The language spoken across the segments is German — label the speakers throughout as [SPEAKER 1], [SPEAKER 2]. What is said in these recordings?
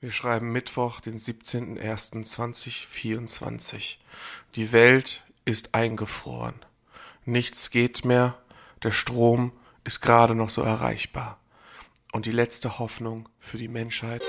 [SPEAKER 1] Wir schreiben Mittwoch, den 17.01.2024. Die Welt ist eingefroren. Nichts geht mehr. Der Strom ist gerade noch so erreichbar. Und die letzte Hoffnung für die Menschheit.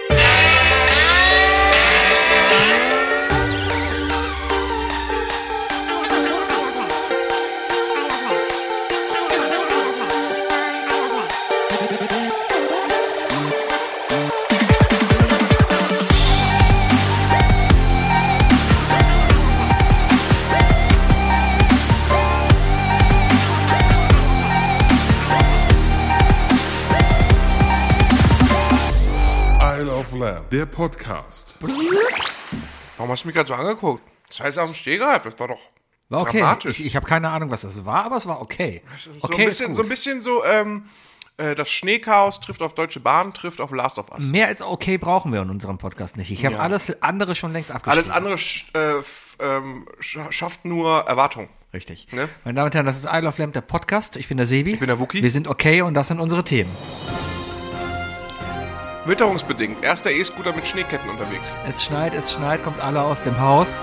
[SPEAKER 2] Isle of Lamb.
[SPEAKER 3] Der Podcast.
[SPEAKER 1] Warum hast du mich gerade so angeguckt? Scheiß auf dem Stehgreif, das war doch
[SPEAKER 4] War okay.
[SPEAKER 1] dramatisch.
[SPEAKER 4] Ich, ich habe keine Ahnung, was das war, aber es war okay. Okay,
[SPEAKER 1] so, ein bisschen,
[SPEAKER 4] ist
[SPEAKER 1] so
[SPEAKER 4] gut.
[SPEAKER 1] ein bisschen so, ähm, äh, das Schneechaos trifft auf Deutsche Bahn, trifft auf Last of Us.
[SPEAKER 4] Mehr als okay brauchen wir in unserem Podcast nicht. Ich habe alles andere schon längst abgeschrieben.
[SPEAKER 1] Alles andere sch äh, f- ähm, sch schafft nur Erwartung.
[SPEAKER 4] Richtig.
[SPEAKER 1] Ne?
[SPEAKER 4] Meine Damen und Herren, das ist Isle of Lamb, der Podcast. Ich bin der Sebi. Ich
[SPEAKER 1] bin der Wookie.
[SPEAKER 4] Wir sind okay und das sind unsere Themen.
[SPEAKER 1] Witterungsbedingt. Erster E E-Scooter mit Schneeketten unterwegs.
[SPEAKER 4] Es schneit, es schneit, kommt alle aus dem Haus.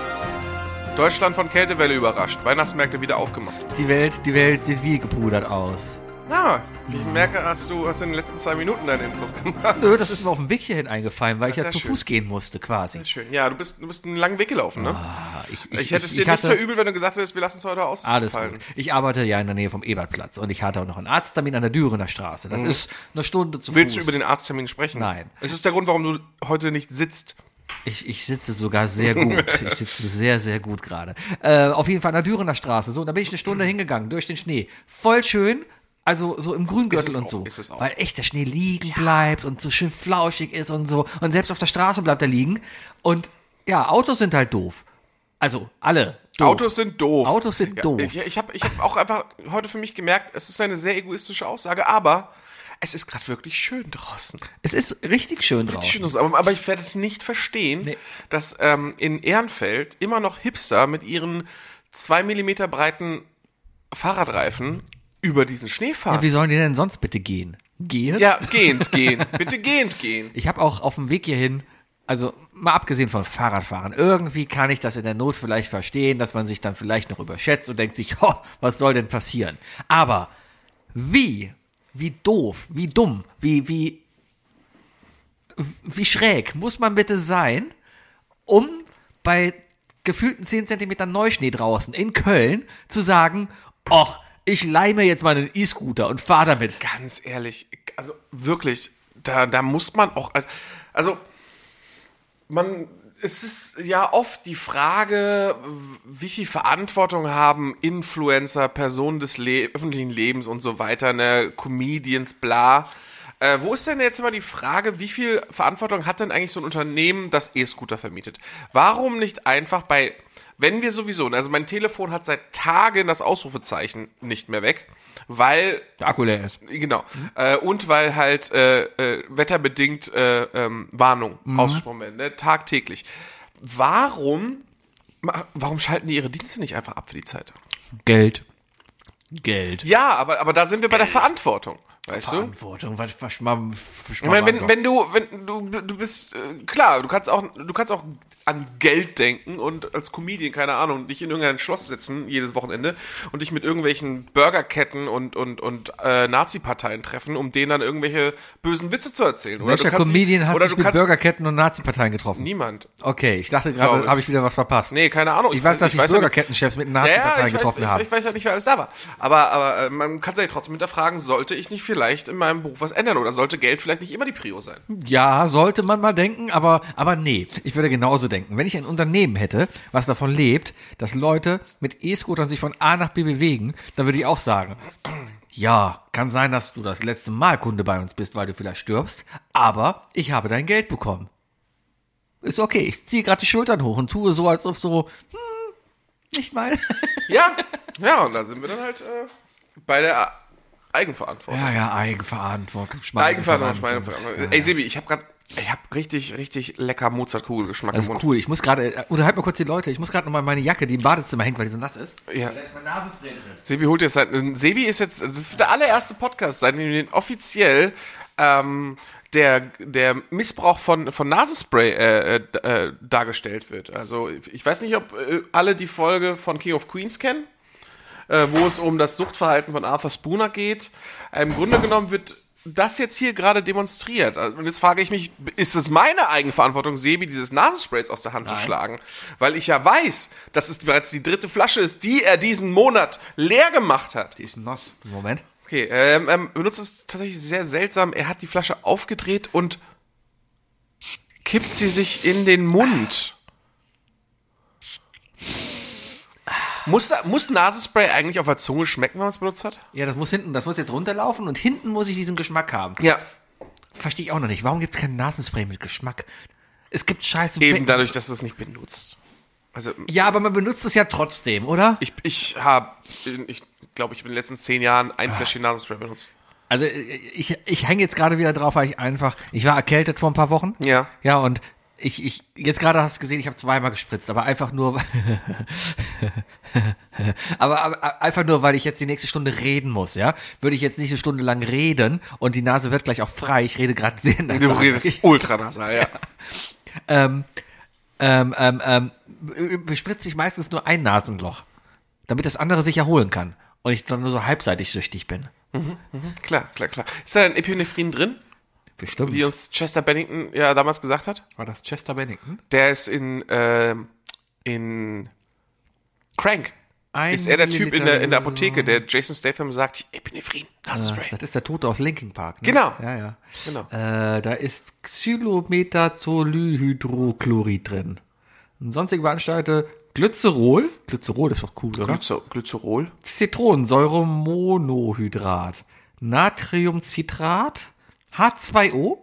[SPEAKER 1] Deutschland von Kältewelle überrascht. Weihnachtsmärkte wieder aufgemacht.
[SPEAKER 4] Die Welt, die Welt sieht wie gepudert aus.
[SPEAKER 1] Na, ich
[SPEAKER 4] Mhm.
[SPEAKER 1] merke, hast du hast in den letzten zwei Minuten deine Intros gemacht.
[SPEAKER 4] Nö, das ist mir auf dem Weg hierhin eingefallen, weil ich ja
[SPEAKER 1] ist
[SPEAKER 4] zu
[SPEAKER 1] ja schön.
[SPEAKER 4] Fuß gehen musste, quasi.
[SPEAKER 1] Schön. Ja, du bist, du bist einen langen Weg gelaufen, ne?
[SPEAKER 4] Ah, Ich,
[SPEAKER 1] ich, hätte es dir nicht verübelt, wenn du gesagt hättest, wir lassen es heute ausfallen.
[SPEAKER 4] Alles gut. Ich arbeite ja in der Nähe vom Ebertplatz und ich hatte auch noch einen Arzttermin an der Dürener Straße. Das ist eine Stunde zu
[SPEAKER 1] Mhm. Willst du
[SPEAKER 4] Fuß.
[SPEAKER 1] über den Arzttermin sprechen?
[SPEAKER 4] Nein.
[SPEAKER 1] Es ist der Grund, warum du heute nicht sitzt.
[SPEAKER 4] Ich, ich sitze sogar sehr gut. Ich sitze sehr, sehr gut gerade. Äh, auf jeden Fall an der Dürener Straße. So, und da bin ich eine
[SPEAKER 1] Mhm.
[SPEAKER 4] Stunde hingegangen durch den Schnee. Voll schön. Also so im
[SPEAKER 1] Ist
[SPEAKER 4] Grüngürtel
[SPEAKER 1] es
[SPEAKER 4] und
[SPEAKER 1] auch,
[SPEAKER 4] so.
[SPEAKER 1] ist es auch.
[SPEAKER 4] Weil echt der Schnee liegen bleibt und so schön flauschig ist und so. Und selbst auf der Straße bleibt er liegen. Und ja, Autos sind halt doof. Also alle. Doof.
[SPEAKER 1] Autos sind doof.
[SPEAKER 4] Autos sind doof.
[SPEAKER 1] Ich, ich habe ich hab auch einfach heute für mich gemerkt, es ist eine sehr egoistische Aussage, aber es ist gerade wirklich schön draußen.
[SPEAKER 4] Es ist richtig schön draußen.
[SPEAKER 1] Schön draußen. Aber, aber ich werde es nicht verstehen,
[SPEAKER 4] Nee.
[SPEAKER 1] dass ähm, in Ehrenfeld immer noch Hipster mit ihren zwei Millimeter breiten Fahrradreifen über diesen Schnee
[SPEAKER 4] Ja, wie
[SPEAKER 1] fahren.
[SPEAKER 4] sollen die denn sonst bitte gehen? Gehen?
[SPEAKER 1] Ja, gehend gehen. Bitte gehend gehen.
[SPEAKER 4] Ich habe auch auf dem Weg hierhin, also mal abgesehen von Fahrradfahren, irgendwie kann ich das in der Not vielleicht verstehen, dass man sich dann vielleicht noch überschätzt und denkt sich, ho, was soll denn passieren? Aber wie, wie doof, wie dumm, wie, wie, wie schräg muss man bitte sein, um bei gefühlten 10 Zentimetern Neuschnee draußen in Köln zu sagen, och, ich leih mir jetzt mal einen E-Scooter und fahr damit.
[SPEAKER 1] Ganz ehrlich, also wirklich, da, da muss man auch, also man, es ist ja oft die Frage, wie viel Verantwortung haben Influencer, Personen des Le öffentlichen Lebens und so weiter, ne, Comedians, bla. Äh, wo ist denn jetzt immer die Frage, wie viel Verantwortung hat denn eigentlich so ein Unternehmen, das E-Scooter vermietet? Warum nicht einfach bei, wenn wir sowieso, also mein Telefon hat seit Tagen das Ausrufezeichen nicht mehr weg, weil
[SPEAKER 4] Der Akku leer ist.
[SPEAKER 1] Genau. Äh, und weil halt äh, äh, wetterbedingt äh, ähm, Warnung ausgesprochen werden, ne? tagtäglich. Warum, ma- warum schalten die ihre Dienste nicht einfach ab für die Zeit?
[SPEAKER 4] Geld. Geld.
[SPEAKER 1] Ja, aber, aber da sind wir bei der Verantwortung. Weißt du?
[SPEAKER 4] Verantwortung, was verschmamm.
[SPEAKER 1] Ich meine, wenn, wenn du, wenn du, du bist, äh, klar, du kannst auch, du kannst auch an Geld denken und als Comedian, keine Ahnung, dich in irgendein Schloss setzen jedes Wochenende und dich mit irgendwelchen Burgerketten und, und, und äh, Nazi-Parteien treffen, um denen dann irgendwelche bösen Witze zu erzählen. Oder
[SPEAKER 4] Welcher
[SPEAKER 1] du kannst,
[SPEAKER 4] Comedian hat
[SPEAKER 1] oder
[SPEAKER 4] sich
[SPEAKER 1] du
[SPEAKER 4] mit
[SPEAKER 1] kannst,
[SPEAKER 4] Burgerketten und Nazi-Parteien getroffen?
[SPEAKER 1] Niemand.
[SPEAKER 4] Okay, ich dachte
[SPEAKER 1] Glaub
[SPEAKER 4] gerade,
[SPEAKER 1] ich.
[SPEAKER 4] habe ich wieder was verpasst.
[SPEAKER 1] Nee, keine Ahnung.
[SPEAKER 4] Ich weiß, dass sich
[SPEAKER 1] ja nicht-
[SPEAKER 4] Burgerkettenchefs mit
[SPEAKER 1] ja, ja,
[SPEAKER 4] Nazi-Parteien
[SPEAKER 1] ich
[SPEAKER 4] getroffen
[SPEAKER 1] weiß,
[SPEAKER 4] haben.
[SPEAKER 1] Ich, ich weiß ja nicht, wer alles da war. Aber, aber äh, man kann sich ja trotzdem hinterfragen, sollte ich nicht vielleicht in meinem Beruf was ändern oder sollte Geld vielleicht nicht immer die Prio sein?
[SPEAKER 4] Ja, sollte man mal denken, aber, aber nee. Ich würde genauso denken. Wenn ich ein Unternehmen hätte, was davon lebt, dass Leute mit E-Scootern sich von A nach B bewegen, dann würde ich auch sagen, ja, kann sein, dass du das letzte Mal Kunde bei uns bist, weil du vielleicht stirbst, aber ich habe dein Geld bekommen. Ist okay, ich ziehe gerade die Schultern hoch und tue so, als ob so, hm, nicht mal.
[SPEAKER 1] Ja, ja, und da sind wir dann halt äh, bei der Eigenverantwortung.
[SPEAKER 4] Ja, ja, Eigenverantwortung. Schmarrn-
[SPEAKER 1] Eigenverantwortung, Eigenverantwortung. Ey, Sebi, ich habe gerade, ich habe richtig, richtig lecker Mozartkugelgeschmack
[SPEAKER 4] Das
[SPEAKER 1] im Mund.
[SPEAKER 4] ist cool. Ich muss gerade, äh, unterhalt mal kurz die Leute, ich muss gerade nochmal meine Jacke, die im Badezimmer hängt, weil die so nass ist.
[SPEAKER 1] Ja.
[SPEAKER 4] Da ist mein Nasenspray drin.
[SPEAKER 1] Sebi holt jetzt halt, Sebi ist jetzt, das ist der allererste Podcast, seit wir den offiziell ähm, der, der Missbrauch von, von Nasenspray äh, äh, dargestellt wird. Also ich weiß nicht, ob äh, alle die Folge von King of Queens kennen, äh, wo es um das Suchtverhalten von Arthur Spooner geht. Äh, Im Grunde genommen wird das jetzt hier gerade demonstriert. Also, Und jetzt frage ich mich, ist es meine Eigenverantwortung, Sebi dieses Nasensprays aus der Hand zu schlagen? Weil ich ja weiß, dass es bereits die dritte Flasche ist, die er diesen Monat leer gemacht hat.
[SPEAKER 4] Die ist nass. Moment.
[SPEAKER 1] Okay, ähm, ähm, benutzt es tatsächlich sehr seltsam. Er hat die Flasche aufgedreht und kippt sie sich in den Mund. Muss, muss Nasenspray eigentlich auf der Zunge schmecken, wenn man es benutzt hat?
[SPEAKER 4] Ja, das muss hinten, das muss jetzt runterlaufen und hinten muss ich diesen Geschmack haben.
[SPEAKER 1] Ja.
[SPEAKER 4] Verstehe ich auch noch nicht. Warum gibt es kein Nasenspray mit Geschmack? Es gibt scheiße
[SPEAKER 1] Eben dadurch, dass du es nicht benutzt. Also,
[SPEAKER 4] Ja, aber man benutzt es ja trotzdem, oder?
[SPEAKER 1] ich, ich habe, ich glaube, ich habe in den letzten zehn Jahren ein Fläschchen Nasenspray benutzt.
[SPEAKER 4] Also ich, ich hänge jetzt gerade wieder drauf, weil ich einfach, ich war erkältet vor ein paar Wochen.
[SPEAKER 1] Ja.
[SPEAKER 4] Ja, und ich, ich, jetzt gerade hast du gesehen, ich habe zweimal gespritzt, aber einfach nur, aber, aber einfach nur, weil ich jetzt die nächste Stunde reden muss, ja. Würde ich jetzt nicht eine Stunde lang reden und die Nase wird gleich auch frei. Ich rede gerade sehr nass.
[SPEAKER 1] Du redest ultranasal, ja.
[SPEAKER 4] ähm, ähm, ähm, ähm, bespritze ich meistens nur ein Nasenloch, damit das andere sich erholen kann und ich dann nur so halbseitig süchtig bin.
[SPEAKER 1] Klar, klar, klar. Mhm. Ist da ein Epinephrin drin,
[SPEAKER 4] Bestimmt.
[SPEAKER 1] wie uns Chester Bennington ja damals gesagt hat?
[SPEAKER 4] War das Chester Bennington?
[SPEAKER 1] Der ist in, ähm, in Crank.
[SPEAKER 4] Ein
[SPEAKER 1] ist er der Typ in der, in der
[SPEAKER 4] Milliliter- Ah,
[SPEAKER 1] Apotheke, der Jason Statham sagt, Epinephrin, Nasenspray.
[SPEAKER 4] Das ist der Tote aus Linking Park. Ne?
[SPEAKER 1] Genau.
[SPEAKER 4] Ja, ja.
[SPEAKER 1] Genau.
[SPEAKER 4] Äh, da ist Xylometazolyhydrochlorid drin. Und sonstige Veranstalte Glycerol. Glycerol ist doch cool, oder?
[SPEAKER 1] Glycer Glycerol?
[SPEAKER 4] Zitronensäuremonohydrat. Natriumcitrat. H2O.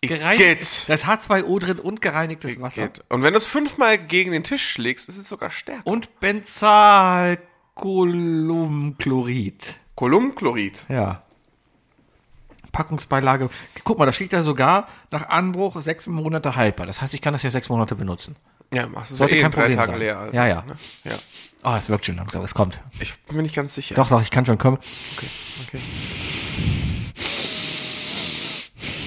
[SPEAKER 1] Igitt.
[SPEAKER 4] Gereinigt. Da ist H2O drin und gereinigtes Wasser.
[SPEAKER 1] Geht. Und wenn du es fünfmal gegen den Tisch schlägst, ist es sogar stärker.
[SPEAKER 4] Und Benzalkolumchlorid.
[SPEAKER 1] Kolumnchlorid.
[SPEAKER 4] Ja. Packungsbeilage. Guck mal, da steht da sogar nach Anbruch sechs Monate haltbar. Das heißt, ich kann das ja sechs Monate benutzen.
[SPEAKER 1] Ja, machst du es ja
[SPEAKER 4] Sollte
[SPEAKER 1] eh in
[SPEAKER 4] kein
[SPEAKER 1] drei
[SPEAKER 4] Problem
[SPEAKER 1] Tagen
[SPEAKER 4] sein.
[SPEAKER 1] leer. also,
[SPEAKER 4] Ja, ja.
[SPEAKER 1] ne? ja.
[SPEAKER 4] Oh, es wirkt schon langsam, es kommt.
[SPEAKER 1] Ich bin mir nicht ganz sicher.
[SPEAKER 4] Doch, doch, ich kann schon kommen.
[SPEAKER 1] Okay.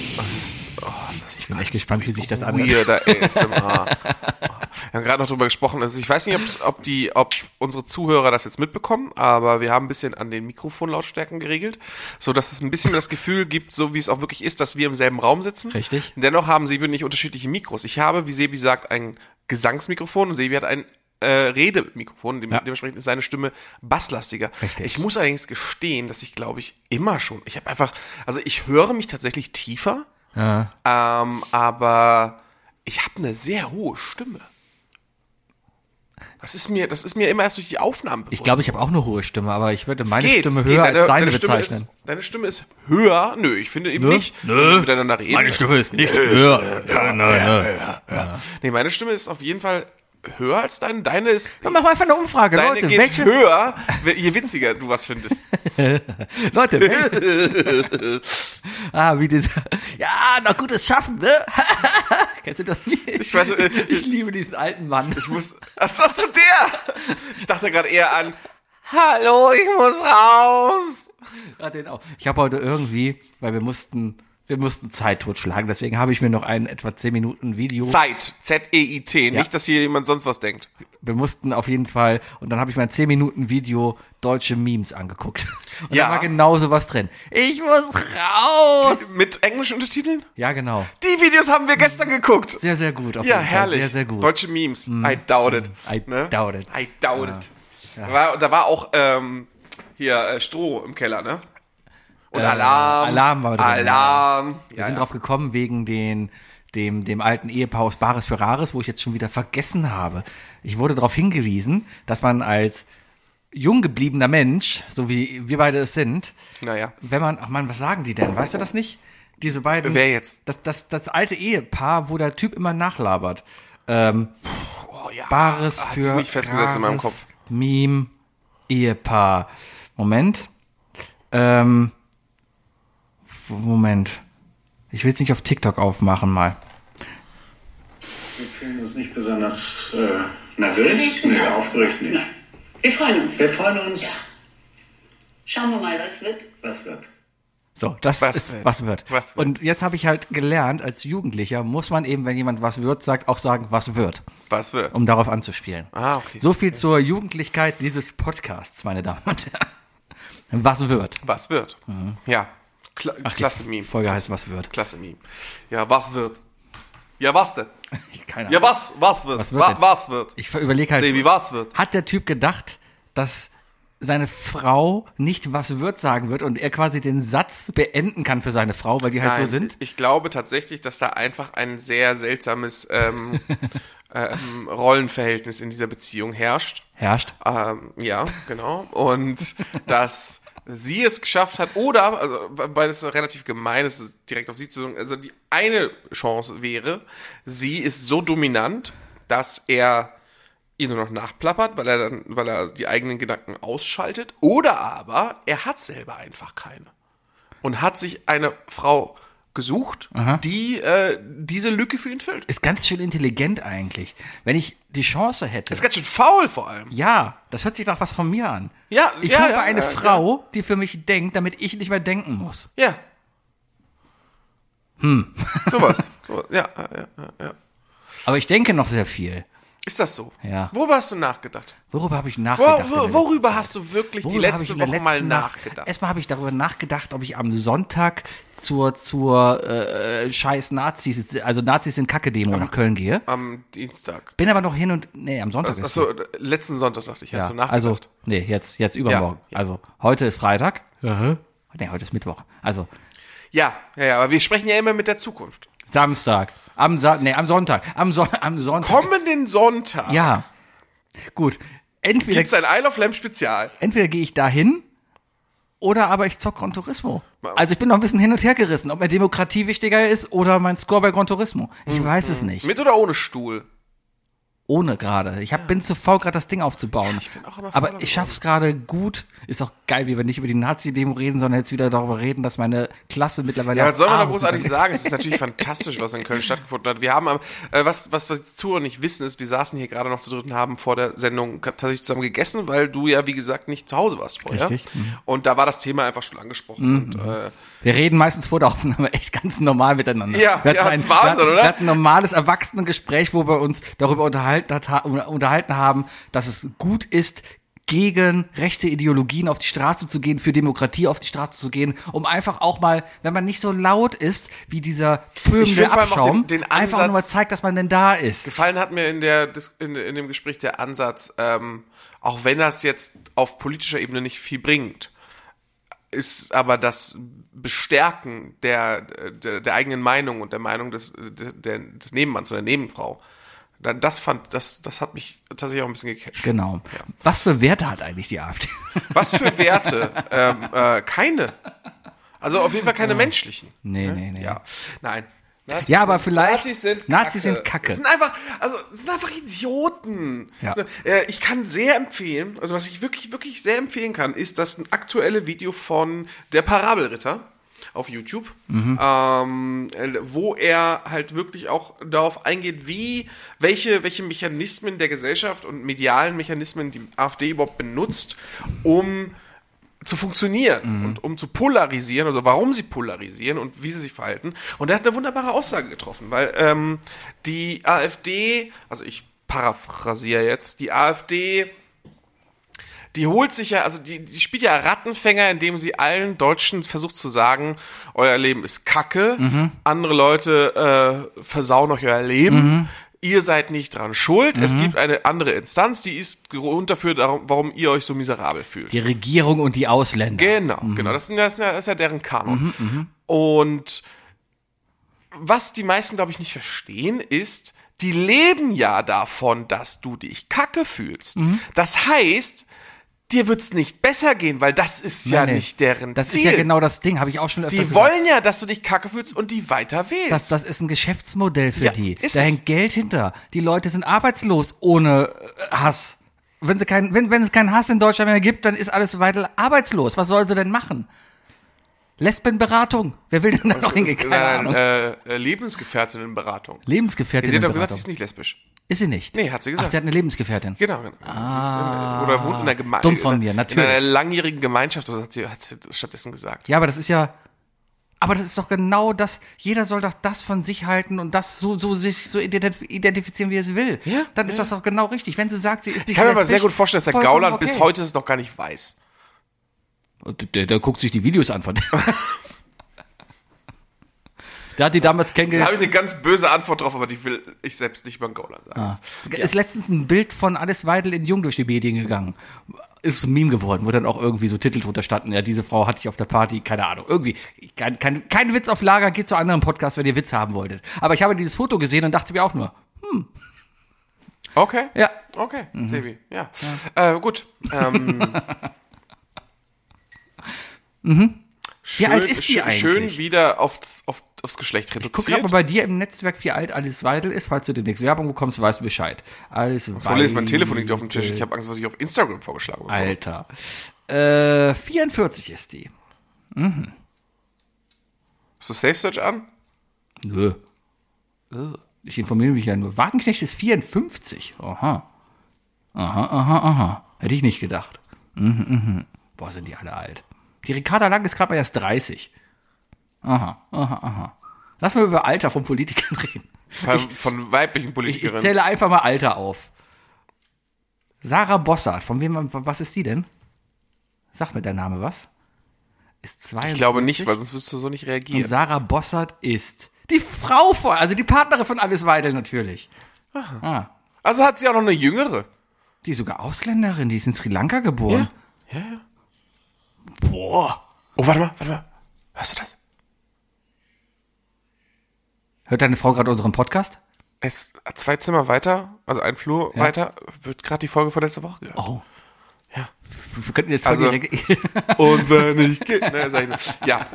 [SPEAKER 1] Das ist, oh, das ist
[SPEAKER 4] Ich bin echt gespannt, wie sich das anhört.
[SPEAKER 1] weirder ASMR. Wir haben gerade noch drüber gesprochen. Also ich weiß nicht, ob's- ob, die, ob unsere Zuhörer das jetzt mitbekommen, aber wir haben ein bisschen an den Mikrofonlautstärken geregelt, so dass es ein bisschen das Gefühl gibt, so wie es auch wirklich ist, dass wir im selben Raum sitzen.
[SPEAKER 4] Richtig.
[SPEAKER 1] Dennoch haben Sebi und ich unterschiedliche Mikros. Ich habe, wie Sebi sagt, ein Gesangsmikrofon und Sebi hat ein äh, Redemikrofon. Dem,
[SPEAKER 4] Ja.
[SPEAKER 1] Dementsprechend ist seine Stimme basslastiger.
[SPEAKER 4] Richtig.
[SPEAKER 1] Ich muss allerdings gestehen, dass ich glaube ich immer schon, ich habe einfach, also ich höre mich tatsächlich tiefer, ähm, aber ich habe eine sehr hohe Stimme. Das ist mir, das ist mir immer erst durch die Aufnahmen bewusst.
[SPEAKER 4] Ich glaube, ich habe auch eine hohe Stimme, aber ich würde
[SPEAKER 1] Es
[SPEAKER 4] meine
[SPEAKER 1] geht,
[SPEAKER 4] Stimme
[SPEAKER 1] es geht.
[SPEAKER 4] höher als deine,
[SPEAKER 1] Stimme
[SPEAKER 4] bezeichnen.
[SPEAKER 1] Ist, deine Stimme ist höher. Nö, ich finde eben nicht.
[SPEAKER 4] Nö.
[SPEAKER 1] Wir müssen Miteinander reden.
[SPEAKER 4] ist nicht höher. Ja, nein, nein.
[SPEAKER 1] Nee, meine Stimme ist auf jeden Fall höher als deine. Deine ist.
[SPEAKER 4] Dann machen wir einfach eine Umfrage,
[SPEAKER 1] Deine
[SPEAKER 4] Leute.
[SPEAKER 1] geht
[SPEAKER 4] Welche,
[SPEAKER 1] höher, we- je witziger du was findest.
[SPEAKER 4] Leute, welche, ah, wie dieser, ja, noch gutes Schaffen, ne? Kennst du das nicht? Ich,
[SPEAKER 1] weiß, äh,
[SPEAKER 4] ich liebe diesen alten Mann.
[SPEAKER 1] Ich muss. Was hast du der? Ich dachte gerade eher an. Hallo, ich muss raus.
[SPEAKER 4] Ja, den auch. Ich habe heute irgendwie, weil wir mussten, wir mussten Zeit totschlagen, deswegen habe ich mir noch ein etwa 10 Minuten Video.
[SPEAKER 1] Zeit. Z-E-I-T. Nicht, dass hier jemand sonst was denkt.
[SPEAKER 4] Wir mussten auf jeden Fall, und dann habe ich mein 10 Minuten Video deutsche Memes angeguckt. Und
[SPEAKER 1] Ja.
[SPEAKER 4] da war genau sowas drin. Ich muss raus!
[SPEAKER 1] Mit englischen Untertiteln?
[SPEAKER 4] Ja, genau.
[SPEAKER 1] Die Videos haben wir gestern geguckt.
[SPEAKER 4] Sehr, sehr gut. Auf
[SPEAKER 1] Ja,
[SPEAKER 4] jeden Fall.
[SPEAKER 1] herrlich.
[SPEAKER 4] Sehr, sehr gut. Mhm.
[SPEAKER 1] Deutsche Memes. I doubt it. Ne?
[SPEAKER 4] I doubt it. Ah,
[SPEAKER 1] I doubt it. Da, war, da war auch ähm, hier äh, Stroh im Keller, ne? Und Alarm.
[SPEAKER 4] Äh, Alarm war drin,
[SPEAKER 1] Alarm.
[SPEAKER 4] Wir sind drauf gekommen wegen den, dem, dem alten Ehepaar aus Bares für Rares, wo ich jetzt schon wieder vergessen habe. Ich wurde darauf hingewiesen, dass man als jung gebliebener Mensch, so wie wir beide es sind,
[SPEAKER 1] Naja.
[SPEAKER 4] wenn man, ach man, was sagen die denn? Weißt du das nicht? Diese beiden.
[SPEAKER 1] Wer jetzt?
[SPEAKER 4] Das, das, das alte Ehepaar, wo der Typ immer nachlabert. Ähm,
[SPEAKER 1] Oh, ja.
[SPEAKER 4] Bares
[SPEAKER 1] Hat
[SPEAKER 4] für.
[SPEAKER 1] sich nicht festgesetzt in meinem
[SPEAKER 4] Rares
[SPEAKER 1] Kopf.
[SPEAKER 4] Meme, Ehepaar. Moment. Ähm, Moment. Ich will es nicht auf TikTok aufmachen mal.
[SPEAKER 3] Wir fühlen uns nicht besonders äh, nervös. Nee, aufgeregt nicht.
[SPEAKER 5] Wir freuen uns.
[SPEAKER 3] Wir freuen uns,
[SPEAKER 5] Schauen wir mal, was wird.
[SPEAKER 3] was wird.
[SPEAKER 4] So, das
[SPEAKER 1] Was
[SPEAKER 4] ist,
[SPEAKER 1] wird.
[SPEAKER 4] was wird.
[SPEAKER 1] Was wird.
[SPEAKER 4] Und jetzt habe ich halt gelernt, als Jugendlicher muss man eben, wenn jemand was wird, sagt, auch sagen, was wird,
[SPEAKER 1] Was wird?
[SPEAKER 4] um darauf anzuspielen.
[SPEAKER 1] Ah, okay.
[SPEAKER 4] So viel zur Jugendlichkeit dieses Podcasts, meine Damen und Herren. Was wird?
[SPEAKER 1] Was wird? Ja. Kla klasse Meme.
[SPEAKER 4] Mhm. Die Folge heißt Was wird.
[SPEAKER 1] Klasse Meme. Ja, was wird? Ja, was denn?
[SPEAKER 4] Keine
[SPEAKER 1] Ja,
[SPEAKER 4] Ahnung.
[SPEAKER 1] was? Was wird? Was
[SPEAKER 4] Was wird
[SPEAKER 1] wird? Wa
[SPEAKER 4] denn?
[SPEAKER 1] was wird?
[SPEAKER 4] Ich überlege halt,
[SPEAKER 1] Sebi, was wird?
[SPEAKER 4] hat der Typ gedacht, dass seine Frau nicht was wird sagen wird und er quasi den Satz beenden kann für seine Frau, weil die halt so
[SPEAKER 1] Nein,
[SPEAKER 4] sind?
[SPEAKER 1] Ich glaube tatsächlich, dass da einfach ein sehr seltsames ähm, ähm, Rollenverhältnis in dieser Beziehung herrscht.
[SPEAKER 4] Herrscht.
[SPEAKER 1] Ähm, ja, genau. Und dass sie es geschafft hat, oder, also, weil es relativ gemein ist, es direkt auf sie zu sagen, also die eine Chance wäre, sie ist so dominant, dass er ihr nur noch nachplappert, weil er dann, weil er die eigenen Gedanken ausschaltet, oder aber er hat selber einfach keine. Und hat sich eine Frau gesucht, die äh, diese Lücke für ihn füllt.
[SPEAKER 4] Ist ganz schön intelligent eigentlich. Wenn ich die Chance hätte.
[SPEAKER 1] Ist ganz schön faul vor allem.
[SPEAKER 4] Ja, das hört sich nach was von mir an.
[SPEAKER 1] Ja,
[SPEAKER 4] ich
[SPEAKER 1] ja,
[SPEAKER 4] habe
[SPEAKER 1] ja,
[SPEAKER 4] eine
[SPEAKER 1] ja,
[SPEAKER 4] Frau, die für mich denkt, damit ich nicht mehr denken muss.
[SPEAKER 1] Ja. Hm. Sowas. So, ja, ja, ja, ja, ja.
[SPEAKER 4] Aber ich denke noch sehr viel.
[SPEAKER 1] Ist das so?
[SPEAKER 4] Ja.
[SPEAKER 1] Worüber hast du nachgedacht?
[SPEAKER 4] Worüber habe ich
[SPEAKER 1] Wo,
[SPEAKER 4] nachgedacht? in der
[SPEAKER 1] wo,
[SPEAKER 4] letzten
[SPEAKER 1] worüber
[SPEAKER 4] Zeit?
[SPEAKER 1] hast du wirklich die
[SPEAKER 4] Worüber habe ich
[SPEAKER 1] letzte
[SPEAKER 4] in der
[SPEAKER 1] Woche mal
[SPEAKER 4] letzten Nacht-
[SPEAKER 1] nachgedacht?
[SPEAKER 4] Erstmal habe ich darüber nachgedacht, ob ich am Sonntag zur, zur äh, äh, scheiß Nazis, also Nazis sind Kacke-Demo nach Köln gehe.
[SPEAKER 1] Am Dienstag.
[SPEAKER 4] Bin aber noch hin und, nee, am Sonntag ist
[SPEAKER 1] Achso, letzten Sonntag dachte ich, hast du
[SPEAKER 4] ja,
[SPEAKER 1] nachgedacht.
[SPEAKER 4] also, nee, jetzt, jetzt übermorgen.
[SPEAKER 1] ja.
[SPEAKER 4] Also, heute ist Freitag. Nee, heute ist Mittwoch. Also,
[SPEAKER 1] ja, ja, ja, aber wir sprechen ja immer mit der Zukunft.
[SPEAKER 4] Samstag. Am, Sa nee, am Sonntag. Am, Son am Sonntag.
[SPEAKER 1] Kommenden Sonntag
[SPEAKER 4] Ja. Gut. Entweder,
[SPEAKER 1] gibt's ein Isle of Lamb Spezial.
[SPEAKER 4] entweder gehe ich dahin oder aber ich zocke Gran Turismo. Also ich bin noch ein bisschen hin und her gerissen, ob mir Demokratie wichtiger ist oder mein Score bei Gran Turismo. Ich weiß es nicht.
[SPEAKER 1] Mhm. Mit oder ohne Stuhl?
[SPEAKER 4] Ohne gerade. Ich hab, bin zu faul, gerade das Ding aufzubauen.
[SPEAKER 1] auch immer
[SPEAKER 4] aber
[SPEAKER 1] fauler
[SPEAKER 4] ich schaff's gerade gut. Ist auch geil, wie wir nicht über die Nazi-Demo reden, sondern jetzt wieder darüber reden, dass meine Klasse mittlerweile.
[SPEAKER 1] Ja,
[SPEAKER 4] auf
[SPEAKER 1] was soll man da
[SPEAKER 4] Armut
[SPEAKER 1] großartig
[SPEAKER 4] ist.
[SPEAKER 1] sagen? Es ist natürlich fantastisch, was in Köln stattgefunden hat. Wir haben, am- äh, was, was wir zu und nicht wissen, ist, wir saßen hier gerade noch zu dritt und haben vor der Sendung ka- tatsächlich zusammen gegessen, weil du ja, wie gesagt, nicht zu Hause warst vorher.
[SPEAKER 4] Richtig,
[SPEAKER 1] Und da war das Thema einfach schon angesprochen. Und, äh,
[SPEAKER 4] Wir reden meistens vor der Aufnahme echt ganz normal miteinander.
[SPEAKER 1] Ja,
[SPEAKER 4] wir hatten
[SPEAKER 1] ja,
[SPEAKER 4] ein,
[SPEAKER 1] ist Wahnsinn,
[SPEAKER 4] wir hatten,
[SPEAKER 1] oder?
[SPEAKER 4] Wir hatten ein normales Erwachsenengespräch, wo wir uns darüber unterhalten, hat, ha- unterhalten haben, dass es gut ist, gegen rechte Ideologien auf die Straße zu gehen, für Demokratie auf die Straße zu gehen, um einfach auch mal, wenn man nicht so laut ist, wie dieser pöbelnde
[SPEAKER 1] find vor allem auch
[SPEAKER 4] Abschaum,
[SPEAKER 1] den- den
[SPEAKER 4] einfach nur
[SPEAKER 1] Ansatz-
[SPEAKER 4] mal zeigt, dass man denn da ist.
[SPEAKER 1] gefallen hat mir in, der, Dis- in, in dem Gespräch der Ansatz, ähm, auch wenn das jetzt auf politischer Ebene nicht viel bringt, ist aber das Bestärken der, der, der eigenen Meinung und der Meinung des, der, des Nebenmanns oder der Nebenfrau. Dann Das fand, das, das hat mich tatsächlich auch ein bisschen gecatcht.
[SPEAKER 4] Genau. Was für Werte hat eigentlich die AfD?
[SPEAKER 1] Was für Werte? ähm, äh, keine. Also auf jeden Fall keine menschlichen.
[SPEAKER 4] nee, nee, nee.
[SPEAKER 1] Ja. Nein. Nazis
[SPEAKER 4] Ja, aber
[SPEAKER 1] sind-
[SPEAKER 4] vielleicht-
[SPEAKER 1] Nazis sind Kacke.
[SPEAKER 4] Nazis sind Kacke.
[SPEAKER 1] Es sind einfach, also es sind einfach Idioten.
[SPEAKER 4] Ja.
[SPEAKER 1] Also, äh, ich kann sehr empfehlen, also was ich wirklich, wirklich sehr empfehlen kann, ist das ein aktuelle Video von der Parabelritter auf YouTube,
[SPEAKER 4] Mhm.
[SPEAKER 1] ähm, äh, wo er halt wirklich auch darauf eingeht, wie, welche, welche Mechanismen der Gesellschaft und medialen Mechanismen die AfD überhaupt benutzt, um zu funktionieren und um zu polarisieren, also warum sie polarisieren und wie sie sich verhalten. Und er hat eine wunderbare Aussage getroffen, weil ähm, die AfD, also ich paraphrasiere jetzt, die AfD, die holt sich ja, also die, die spielt ja Rattenfänger, indem sie allen Deutschen versucht zu sagen, euer Leben ist Kacke, andere Leute äh, versauen euch euer Leben. Ihr seid nicht dran schuld. Es gibt eine andere Instanz, die ist Grund dafür, darum, warum ihr euch so miserabel fühlt.
[SPEAKER 4] Die Regierung und die Ausländer.
[SPEAKER 1] Genau,
[SPEAKER 4] Mhm.
[SPEAKER 1] genau. Das ist, das, ist ja, das ist ja deren Kanon. Und was die meisten, glaube ich, nicht verstehen, ist, die leben ja davon, dass du dich kacke fühlst.
[SPEAKER 4] Mhm.
[SPEAKER 1] Das heißt, dir wird's nicht besser gehen, weil das ist ja
[SPEAKER 4] Nein, nee.
[SPEAKER 1] nicht deren
[SPEAKER 4] das
[SPEAKER 1] Ziel.
[SPEAKER 4] ist ja genau das Ding, habe ich auch schon öfter
[SPEAKER 1] die
[SPEAKER 4] gesagt.
[SPEAKER 1] wollen ja, dass du dich kacke fühlst und die weiter wählst.
[SPEAKER 4] Das, das ist ein Geschäftsmodell für
[SPEAKER 1] Ja,
[SPEAKER 4] die.
[SPEAKER 1] ist
[SPEAKER 4] Da
[SPEAKER 1] es.
[SPEAKER 4] hängt Geld hinter. Die Leute sind arbeitslos ohne äh, Hass. Wenn, sie kein, wenn, wenn es keinen Hass in Deutschland mehr gibt, dann ist alles weiter arbeitslos. Was sollen sie denn machen? Lesbenberatung. Wer will denn da noch hingehen? Keine
[SPEAKER 1] Nein,
[SPEAKER 4] Ahnung.
[SPEAKER 1] äh, äh, Lebensgefährtinnenberatung.
[SPEAKER 4] Lebensgefährtin.
[SPEAKER 1] Sie hat
[SPEAKER 4] in
[SPEAKER 1] doch gesagt, sie
[SPEAKER 4] Beratung.
[SPEAKER 1] ist nicht lesbisch.
[SPEAKER 4] ist sie nicht.
[SPEAKER 1] Nee, hat sie
[SPEAKER 4] Ach,
[SPEAKER 1] gesagt.
[SPEAKER 4] sie hat eine Lebensgefährtin.
[SPEAKER 1] Genau, genau. oder wohnt in einer Gemeinde.
[SPEAKER 4] Ah. dumm von mir,
[SPEAKER 1] In
[SPEAKER 4] natürlich.
[SPEAKER 1] einer langjährigen Gemeinschaft, oder hat sie, hat sie das stattdessen gesagt.
[SPEAKER 4] Ja, aber das ist ja, Aber das ist doch genau das. Jeder soll doch das von sich halten und das so, so sich so identif- identifizieren, wie er es will.
[SPEAKER 1] Ja,
[SPEAKER 4] Dann ist das doch genau richtig. Wenn sie sagt, sie ist nicht
[SPEAKER 1] Ich kann mir aber
[SPEAKER 4] lesbisch,
[SPEAKER 1] sehr gut vorstellen, dass der
[SPEAKER 4] vollkommen
[SPEAKER 1] Gauland bis
[SPEAKER 4] okay.
[SPEAKER 1] heute es noch gar nicht weiß.
[SPEAKER 4] Der, der guckt sich die Videos an von dem. der hat die damals
[SPEAKER 1] Da habe
[SPEAKER 4] kennengelernt.
[SPEAKER 1] ich eine ganz böse Antwort drauf, aber die will ich selbst nicht über den Gauland sagen.
[SPEAKER 4] Ah. Ist letztens ein Bild von Alice Weidel in Jung durch die Medien gegangen. Ist ein Meme geworden, wo dann auch irgendwie so Titel drunter standen. Ja, diese Frau hatte ich auf der Party, keine Ahnung. Irgendwie, kein, kein, kein Witz auf Lager, geht zu anderen Podcasts, wenn ihr Witz haben wolltet. Aber ich habe dieses Foto gesehen und dachte mir auch nur,
[SPEAKER 1] Okay.
[SPEAKER 4] ja, Mhm.
[SPEAKER 1] Okay, Sebi. Ja. Äh, gut. Ähm,
[SPEAKER 4] Mhm. wie alt ist die
[SPEAKER 1] schön-
[SPEAKER 4] eigentlich?
[SPEAKER 1] Schön wieder aufs, auf, aufs Geschlecht reduziert.
[SPEAKER 4] Guck gerade mal bei dir im Netzwerk, wie alt Alice Weidel ist. Falls du demnächst Werbung bekommst, weißt du Bescheid. Alice Weidel.
[SPEAKER 1] Problem ist, mein Telefon liegt auf dem Tisch. Ich habe Angst, was ich auf Instagram vorgeschlagen habe.
[SPEAKER 4] Alter. Äh, 44 ist die.
[SPEAKER 1] Hast du Safe Search an?
[SPEAKER 4] Nö. Äh, Ich informiere mich ja nur. Wagenknecht ist 54. Aha. Aha, aha, aha. Hätte ich nicht gedacht. Mhm, mhm. Boah, sind die alle alt. Die Ricarda Lang ist gerade mal erst 30. Aha, aha, aha. Lass mal über Alter von Politikern reden.
[SPEAKER 1] Von, von weiblichen
[SPEAKER 4] Ich, ich
[SPEAKER 1] Politikerinnen.
[SPEAKER 4] zähle einfach mal Alter auf. Sarah Bossart, von wem, was ist die denn? Sag mir der Name was. Ist 42.
[SPEAKER 1] Ich glaube nicht, weil sonst würdest du so nicht
[SPEAKER 4] Und
[SPEAKER 1] reagieren.
[SPEAKER 4] Sarah Bossert ist die Frau von, also die Partnerin von Alice Weidel natürlich. Ah,
[SPEAKER 1] Also hat sie auch noch eine jüngere.
[SPEAKER 4] die ist sogar Ausländerin, die ist in Sri Lanka geboren.
[SPEAKER 1] Ja, ja.
[SPEAKER 4] Boah.
[SPEAKER 1] Oh, warte mal, warte mal. Hörst du das?
[SPEAKER 4] Hört deine Frau gerade unseren Podcast?
[SPEAKER 1] Es zwei Zimmer weiter, also ein Flur weiter, wird gerade die Folge von letzter Woche gehört.
[SPEAKER 4] Oh.
[SPEAKER 1] Ja.
[SPEAKER 4] Wir könnten jetzt voll
[SPEAKER 1] Also-
[SPEAKER 4] direkt.
[SPEAKER 1] Und wenn ich ge- ne, sag ich nur. Ja,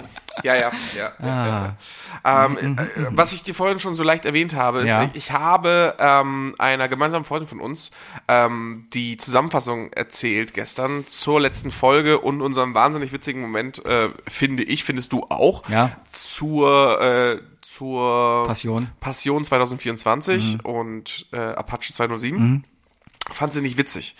[SPEAKER 1] ja, ja. ja, ja,
[SPEAKER 4] Ah.
[SPEAKER 1] ja. Ähm, äh, was ich dir vorhin schon so leicht erwähnt habe, ist,
[SPEAKER 4] Mhm, Ja.
[SPEAKER 1] ich, ich habe ähm, einer gemeinsamen Freundin von uns ähm, die Zusammenfassung erzählt gestern zur letzten Folge und unserem wahnsinnig witzigen Moment, äh, finde ich, findest du auch,
[SPEAKER 4] Ja.
[SPEAKER 1] zur, äh, zur
[SPEAKER 4] Passion.
[SPEAKER 1] Passion 2024
[SPEAKER 4] Mhm.
[SPEAKER 1] und äh, Apache 207. Fand sie nicht witzig.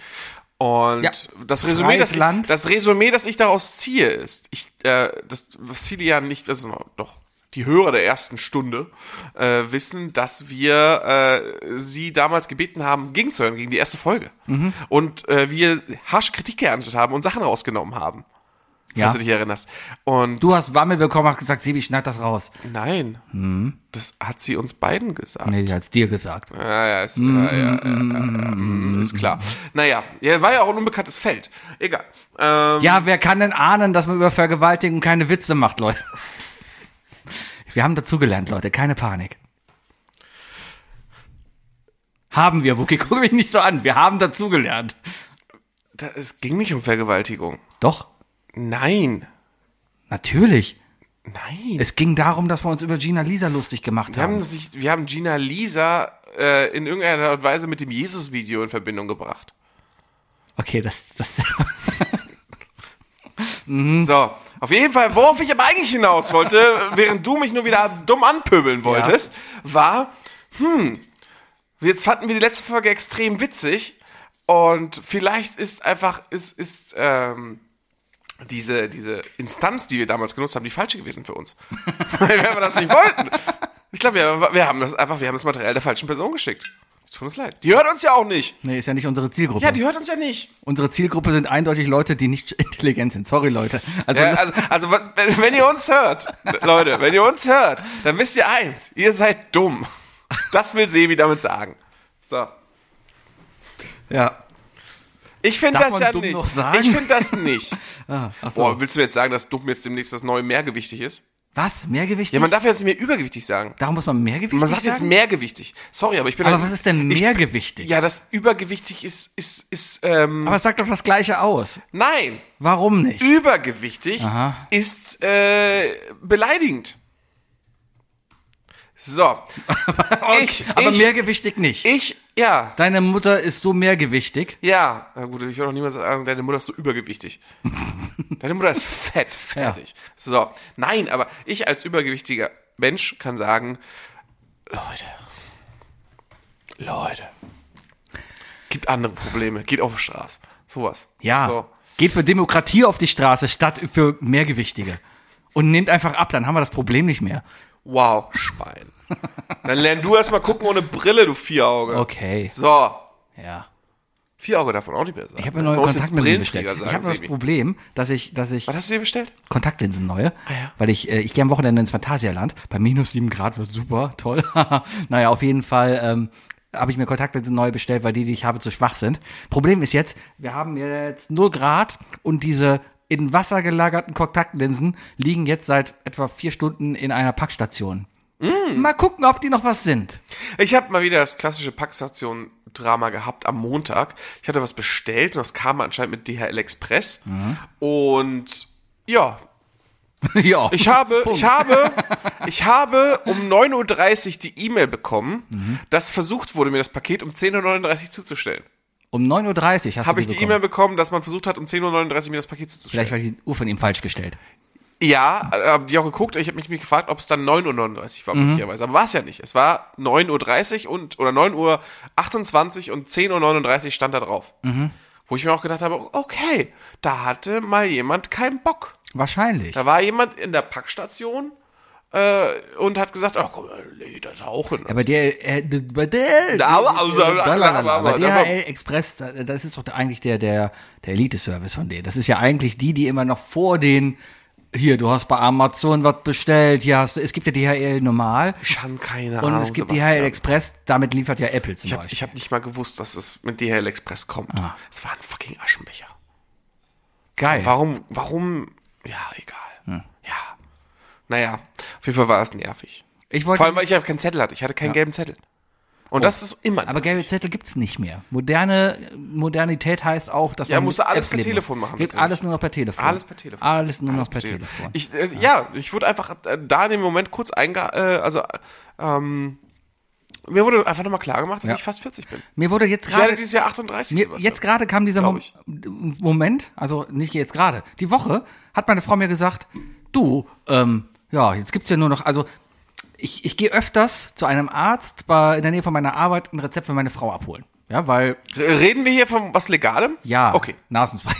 [SPEAKER 1] Und
[SPEAKER 4] Ja.
[SPEAKER 1] das Resümee, das ich,
[SPEAKER 4] Preisland.
[SPEAKER 1] das Resümee, das ich daraus ziehe, ist, ich, äh, das, was viele ja nicht, also no, doch, die Hörer der ersten Stunde äh, wissen, dass wir äh, sie damals gebeten haben, gegenzuhören, gegen die erste Folge.
[SPEAKER 4] Mhm.
[SPEAKER 1] Und äh, wir harsch Kritik geerntet haben und Sachen rausgenommen haben,
[SPEAKER 4] ja.
[SPEAKER 1] falls du dich erinnerst. Und
[SPEAKER 4] Du hast Wammel bekommen, hast gesagt, Sebi, schneid das raus.
[SPEAKER 1] nein, das hat sie uns beiden gesagt.
[SPEAKER 4] Mhm. Nee, die hat's dir gesagt.
[SPEAKER 1] Ja, ja, ist,
[SPEAKER 4] Mhm,
[SPEAKER 1] ja, ja, ja, ja, ja, ist klar. Naja, ja, war ja auch ein unbekanntes Feld. Egal. Ähm,
[SPEAKER 4] Ja, wer kann denn ahnen, dass man über Vergewaltigung keine Witze macht, Leute? Wir haben dazugelernt, Leute, keine Panik. Haben wir, Wookie, guck mich nicht so an. Wir haben dazugelernt.
[SPEAKER 1] da, es ging nicht um Vergewaltigung.
[SPEAKER 4] Doch,
[SPEAKER 1] Nein.
[SPEAKER 4] natürlich.
[SPEAKER 1] Nein.
[SPEAKER 4] Es ging darum, dass wir uns über Gina Lisa lustig gemacht
[SPEAKER 1] wir, haben
[SPEAKER 4] haben.
[SPEAKER 1] sich, wir haben Gina Lisa äh, in irgendeiner Art und Weise mit dem Jesus-Video in Verbindung gebracht.
[SPEAKER 4] Okay, das, das.
[SPEAKER 1] So, auf jeden Fall, worauf ich aber eigentlich hinaus wollte, während du mich nur wieder dumm anpöbeln wolltest, war, hm, jetzt fanden wir die letzte Folge extrem witzig und vielleicht ist einfach, ist, ist, ähm, diese, diese Instanz, die wir damals genutzt haben, die falsche gewesen für uns. Weil wir das nicht wollten. Ich glaube, wir, wir haben das einfach, wir haben das Material der falschen Person geschickt. Es tut uns leid. Die hört uns ja auch nicht.
[SPEAKER 4] Nee, ist ja nicht unsere Zielgruppe.
[SPEAKER 1] Ja, die hört uns ja nicht.
[SPEAKER 4] unsere Zielgruppe sind eindeutig Leute, die nicht intelligent sind. Sorry, Leute. Also,
[SPEAKER 1] Ja, also, also wenn, wenn ihr uns hört, Leute, wenn ihr uns hört, dann wisst ihr eins, ihr seid dumm. Das will Sebi damit sagen. So.
[SPEAKER 4] ja.
[SPEAKER 1] Ich finde
[SPEAKER 4] Darf
[SPEAKER 1] das
[SPEAKER 4] man
[SPEAKER 1] ja
[SPEAKER 4] dumm
[SPEAKER 1] nicht.
[SPEAKER 4] noch sagen?
[SPEAKER 1] Ich finde das nicht.
[SPEAKER 4] ah, Ach so.
[SPEAKER 1] Boah, willst du mir jetzt sagen, dass dumm jetzt demnächst das neue mehrgewichtig ist?
[SPEAKER 4] Was? Mehrgewichtig?
[SPEAKER 1] Ja, man darf jetzt nicht mehr übergewichtig sagen.
[SPEAKER 4] Darum muss man mehrgewichtig
[SPEAKER 1] Man sagt jetzt
[SPEAKER 4] sagen?
[SPEAKER 1] mehrgewichtig. Sorry, aber ich bin
[SPEAKER 4] Aber
[SPEAKER 1] ein-
[SPEAKER 4] was ist denn mehrgewichtig?
[SPEAKER 1] Ja, das übergewichtig ist ist ist ähm
[SPEAKER 4] Aber es sagt doch das Gleiche aus.
[SPEAKER 1] nein,
[SPEAKER 4] Warum nicht?
[SPEAKER 1] übergewichtig
[SPEAKER 4] Aha.
[SPEAKER 1] ist äh, beleidigend. So. ich,
[SPEAKER 4] Aber
[SPEAKER 1] ich,
[SPEAKER 4] mehrgewichtig nicht.
[SPEAKER 1] Ich, ja,
[SPEAKER 4] Deine Mutter ist so mehrgewichtig.
[SPEAKER 1] ja. Na gut, ich will doch niemals sagen, deine Mutter ist so übergewichtig. deine Mutter ist fett, fertig. So, nein, aber ich als übergewichtiger Mensch kann sagen, Leute, Leute, gibt andere Probleme, geht auf die Straße, sowas.
[SPEAKER 4] Ja.
[SPEAKER 1] So.
[SPEAKER 4] Geht für Demokratie auf die Straße statt für Mehrgewichtige. und nehmt einfach ab, dann haben wir das Problem nicht mehr.
[SPEAKER 1] Wow, Schwein. Dann lern du erstmal gucken ohne Brille, du Vierauge.
[SPEAKER 4] Okay.
[SPEAKER 1] So,
[SPEAKER 4] Ja.
[SPEAKER 1] Vierauge davon auch nicht mehr sagen.
[SPEAKER 4] Ich habe mir neue Kontaktlinsen bestellt.
[SPEAKER 1] Sagen,
[SPEAKER 4] Ich habe das
[SPEAKER 1] Sebi.
[SPEAKER 4] Problem, dass ich, dass ich
[SPEAKER 1] Was hast du dir bestellt?
[SPEAKER 4] Kontaktlinsen neue,
[SPEAKER 1] ja.
[SPEAKER 4] weil ich, äh, ich gehe am Wochenende ins Phantasialand. Bei minus sieben Grad wird super, toll. naja, auf jeden Fall ähm, habe ich mir Kontaktlinsen neu bestellt, weil die, die ich habe, zu schwach sind. Problem ist jetzt, wir haben jetzt 0 Grad und diese in Wasser gelagerten Kontaktlinsen liegen jetzt seit etwa vier Stunden in einer Packstation.
[SPEAKER 1] Mm.
[SPEAKER 4] Mal gucken, ob die noch was sind.
[SPEAKER 1] Ich habe mal wieder das klassische Packstation-Drama gehabt am Montag. Ich hatte was bestellt und das kam anscheinend mit DHL Express.
[SPEAKER 4] Mhm.
[SPEAKER 1] Und ja,
[SPEAKER 4] ja.
[SPEAKER 1] ich habe,
[SPEAKER 4] Punkt.
[SPEAKER 1] ich habe, ich habe um 9.30 Uhr die E-Mail bekommen,
[SPEAKER 4] Mhm.
[SPEAKER 1] dass versucht wurde, mir das Paket um 10.39 Uhr zuzustellen.
[SPEAKER 4] um 9.30 Uhr hast
[SPEAKER 1] Habe
[SPEAKER 4] du
[SPEAKER 1] ich die
[SPEAKER 4] bekommen.
[SPEAKER 1] E-mail bekommen, dass man versucht hat, um 10.39 Uhr mir das Paket zuzustellen.
[SPEAKER 4] Vielleicht war die Uhr von ihm falsch gestellt.
[SPEAKER 1] Ja, äh, hab die auch geguckt. Ich habe mich mich gefragt, ob es dann 9.39 Uhr war,
[SPEAKER 4] Mhm.
[SPEAKER 1] möglicherweise. Aber war es ja nicht. Es war 9.30 Uhr und, oder 9.28 Uhr und 10.39 Uhr stand da drauf.
[SPEAKER 4] Mhm.
[SPEAKER 1] Wo ich mir auch gedacht habe, okay, da hatte mal jemand keinen Bock.
[SPEAKER 4] Wahrscheinlich.
[SPEAKER 1] Da war jemand in der Packstation äh, und hat gesagt, oh, komm, nee, das tauchen.
[SPEAKER 4] Ja, bei der, äh, d- bei der,
[SPEAKER 1] Na, aber- aber- aber- aber-
[SPEAKER 4] bei
[SPEAKER 1] aber-
[SPEAKER 4] DHL Express, da- das ist doch eigentlich der, der, der Elite-Service von denen. Das ist ja eigentlich die, die immer noch vor den, hier, du hast bei Amazon was bestellt, hier hast du, es gibt ja DHL normal
[SPEAKER 1] Ich habe keine
[SPEAKER 4] und
[SPEAKER 1] Ahnung.
[SPEAKER 4] es gibt
[SPEAKER 1] Sebastian.
[SPEAKER 4] DHL Express, damit liefert ja Apple zum
[SPEAKER 1] Ich habe
[SPEAKER 4] Beispiel.
[SPEAKER 1] ich hab nicht mal gewusst, dass es mit DHL Express kommt.
[SPEAKER 4] Ah.
[SPEAKER 1] Es war ein fucking Aschenbecher.
[SPEAKER 4] Geil.
[SPEAKER 1] Warum, warum, ja, egal.
[SPEAKER 4] Hm.
[SPEAKER 1] Ja. Naja, auf jeden Fall war es nervig.
[SPEAKER 4] Ich
[SPEAKER 1] Vor allem,
[SPEAKER 4] wollte, Oh.
[SPEAKER 1] weil ich ja keinen Zettel hatte. Ich hatte keinen gelben Zettel. Und das ist immer.
[SPEAKER 4] aber gelbe Zettel gibt's nicht mehr. Moderne, Modernität heißt auch, dass
[SPEAKER 1] Ja,
[SPEAKER 4] man
[SPEAKER 1] musst du alles
[SPEAKER 4] Apps
[SPEAKER 1] per
[SPEAKER 4] leben
[SPEAKER 1] Telefon machen,
[SPEAKER 4] Gibt
[SPEAKER 1] letztendlich.
[SPEAKER 4] alles nur noch per Telefon.
[SPEAKER 1] Alles per Telefon.
[SPEAKER 4] Alles nur noch per
[SPEAKER 1] Verstehe.
[SPEAKER 4] Telefon.
[SPEAKER 1] Ich, äh, ja. ich wurde einfach äh, da in dem Moment kurz einge... Äh, also, äh, ähm, mir wurde einfach nochmal klar gemacht, dass ich fast 40 bin.
[SPEAKER 4] Mir wurde jetzt
[SPEAKER 1] Ich werde
[SPEAKER 4] gerade
[SPEAKER 1] dieses Jahr 38.
[SPEAKER 4] Mir,
[SPEAKER 1] Sebastian.
[SPEAKER 4] jetzt gerade kam dieser
[SPEAKER 1] Glaub
[SPEAKER 4] Mom
[SPEAKER 1] ich.
[SPEAKER 4] Moment, also nicht jetzt gerade, die Woche hat meine Frau mir gesagt, du, ähm, ja, jetzt gibt's ja nur noch, also ich, ich gehe öfters zu einem Arzt bei, in der Nähe von meiner Arbeit ein Rezept für meine Frau abholen. Ja, weil
[SPEAKER 1] R- Reden wir hier von was Legalem?
[SPEAKER 4] ja,
[SPEAKER 1] Okay.
[SPEAKER 4] Nasenspray.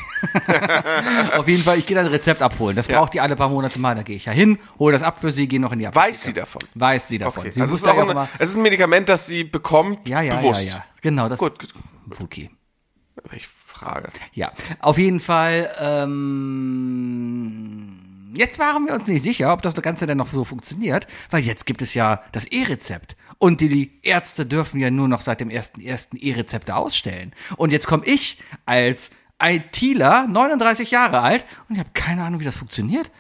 [SPEAKER 4] Auf jeden Fall, ich gehe da ein Rezept abholen. Das
[SPEAKER 1] Ja.
[SPEAKER 4] braucht die alle paar Monate mal. Da gehe ich da hin, hole das ab für sie, gehe noch in die Apotheke.
[SPEAKER 1] Weiß sie davon?
[SPEAKER 4] Weiß sie davon.
[SPEAKER 1] Okay.
[SPEAKER 4] Sie
[SPEAKER 1] also es
[SPEAKER 4] muss
[SPEAKER 1] ist,
[SPEAKER 4] da
[SPEAKER 1] auch
[SPEAKER 4] ja
[SPEAKER 1] ein,
[SPEAKER 4] mal-
[SPEAKER 1] es ist ein Medikament, das sie bekommt,
[SPEAKER 4] ja, ja,
[SPEAKER 1] bewusst.
[SPEAKER 4] ja, ja. Genau, das
[SPEAKER 1] Gut, gut, gut.
[SPEAKER 4] Wookie.
[SPEAKER 1] Ich frage.
[SPEAKER 4] Ja, auf jeden Fall. Ähm, jetzt waren wir uns nicht sicher, ob das Ganze denn noch so funktioniert, weil jetzt gibt es ja das E-Rezept. Und die, die Ärzte dürfen ja nur noch seit dem 1.1. E-Rezepte ausstellen. Und jetzt komme ich als ITler, 39 Jahre alt, und ich habe keine Ahnung, wie das funktioniert.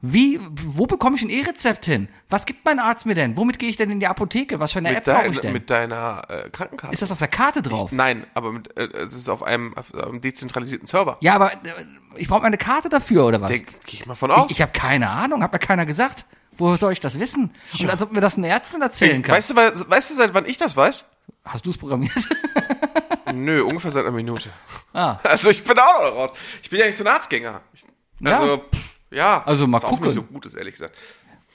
[SPEAKER 4] Wie, wo bekomme ich ein E-Rezept hin? Was gibt mein Arzt mir denn? Womit gehe ich denn in die Apotheke? Was für eine App
[SPEAKER 1] Mit,
[SPEAKER 4] brauche ich
[SPEAKER 1] dein,
[SPEAKER 4] denn?
[SPEAKER 1] mit deiner äh, Krankenkarte.
[SPEAKER 4] Ist das auf der Karte drauf?
[SPEAKER 1] Nein, aber mit, äh, es ist auf einem, auf einem dezentralisierten Server.
[SPEAKER 4] ja, aber äh, ich brauche meine Karte dafür, oder was?
[SPEAKER 1] Da gehe ich mal von aus.
[SPEAKER 4] Ich habe keine Ahnung, hat mir keiner gesagt. Wo soll ich das wissen? Und als ob mir das ein Ärztin erzählen kann.
[SPEAKER 1] weißt, du, we- weißt du, seit wann ich das weiß?
[SPEAKER 4] Hast du es programmiert?
[SPEAKER 1] Nö, ungefähr seit einer Minute.
[SPEAKER 4] Ah.
[SPEAKER 1] Also ich bin auch noch raus. Ich bin ja nicht so ein Arztgänger. Ich,
[SPEAKER 4] Ja.
[SPEAKER 1] Also, pff, ja.
[SPEAKER 4] Also mal
[SPEAKER 1] ist Auch
[SPEAKER 4] gucken.
[SPEAKER 1] nicht so gut ist, ehrlich gesagt.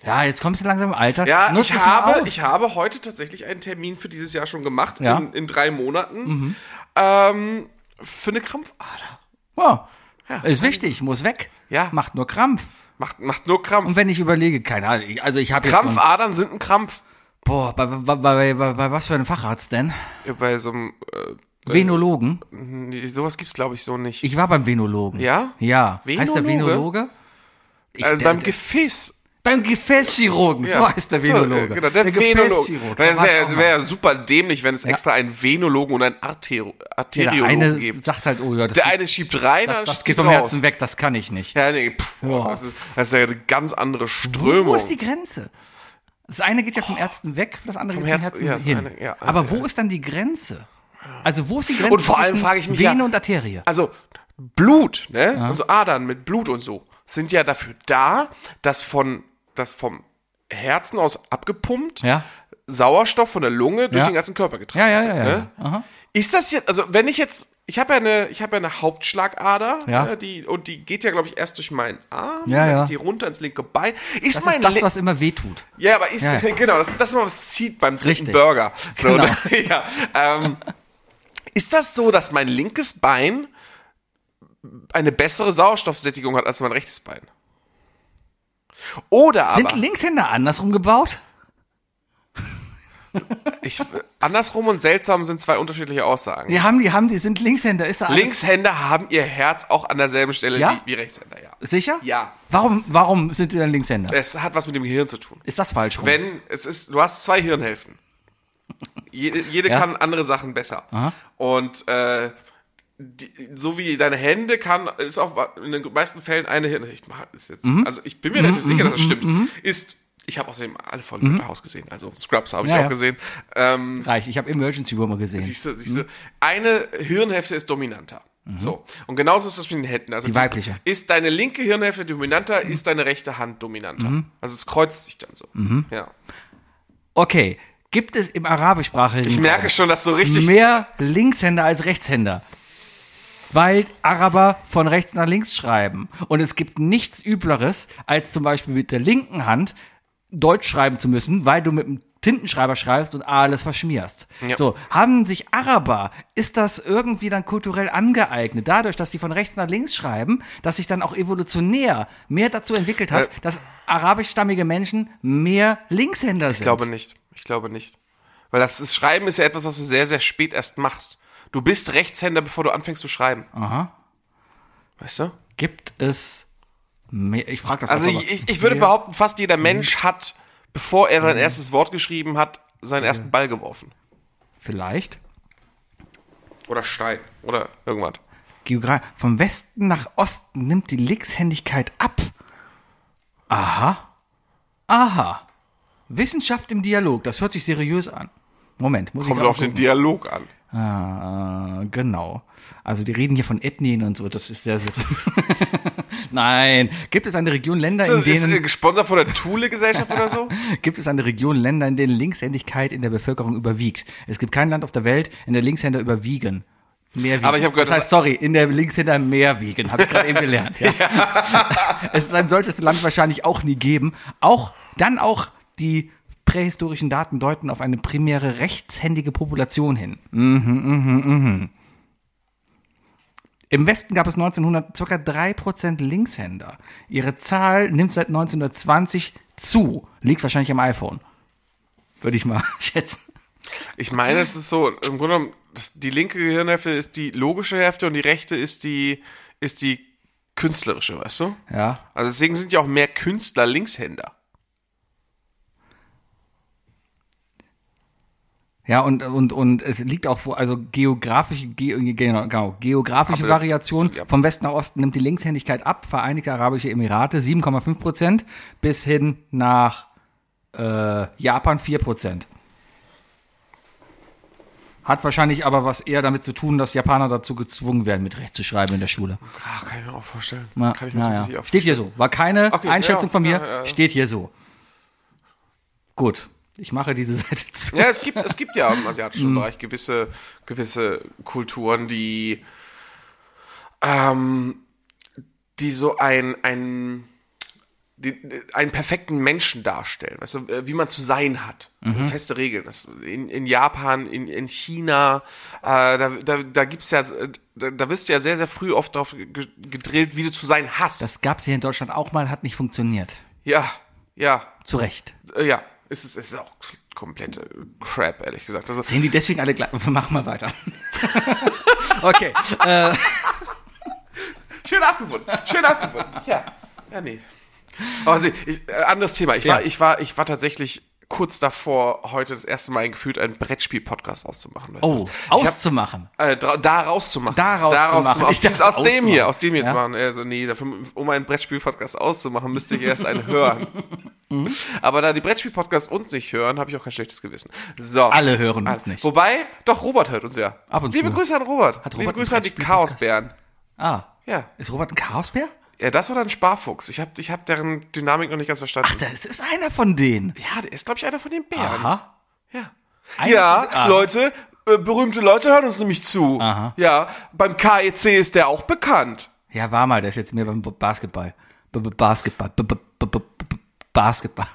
[SPEAKER 4] ja, jetzt kommst du langsam im Alter.
[SPEAKER 1] Ja,
[SPEAKER 4] Nutz
[SPEAKER 1] ich
[SPEAKER 4] es mal
[SPEAKER 1] habe,
[SPEAKER 4] aus.
[SPEAKER 1] ich habe heute tatsächlich einen Termin für dieses Jahr schon gemacht,
[SPEAKER 4] Ja. Mhm.
[SPEAKER 1] in, in drei Monaten, ähm, für eine Krampfader.
[SPEAKER 4] Ja.
[SPEAKER 1] Ja.
[SPEAKER 4] Ist wichtig, muss weg.
[SPEAKER 1] Ja.
[SPEAKER 4] Macht nur Krampf.
[SPEAKER 1] Macht, macht nur Krampf.
[SPEAKER 4] Und wenn ich überlege, keine Ahnung, ich- also ich habe jetzt. so ein-
[SPEAKER 1] Krampfadern sind ein Krampf.
[SPEAKER 4] Boah, bei, bei, bei, bei, bei was für einem Facharzt denn?
[SPEAKER 1] Bei so einem, äh,
[SPEAKER 4] Venologen.
[SPEAKER 1] nee, Äh, sowas gibt's glaube ich so nicht.
[SPEAKER 4] Ich war beim Venologen.
[SPEAKER 1] Ja?
[SPEAKER 4] Ja. Heißt der
[SPEAKER 1] Venologe?
[SPEAKER 4] Venologe? Ich-
[SPEAKER 1] also
[SPEAKER 4] der-
[SPEAKER 1] beim
[SPEAKER 4] der-
[SPEAKER 1] Gefäß.
[SPEAKER 4] beim Gefäßchirurgen, so heißt der Venologe.
[SPEAKER 1] So, genau, der, Venologe.
[SPEAKER 4] Gefäßchirurg, da
[SPEAKER 1] Das
[SPEAKER 4] war ich auch
[SPEAKER 1] wäre
[SPEAKER 4] mal.
[SPEAKER 1] wär super dämlich, wenn es extra einen Venologen und einen Artero
[SPEAKER 4] Ja, der
[SPEAKER 1] Arteriologen
[SPEAKER 4] eine
[SPEAKER 1] gibt.
[SPEAKER 4] sagt halt, oh ja, das
[SPEAKER 1] Der eine schiebt rein, der
[SPEAKER 4] Das, das
[SPEAKER 1] schiebt
[SPEAKER 4] geht vom
[SPEAKER 1] raus.
[SPEAKER 4] Herzen weg, das kann ich nicht.
[SPEAKER 1] Ja, nee, pff,
[SPEAKER 4] Ja.
[SPEAKER 1] Das, ist, das ist ja eine ganz andere Strömung.
[SPEAKER 4] Wo ist die Grenze? Das eine geht ja vom Ärzten weg, das andere
[SPEAKER 1] Vom
[SPEAKER 4] geht vom
[SPEAKER 1] Herz-
[SPEAKER 4] Herzen
[SPEAKER 1] ja, das
[SPEAKER 4] hin.
[SPEAKER 1] eine- ja,
[SPEAKER 4] Aber
[SPEAKER 1] ja.
[SPEAKER 4] wo ist dann die Grenze? Also wo ist die Grenze
[SPEAKER 1] Und vor allem
[SPEAKER 4] zwischen
[SPEAKER 1] frage ich mich
[SPEAKER 4] Vene
[SPEAKER 1] ja-
[SPEAKER 4] und Arterie?
[SPEAKER 1] also Blut, ne? Also Adern mit Blut und so sind ja dafür da, dass von das vom Herzen aus abgepumpt
[SPEAKER 4] Ja.
[SPEAKER 1] Sauerstoff von der Lunge durch
[SPEAKER 4] Ja.
[SPEAKER 1] den ganzen Körper getragen.
[SPEAKER 4] Ja, ja, ja, ja.
[SPEAKER 1] Ne? Ist das jetzt also wenn ich jetzt ich habe ja eine ich habe ja eine Hauptschlagader,
[SPEAKER 4] Ja.
[SPEAKER 1] ne, die und die geht ja glaube ich erst durch meinen Arm,
[SPEAKER 4] Ja,
[SPEAKER 1] dann
[SPEAKER 4] ja.
[SPEAKER 1] geht die runter ins linke Bein. Ist
[SPEAKER 4] Das
[SPEAKER 1] mein
[SPEAKER 4] ist das,
[SPEAKER 1] lin-
[SPEAKER 4] was immer wehtut.
[SPEAKER 1] ja, aber ist,
[SPEAKER 4] Ja, ja.
[SPEAKER 1] genau, das ist das, immer, was zieht beim dritten
[SPEAKER 4] Richtig.
[SPEAKER 1] Burger. So,
[SPEAKER 4] Genau.
[SPEAKER 1] ne? ja, ähm, ist das so, dass mein linkes Bein eine bessere Sauerstoffsättigung hat als mein rechtes Bein? Oder aber.
[SPEAKER 4] Sind Linkshänder andersrum gebaut?
[SPEAKER 1] Ich, andersrum und seltsam sind zwei unterschiedliche Aussagen.
[SPEAKER 4] Die haben, die haben, die sind Linkshänder. Ist da alles
[SPEAKER 1] Linkshänder haben ihr Herz auch an derselben Stelle
[SPEAKER 4] Ja?
[SPEAKER 1] wie, wie Rechtshänder, ja.
[SPEAKER 4] sicher?
[SPEAKER 1] Ja.
[SPEAKER 4] Warum, warum sind die dann Linkshänder?
[SPEAKER 1] Es hat was mit dem Gehirn zu tun.
[SPEAKER 4] Ist das falsch rum?
[SPEAKER 1] Wenn, es ist, du hast zwei Hirnhälften. Jede, jede
[SPEAKER 4] Ja.
[SPEAKER 1] kann andere Sachen besser. Und äh, die, so wie deine Hände kann, ist auch in den meisten Fällen eine Hirnhälfte. Ich mach das jetzt,
[SPEAKER 4] Mhm.
[SPEAKER 1] Also ich bin mir relativ sicher, dass das stimmt. Ist, ich habe außerdem alle Folgen mhm. Haus gesehen, also Scrubs habe ich
[SPEAKER 4] Ja,
[SPEAKER 1] auch
[SPEAKER 4] ja.
[SPEAKER 1] gesehen. Ähm,
[SPEAKER 4] Reicht. Ich habe Emergency Room mal gesehen.
[SPEAKER 1] Siehst du,
[SPEAKER 4] Hm?
[SPEAKER 1] siehst du, eine Hirnhälfte ist dominanter. So. Und genauso ist das mit den Händen. Also
[SPEAKER 4] Mhm. Die weibliche. Mhm.
[SPEAKER 1] Ist deine linke Hirnhälfte dominanter, ist deine rechte Hand dominanter. Also es kreuzt sich dann so.
[SPEAKER 4] Mhm.
[SPEAKER 1] Ja.
[SPEAKER 4] Okay. Gibt es im arabischsprachigen
[SPEAKER 1] Ich merke schon, dass so richtig.
[SPEAKER 4] mehr Linkshänder als Rechtshänder. Weil Araber von rechts nach links schreiben. Und es gibt nichts Übleres, als zum Beispiel mit der linken Hand Deutsch schreiben zu müssen, weil du mit dem Tintenschreiber schreibst und alles verschmierst. So, haben sich Araber, ist das irgendwie dann kulturell angeeignet, dadurch, dass die von rechts nach links schreiben, dass sich dann auch evolutionär mehr dazu entwickelt hat,
[SPEAKER 1] Äh.
[SPEAKER 4] dass arabischstammige Menschen mehr Linkshänder sind?
[SPEAKER 1] ich glaube nicht. Ich glaube nicht. Weil das, das Schreiben ist ja etwas, was du sehr, sehr spät erst machst. Du bist Rechtshänder, bevor du anfängst zu schreiben. Aha. Weißt du?
[SPEAKER 4] Gibt es mehr? Ich frage das
[SPEAKER 1] Also
[SPEAKER 4] einfach mal.
[SPEAKER 1] ich, ich würde behaupten, fast jeder
[SPEAKER 4] Mhm.
[SPEAKER 1] Mensch hat, bevor er sein erstes Wort geschrieben hat, seinen ersten Ball geworfen.
[SPEAKER 4] Vielleicht.
[SPEAKER 1] Oder Stein. Oder irgendwas.
[SPEAKER 4] Geogra vom Westen nach Osten nimmt die Linkshändigkeit ab. Aha. Aha. Wissenschaft im Dialog. Das hört sich seriös an. Moment, muss
[SPEAKER 1] Kommt
[SPEAKER 4] ich
[SPEAKER 1] auf den Dialog an.
[SPEAKER 4] Ah, genau. Also die reden hier von Ethnien und so. Das ist sehr seriös. Nein. Gibt es eine Region Länder, in
[SPEAKER 1] Ist, ist äh,
[SPEAKER 4] denen
[SPEAKER 1] gesponsert von der Thule-Gesellschaft oder so?
[SPEAKER 4] gibt es eine Region Länder, in denen Linkshändigkeit in der Bevölkerung überwiegt? Es gibt kein Land auf der Welt, in der Linkshänder überwiegen. Mehr wiegen.
[SPEAKER 1] Aber ich hab gehört,
[SPEAKER 4] das
[SPEAKER 1] dass-
[SPEAKER 4] heißt, sorry, in der Linkshänder mehr wiegen, habe ich gerade eben gelernt. Ja. es ist ein solches Land wahrscheinlich auch nie geben. Auch dann auch die prähistorischen Daten deuten auf eine primäre rechtshändige Population hin. Mhm, mhm, mhm. Im Westen gab es 1900 ca. 3% Linkshänder. Ihre Zahl nimmt seit 1920 zu. Liegt wahrscheinlich am iPhone. Würde ich mal schätzen.
[SPEAKER 1] Ich meine, es ist so, im Grunde genommen, das, die linke Gehirnhälfte ist die logische Hälfte und die rechte ist die, ist die künstlerische, weißt du?
[SPEAKER 4] Ja.
[SPEAKER 1] Also deswegen sind ja auch mehr Künstler Linkshänder.
[SPEAKER 4] Ja, und, und, und es liegt auch, wo- also geografische, ge, genau, genau, geografische
[SPEAKER 1] Aber-
[SPEAKER 4] Variation
[SPEAKER 1] ja.
[SPEAKER 4] vom Westen nach Osten nimmt die Linkshändigkeit ab, Vereinigte Arabische Emirate 7,5 Prozent bis hin nach äh, Japan 4 Prozent. Hat wahrscheinlich aber was eher damit zu tun, dass Japaner dazu gezwungen werden, mit Recht zu schreiben in der Schule.
[SPEAKER 1] Ach, Ah, kann ich mir auch vorstellen.
[SPEAKER 4] Na,
[SPEAKER 1] kann ich mir
[SPEAKER 4] na ja.
[SPEAKER 1] tatsächlich auch
[SPEAKER 4] Steht hier so. War keine
[SPEAKER 1] Okay,
[SPEAKER 4] Einschätzung
[SPEAKER 1] ja,
[SPEAKER 4] von mir.
[SPEAKER 1] ja, ja, ja.
[SPEAKER 4] Steht hier so. Gut. Ich mache diese Seite zu.
[SPEAKER 1] Ja, es gibt, es gibt ja im asiatischen Bereich gewisse, gewisse Kulturen, die, ähm, die so ein, ein, die, einen perfekten Menschen darstellen, weißt du, äh, wie man zu sein hat. Feste Regeln. Das in, in Japan, in, in China, äh, da, da, da gibt's ja, da, da wirst du ja sehr, sehr früh oft drauf ge- gedrillt, wie du zu sein hast.
[SPEAKER 4] Das gab es hier in Deutschland auch mal, hat nicht funktioniert.
[SPEAKER 1] ja, ja,
[SPEAKER 4] Zu Recht.
[SPEAKER 1] äh, ja. Es ist, es ist auch komplette Crap, ehrlich gesagt. Also,
[SPEAKER 4] Sehen die deswegen alle gleich? Machen wir weiter. okay. äh,
[SPEAKER 1] Schön abgebunden. Schön abgebunden. Ja. Ja, nee. Aber sie, ich, äh, anderes Thema. Ich war,
[SPEAKER 4] Ja.
[SPEAKER 1] ich war, ich war tatsächlich kurz davor, heute das erste Mal gefühlt einen Brettspiel-Podcast auszumachen. weißt du
[SPEAKER 4] oh,
[SPEAKER 1] was? Ich hab-
[SPEAKER 4] auszumachen.
[SPEAKER 1] äh, dra- da rauszumachen.
[SPEAKER 4] Da rauszumachen.
[SPEAKER 1] Aus,
[SPEAKER 4] Ich dachte,
[SPEAKER 1] dies, aus dem hier,
[SPEAKER 4] auszumachen.
[SPEAKER 1] aus dem hier zu
[SPEAKER 4] Ja.
[SPEAKER 1] machen. Also, nee, dafür, um einen Brettspiel-Podcast auszumachen, müsste ich erst einen hören.
[SPEAKER 4] Mhm.
[SPEAKER 1] Aber da die Brettspiel-Podcasts uns nicht hören, habe ich auch kein schlechtes Gewissen. So. Also,
[SPEAKER 4] Alle hören uns nicht.
[SPEAKER 1] Wobei, doch, Robert hört uns ja.
[SPEAKER 4] Ab und
[SPEAKER 1] Liebe
[SPEAKER 4] zu.
[SPEAKER 1] Grüße an Robert.
[SPEAKER 4] Hat
[SPEAKER 1] Liebe
[SPEAKER 4] Robert einen
[SPEAKER 1] Grüße an die
[SPEAKER 4] Brettspiel-Podcast?
[SPEAKER 1] Chaosbären.
[SPEAKER 4] Ah.
[SPEAKER 1] Ja.
[SPEAKER 4] Ist Robert ein Chaosbär?
[SPEAKER 1] Ja, das oder ein Sparfuchs. Ich habe ich hab deren Dynamik noch nicht ganz
[SPEAKER 4] Ach,
[SPEAKER 1] verstanden.
[SPEAKER 4] das ist einer von denen.
[SPEAKER 1] ja, der ist, glaube ich, einer von den Bären.
[SPEAKER 4] Aha.
[SPEAKER 1] Ja,
[SPEAKER 4] Einer
[SPEAKER 1] ja
[SPEAKER 4] von den- ah,
[SPEAKER 1] Leute, äh, berühmte Leute hören uns nämlich zu.
[SPEAKER 4] Aha.
[SPEAKER 1] Ja, beim KEC ist der auch bekannt.
[SPEAKER 4] Ja, war mal, der ist jetzt mehr beim B- Basketball. B -b Basketball. B -b -b -b -b Basketball.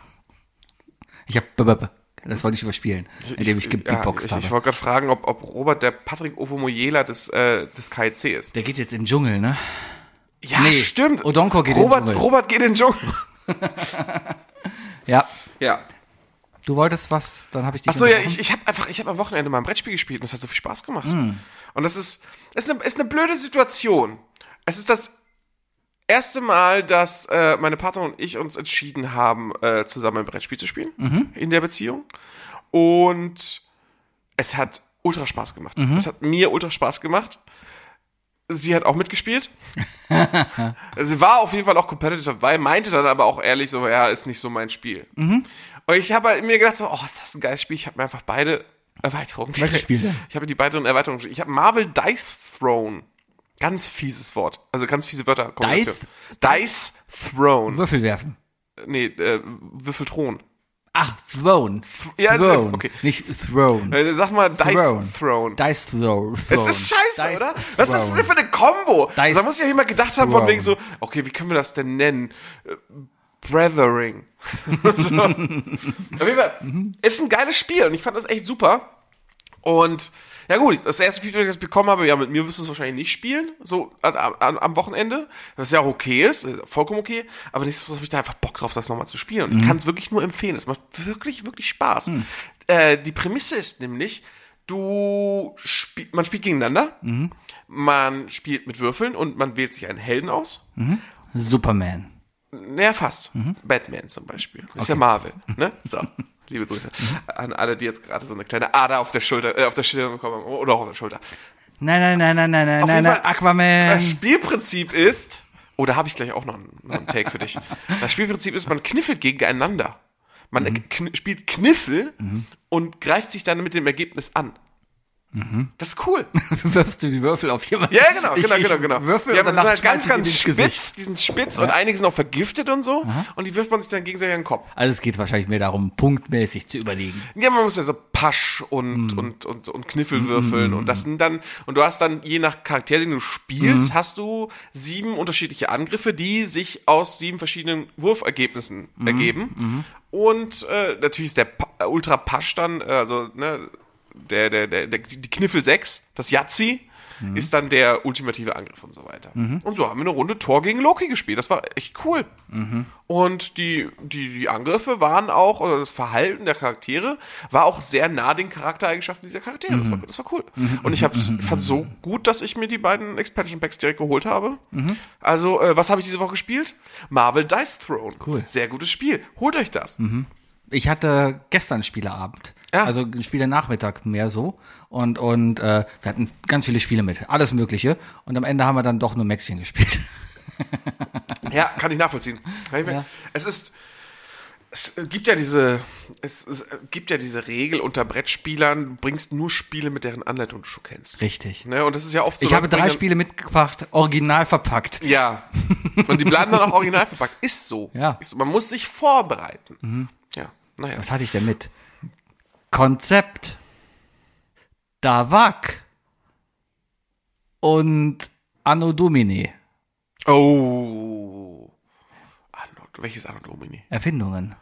[SPEAKER 4] Ich hab. B -b -b das wollte ich überspielen, indem ich gebeatboxt
[SPEAKER 1] ja, ich, ich
[SPEAKER 4] habe.
[SPEAKER 1] wollte gerade fragen, ob, ob Robert der Patrick Ovomoyela des, äh, des KEC ist.
[SPEAKER 4] Der geht jetzt in den Dschungel, ne?
[SPEAKER 1] Ja,
[SPEAKER 4] Nee,
[SPEAKER 1] stimmt.
[SPEAKER 4] Odonko geht in den
[SPEAKER 1] Robert,
[SPEAKER 4] Dschungel.
[SPEAKER 1] Robert geht in den Dschungel.
[SPEAKER 4] Ja,
[SPEAKER 1] Ja.
[SPEAKER 4] du wolltest was, dann habe ich dich.
[SPEAKER 1] Achso, ja, ich,
[SPEAKER 4] unterbrochen.
[SPEAKER 1] ich habe einfach, ich habe am Wochenende mal ein Brettspiel gespielt und es hat so viel Spaß gemacht. Und das ist, ist, eine, ist eine blöde Situation. Es ist das erste Mal, dass äh, meine Partnerin und ich uns entschieden haben, äh, zusammen ein Brettspiel zu spielen in der Beziehung. Und es hat ultra Spaß gemacht.
[SPEAKER 4] Mhm.
[SPEAKER 1] Es hat mir ultra Spaß gemacht. Sie hat auch mitgespielt. Sie war auf jeden Fall auch competitive dabei, meinte dann aber auch ehrlich so, ja, ist nicht so mein Spiel.
[SPEAKER 4] Mhm.
[SPEAKER 1] Und ich habe halt mir gedacht so, oh, ist das ein geiles Spiel. Ich habe mir einfach beide Erweiterungen.
[SPEAKER 4] Welches Spiel denn?
[SPEAKER 1] Ich habe die beiden Erweiterungen. gespielt. Ich habe Marvel Dice Throne. Ganz fieses Wort. Also ganz fiese Wörter. Dice? Dice Throne.
[SPEAKER 4] Würfel werfen.
[SPEAKER 1] nee, äh, Würfelthron.
[SPEAKER 4] Ach, Ah, Throne. Th
[SPEAKER 1] Ja, also,
[SPEAKER 4] Throne.
[SPEAKER 1] okay.
[SPEAKER 4] Nicht Throne.
[SPEAKER 1] Äh, sag mal Dice
[SPEAKER 4] Throne.
[SPEAKER 1] Throne.
[SPEAKER 4] Dice Throne.
[SPEAKER 1] Es ist scheiße,
[SPEAKER 4] Dice
[SPEAKER 1] oder? Was ist das
[SPEAKER 4] Throne.
[SPEAKER 1] denn für eine Combo? Also
[SPEAKER 4] Dice
[SPEAKER 1] da muss ja jemand gedacht haben, von wegen so,
[SPEAKER 4] Throne.
[SPEAKER 1] okay, wie können wir das denn nennen? Äh, Brethering. so. Auf jeden Fall, ist ein geiles Spiel und ich fand das echt super. Und ja gut, das erste Feedback, das ich bekommen habe, ja, mit mir wirst du es wahrscheinlich nicht spielen, so an, an, am Wochenende, was ja auch okay ist, äh, vollkommen okay, aber nichtsdestotrotz habe ich da einfach Bock drauf, das nochmal zu spielen. Und ich kann es wirklich nur empfehlen, es macht wirklich, wirklich Spaß. Äh, die Prämisse ist nämlich, du spiel, man spielt gegeneinander, man spielt mit Würfeln und man wählt sich einen Helden aus.
[SPEAKER 4] Superman.
[SPEAKER 1] Naja, fast. Batman zum Beispiel. Ist ja Marvel, ne? So. Liebe Grüße an alle, die jetzt gerade so eine kleine Ader auf der Schulter, äh, auf der Stirn bekommen haben. Oder auch auf der Schulter.
[SPEAKER 4] Nein, nein, nein, nein, nein, nein,
[SPEAKER 1] jeden
[SPEAKER 4] nein, nein,
[SPEAKER 1] Fall- Äh,
[SPEAKER 4] Aquaman.
[SPEAKER 1] Das Spielprinzip ist, oder habe ich gleich auch noch einen, noch einen Take für dich. Das Spielprinzip ist, man kniffelt gegeneinander. Man kn spielt Kniffel und greift sich dann mit dem Ergebnis an. Das ist cool.
[SPEAKER 4] Wirfst du die Würfel auf jemanden?
[SPEAKER 1] Ja, genau,
[SPEAKER 4] Ich-
[SPEAKER 1] genau,
[SPEAKER 4] ich
[SPEAKER 1] genau, genau.
[SPEAKER 4] Würfel
[SPEAKER 1] ja,
[SPEAKER 4] und
[SPEAKER 1] aber die
[SPEAKER 4] danach
[SPEAKER 1] sind halt ganz,
[SPEAKER 4] schmeiß ich
[SPEAKER 1] ganz
[SPEAKER 4] die
[SPEAKER 1] spitz,
[SPEAKER 4] ins Gesicht.
[SPEAKER 1] die sind spitz und einige sind auch vergiftet und so. Und die wirft man sich dann gegenseitig an den Kopf.
[SPEAKER 4] Also es geht wahrscheinlich mehr darum, punktmäßig zu überlegen.
[SPEAKER 1] Ja, man muss ja so Pasch und, und, und, und Kniffel würfeln und das sind dann, und du hast dann, je nach Charakter, den du spielst, hast du sieben unterschiedliche Angriffe, die sich aus sieben verschiedenen Wurfergebnissen ergeben. Und äh, natürlich ist der Pa- Ultra Pasch dann, äh, also ne, der, der, der, der, die Kniffel 6, das Yazzi, ist dann der ultimative Angriff und so weiter. Und so haben wir eine Runde Tor gegen Loki gespielt. Das war echt cool. Und die, die, die Angriffe waren auch, oder das Verhalten der Charaktere war auch sehr nah den Charaktereigenschaften dieser Charaktere. Das,
[SPEAKER 4] Mhm.
[SPEAKER 1] war, das war cool. Und ich hab's, fand so gut, dass ich mir die beiden Expansion Packs direkt geholt habe.
[SPEAKER 4] Mhm.
[SPEAKER 1] Also, äh, was habe ich diese Woche gespielt? Marvel Dice Throne.
[SPEAKER 4] Cool. Mhm.
[SPEAKER 1] Sehr gutes Spiel. Holt euch das.
[SPEAKER 4] Ich hatte gestern Spielerabend.
[SPEAKER 1] Ja.
[SPEAKER 4] Also Spielernachmittag mehr so. Und, und äh, wir hatten ganz viele Spiele mit, alles Mögliche. Und am Ende haben wir dann doch nur Maxchen gespielt.
[SPEAKER 1] Ja, kann ich nachvollziehen. Kann ich mir-
[SPEAKER 4] Ja.
[SPEAKER 1] Es ist. Es äh, gibt ja diese. Es, es gibt ja diese Regel unter Brettspielern, du bringst nur Spiele, mit deren Anleitung du schon kennst.
[SPEAKER 4] Richtig.
[SPEAKER 1] Ne? Und das ist ja oft so.
[SPEAKER 4] Ich habe
[SPEAKER 1] Leute
[SPEAKER 4] drei
[SPEAKER 1] bringen
[SPEAKER 4] Spiele mitgebracht, original verpackt.
[SPEAKER 1] dann- Ja. Und die bleiben dann auch original verpackt. Ist so.
[SPEAKER 4] Ja. Mhm.
[SPEAKER 1] Ist so. Man muss sich vorbereiten. Ja. Naja.
[SPEAKER 4] Was hatte ich denn mit? Konzept. Davak. Und Anno Domini.
[SPEAKER 1] Oh. Anno, welches Anno Domini?
[SPEAKER 4] Erfindungen.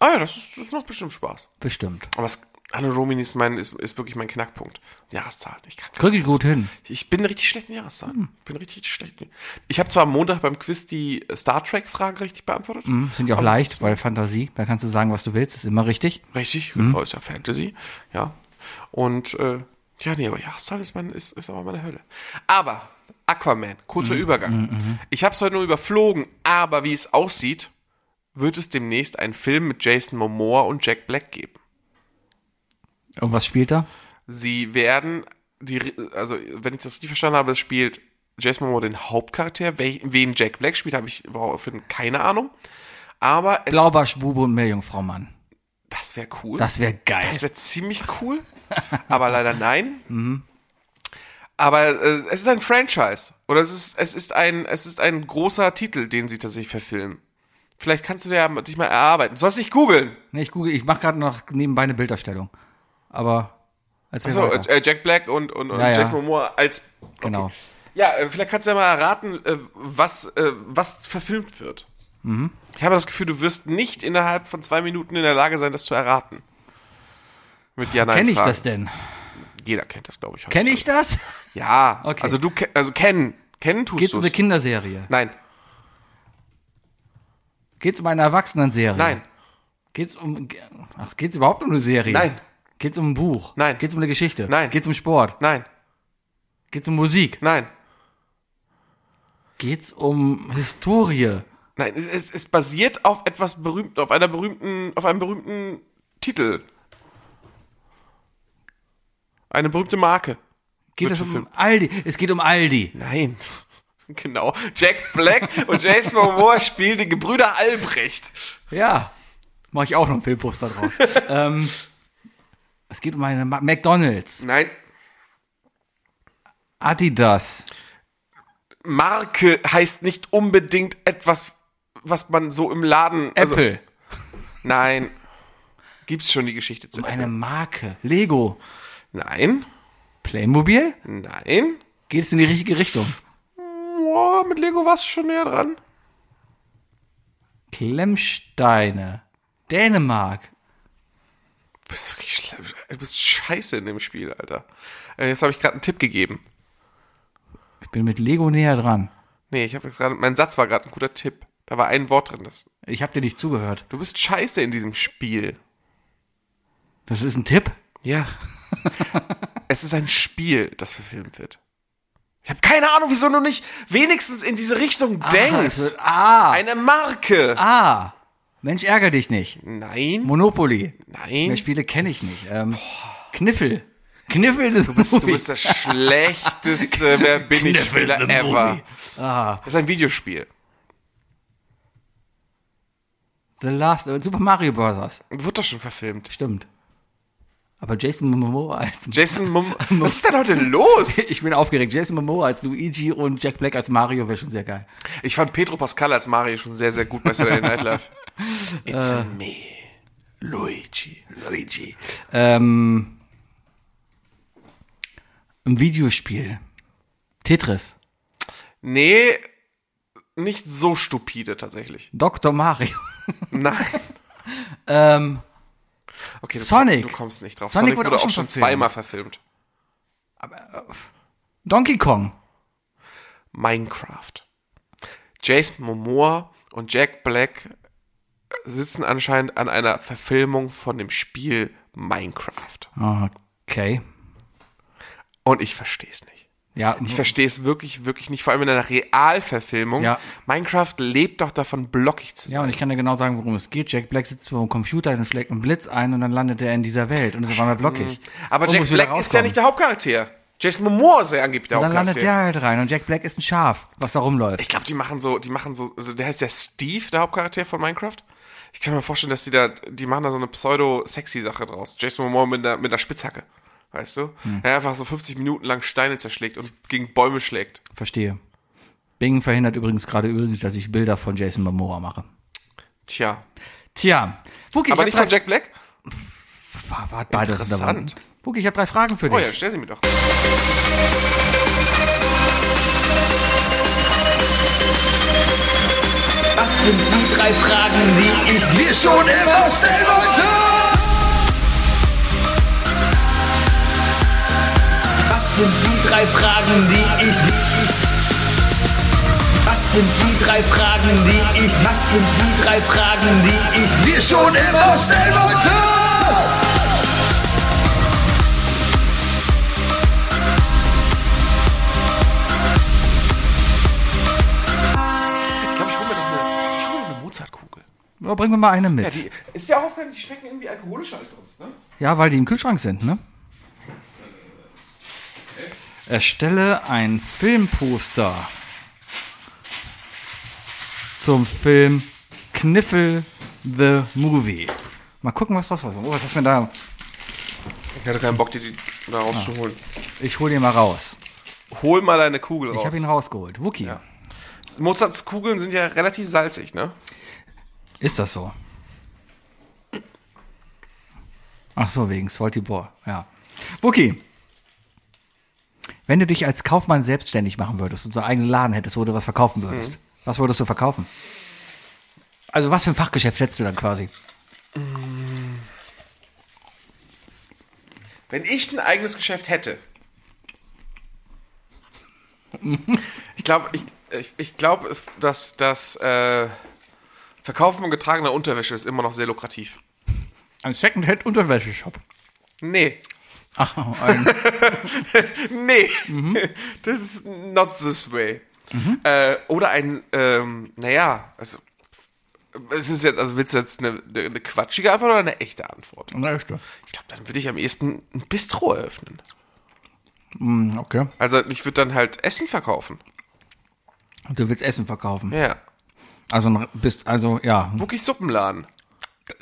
[SPEAKER 1] Ah ja, das, ist, das macht bestimmt Spaß.
[SPEAKER 4] Bestimmt.
[SPEAKER 1] Aber es, Anno Domini ist, mein, ist, ist wirklich mein Knackpunkt. Jahreszahl. Ich kann
[SPEAKER 4] Krieg ich gut Hm. hin.
[SPEAKER 1] Ich bin richtig schlecht in Jahreszahlen. Bin richtig schlecht. in- Ich habe zwar am Montag beim Quiz die äh, Star Trek-Fragen richtig beantwortet.
[SPEAKER 4] Hm, Mhm. Sind ja auch
[SPEAKER 1] Aber-
[SPEAKER 4] leicht, weil Fantasie, da kannst du sagen, was du willst, ist immer richtig.
[SPEAKER 1] Richtig, genau, ist ja Fantasy. Ja. Und äh, ja, nee, aber Jahreszahlen ist, mein, ist, ist aber meine Hölle. Aber Aquaman, kurzer Übergang. Ich habe es heute nur überflogen, aber wie es aussieht, wird es demnächst einen Film mit Jason Momoa und Jack Black geben.
[SPEAKER 4] Und was spielt er?
[SPEAKER 1] Sie werden, die, also wenn ich das richtig verstanden habe, spielt Jason Momoa den Hauptcharakter. Wel- Wen Jack Black spielt, habe ich daraufhin keine Ahnung. Aber es,
[SPEAKER 4] Blaubarsch, Bube und Meerjungfrau Mann.
[SPEAKER 1] das wäre cool.
[SPEAKER 4] Das wäre geil.
[SPEAKER 1] Das wäre ziemlich cool, aber leider nein. Aber äh, es ist ein Franchise oder es ist es ist ein es ist ein großer Titel, den sie tatsächlich verfilmen. Vielleicht kannst du dir ja dich mal erarbeiten. Du sollst nicht googeln.
[SPEAKER 4] nee, ich google, ich mache gerade noch nebenbei eine Bilderstellung. Aber erzähl
[SPEAKER 1] So,
[SPEAKER 4] weiter.
[SPEAKER 1] äh, Jack Black und und, und
[SPEAKER 4] Ja, ja.
[SPEAKER 1] Jason Momoa als
[SPEAKER 4] genau.
[SPEAKER 1] Ja, äh, vielleicht kannst du ja mal erraten, äh, was, äh, was verfilmt wird.
[SPEAKER 4] Mhm.
[SPEAKER 1] Ich habe das Gefühl, du wirst nicht innerhalb von zwei Minuten in der Lage sein, das zu erraten. Mit ja, nein,
[SPEAKER 4] Kenne ich
[SPEAKER 1] Fragen.
[SPEAKER 4] das denn?
[SPEAKER 1] Jeder kennt das, glaube ich. heute.
[SPEAKER 4] Kenne ich das?
[SPEAKER 1] Ja.
[SPEAKER 4] Okay.
[SPEAKER 1] Also du,
[SPEAKER 4] um
[SPEAKER 1] ke- also kennen, kennen tust
[SPEAKER 4] Geht's
[SPEAKER 1] du.
[SPEAKER 4] um eine Kinderserie?
[SPEAKER 1] Nein.
[SPEAKER 4] Geht's um eine Erwachsenenserie?
[SPEAKER 1] Nein,
[SPEAKER 4] Geht's um. Ach, geht's überhaupt um eine Serie?
[SPEAKER 1] Nein.
[SPEAKER 4] Geht's um ein Buch?
[SPEAKER 1] Nein.
[SPEAKER 4] Geht's um eine Geschichte?
[SPEAKER 1] Nein.
[SPEAKER 4] Geht's um Sport?
[SPEAKER 1] nein,
[SPEAKER 4] Geht's um Musik?
[SPEAKER 1] nein.
[SPEAKER 4] Geht's um Historie?
[SPEAKER 1] Nein, es- es, es basiert auf etwas berühmt, auf einer berühmten, auf einem berühmten Titel. Eine berühmte Marke.
[SPEAKER 4] Geht es
[SPEAKER 1] Mittelfilm.
[SPEAKER 4] um Aldi? Es geht um Aldi.
[SPEAKER 1] Nein. Genau. Jack Black und Jason Momoa spielen die Gebrüder Albrecht.
[SPEAKER 4] Ja. Mach ich auch noch einen Filmposter draus. ähm, es geht um eine Ma McDonalds,
[SPEAKER 1] Nein.
[SPEAKER 4] Adidas.
[SPEAKER 1] Marke heißt nicht unbedingt etwas, was man so im Laden. also-
[SPEAKER 4] Apple.
[SPEAKER 1] Nein. Gibt's schon die Geschichte zu
[SPEAKER 4] Um eine
[SPEAKER 1] Apple?
[SPEAKER 4] Marke. Lego.
[SPEAKER 1] Nein.
[SPEAKER 4] Playmobil?
[SPEAKER 1] Nein.
[SPEAKER 4] Geht es in die richtige Richtung?
[SPEAKER 1] Boah, mit Lego warst du schon näher dran.
[SPEAKER 4] Klemmsteine. Dänemark.
[SPEAKER 1] Du bist wirklich schlecht. Du bist scheiße in dem Spiel, Alter. Äh, Jetzt habe ich gerade einen Tipp gegeben.
[SPEAKER 4] Ich bin mit Lego näher dran.
[SPEAKER 1] Nee, ich habe jetzt gerade. Mein Satz war gerade ein guter Tipp. Da war ein Wort drin. Das,
[SPEAKER 4] Ich habe dir nicht zugehört.
[SPEAKER 1] du bist scheiße in diesem Spiel.
[SPEAKER 4] Das ist ein Tipp?
[SPEAKER 1] Ja. es ist ein Spiel, das verfilmt wird. Ich habe keine Ahnung, wieso du nicht wenigstens in diese Richtung denkst.
[SPEAKER 4] Ah,
[SPEAKER 1] Eine Marke.
[SPEAKER 4] ah. Mensch, ärger dich nicht.
[SPEAKER 1] Nein,
[SPEAKER 4] Monopoly. Mehr
[SPEAKER 1] nein.
[SPEAKER 4] Spiele kenne ich nicht. Ähm, Kniffel. Kniffel des
[SPEAKER 1] Du bist das schlechteste Wer bin ich Spieler ever. Das ist ein Videospiel.
[SPEAKER 4] The Last, äh, Super Mario Bros.
[SPEAKER 1] Wird doch schon verfilmt.
[SPEAKER 4] Stimmt. Aber Jason Momoa als...
[SPEAKER 1] Jason Mum. Was ist denn heute los?
[SPEAKER 4] ich bin aufgeregt. Jason Momoa als Luigi und Jack Black als Mario wäre schon sehr geil.
[SPEAKER 1] Ich fand Pedro Pascal als Mario schon sehr, sehr gut bei Saturday Night Live. It's
[SPEAKER 4] Äh.
[SPEAKER 1] me, Luigi. Luigi.
[SPEAKER 4] Ähm, Im Videospiel. Tetris.
[SPEAKER 1] Nee, nicht so stupide tatsächlich.
[SPEAKER 4] Dr. Mario.
[SPEAKER 1] Nein.
[SPEAKER 4] ähm,
[SPEAKER 1] Okay, du,
[SPEAKER 4] Sonic.
[SPEAKER 1] Du kommst nicht drauf.
[SPEAKER 4] Sonic wurde auch schon verfilmt.
[SPEAKER 1] zweimal verfilmt.
[SPEAKER 4] Donkey Kong.
[SPEAKER 1] Minecraft. Jason Momoa und Jack Black sitzen anscheinend an einer Verfilmung von dem Spiel Minecraft.
[SPEAKER 4] Okay.
[SPEAKER 1] Und ich verstehe es nicht.
[SPEAKER 4] Ja,
[SPEAKER 1] Ich verstehe es wirklich, wirklich nicht. Vor allem in einer Realverfilmung.
[SPEAKER 4] Ja.
[SPEAKER 1] Minecraft lebt doch davon, blockig zu sein.
[SPEAKER 4] ja, und ich kann dir genau sagen, worum es geht. Jack Black sitzt vor dem Computer und schlägt einen Blitz ein und dann landet er in dieser Welt und ist auf einmal blockig.
[SPEAKER 1] Hm. Aber
[SPEAKER 4] Und
[SPEAKER 1] Jack
[SPEAKER 4] muss wieder
[SPEAKER 1] Black ist ja
[SPEAKER 4] rauskommen.
[SPEAKER 1] nicht der Hauptcharakter. Jason Momoa ist ja angeblich der
[SPEAKER 4] Und dann landet der
[SPEAKER 1] Hauptcharakter.
[SPEAKER 4] halt rein und Jack Black ist ein Schaf, was da rumläuft.
[SPEAKER 1] Ich glaube, die machen so, die machen so, also der heißt ja Steve, der Hauptcharakter von Minecraft. Ich kann mir vorstellen, dass die da, die machen da so eine pseudo-sexy-Sache draus. Jason Momoa mit einer, mit einer Spitzhacke. Weißt du?
[SPEAKER 4] Hm.
[SPEAKER 1] Der einfach so 50 Minuten lang Steine zerschlägt und gegen Bäume schlägt.
[SPEAKER 4] Verstehe. Bing verhindert übrigens gerade übrigens, dass ich Bilder von Jason Momoa mache.
[SPEAKER 1] Tja.
[SPEAKER 4] Tja, Wookie,
[SPEAKER 1] Aber
[SPEAKER 4] ich
[SPEAKER 1] nicht
[SPEAKER 4] hab
[SPEAKER 1] von Jack Black?
[SPEAKER 4] drei, war, war beides
[SPEAKER 1] Interessant.
[SPEAKER 4] dabei. Wookie, ich habe drei Fragen für dich.
[SPEAKER 1] Oh ja, stell sie mir doch.
[SPEAKER 2] Dir schon immer stellen wollte!
[SPEAKER 5] sind die drei Fragen, die ich Was sind die drei Fragen, die ich Was sind die drei Fragen, die ich
[SPEAKER 2] Dir schon immer stellen wollte!
[SPEAKER 1] Ich glaube, ich hole mir doch eine, ich hol mir eine Mozartkugel.
[SPEAKER 4] Ja, Oh, bring mir mal eine mit.
[SPEAKER 1] Ja, die, ist ja aufgefallen, die schmecken irgendwie alkoholischer als sonst, ne?
[SPEAKER 4] Ja, weil die im Kühlschrank sind, ne? Erstelle ein Filmposter zum Film Kniffel the Movie. Mal gucken, was rauskommt. Oh, was hast du denn da?
[SPEAKER 1] Ich hatte keinen Bock, die, die da rauszuholen.
[SPEAKER 4] Ich hol dir mal raus.
[SPEAKER 1] Hol mal deine Kugel
[SPEAKER 4] Ich
[SPEAKER 1] raus.
[SPEAKER 4] habe ihn rausgeholt. Wookie.
[SPEAKER 1] Ja. Mozarts Kugeln sind ja relativ salzig, ne?
[SPEAKER 4] Ist das so? Ach so, wegen Salty Ball, ja. Wookie, wenn du dich als Kaufmann selbstständig machen würdest und so einen eigenen Laden hättest, wo du was verkaufen
[SPEAKER 1] Mhm.
[SPEAKER 4] würdest, was würdest du verkaufen? Also was für ein Fachgeschäft hättest du dann quasi?
[SPEAKER 1] Wenn ich ein eigenes Geschäft hätte. ich glaube, ich, ich, ich glaub, es- dass, dass äh, Verkaufen von getragener Unterwäsche ist immer noch sehr lukrativ.
[SPEAKER 4] Ein Secondhand-Unterwäsche-Shop.
[SPEAKER 1] Nee.
[SPEAKER 4] Ach, oh, ein,
[SPEAKER 1] Nee.
[SPEAKER 4] Mhm.
[SPEAKER 1] Das ist not this way. Äh, oder ein, ähm, naja, also, es ist jetzt, also willst du jetzt eine, eine quatschige Antwort oder eine echte Antwort?
[SPEAKER 4] na ja, stimmt.
[SPEAKER 1] Ich glaube, dann würde ich am ehesten ein Bistro eröffnen.
[SPEAKER 4] Hm, Okay.
[SPEAKER 1] Also ich würde dann halt Essen verkaufen.
[SPEAKER 4] Und du willst Essen verkaufen.
[SPEAKER 1] Ja.
[SPEAKER 4] Also ein- bist, also ja.
[SPEAKER 1] Wookies Suppenladen.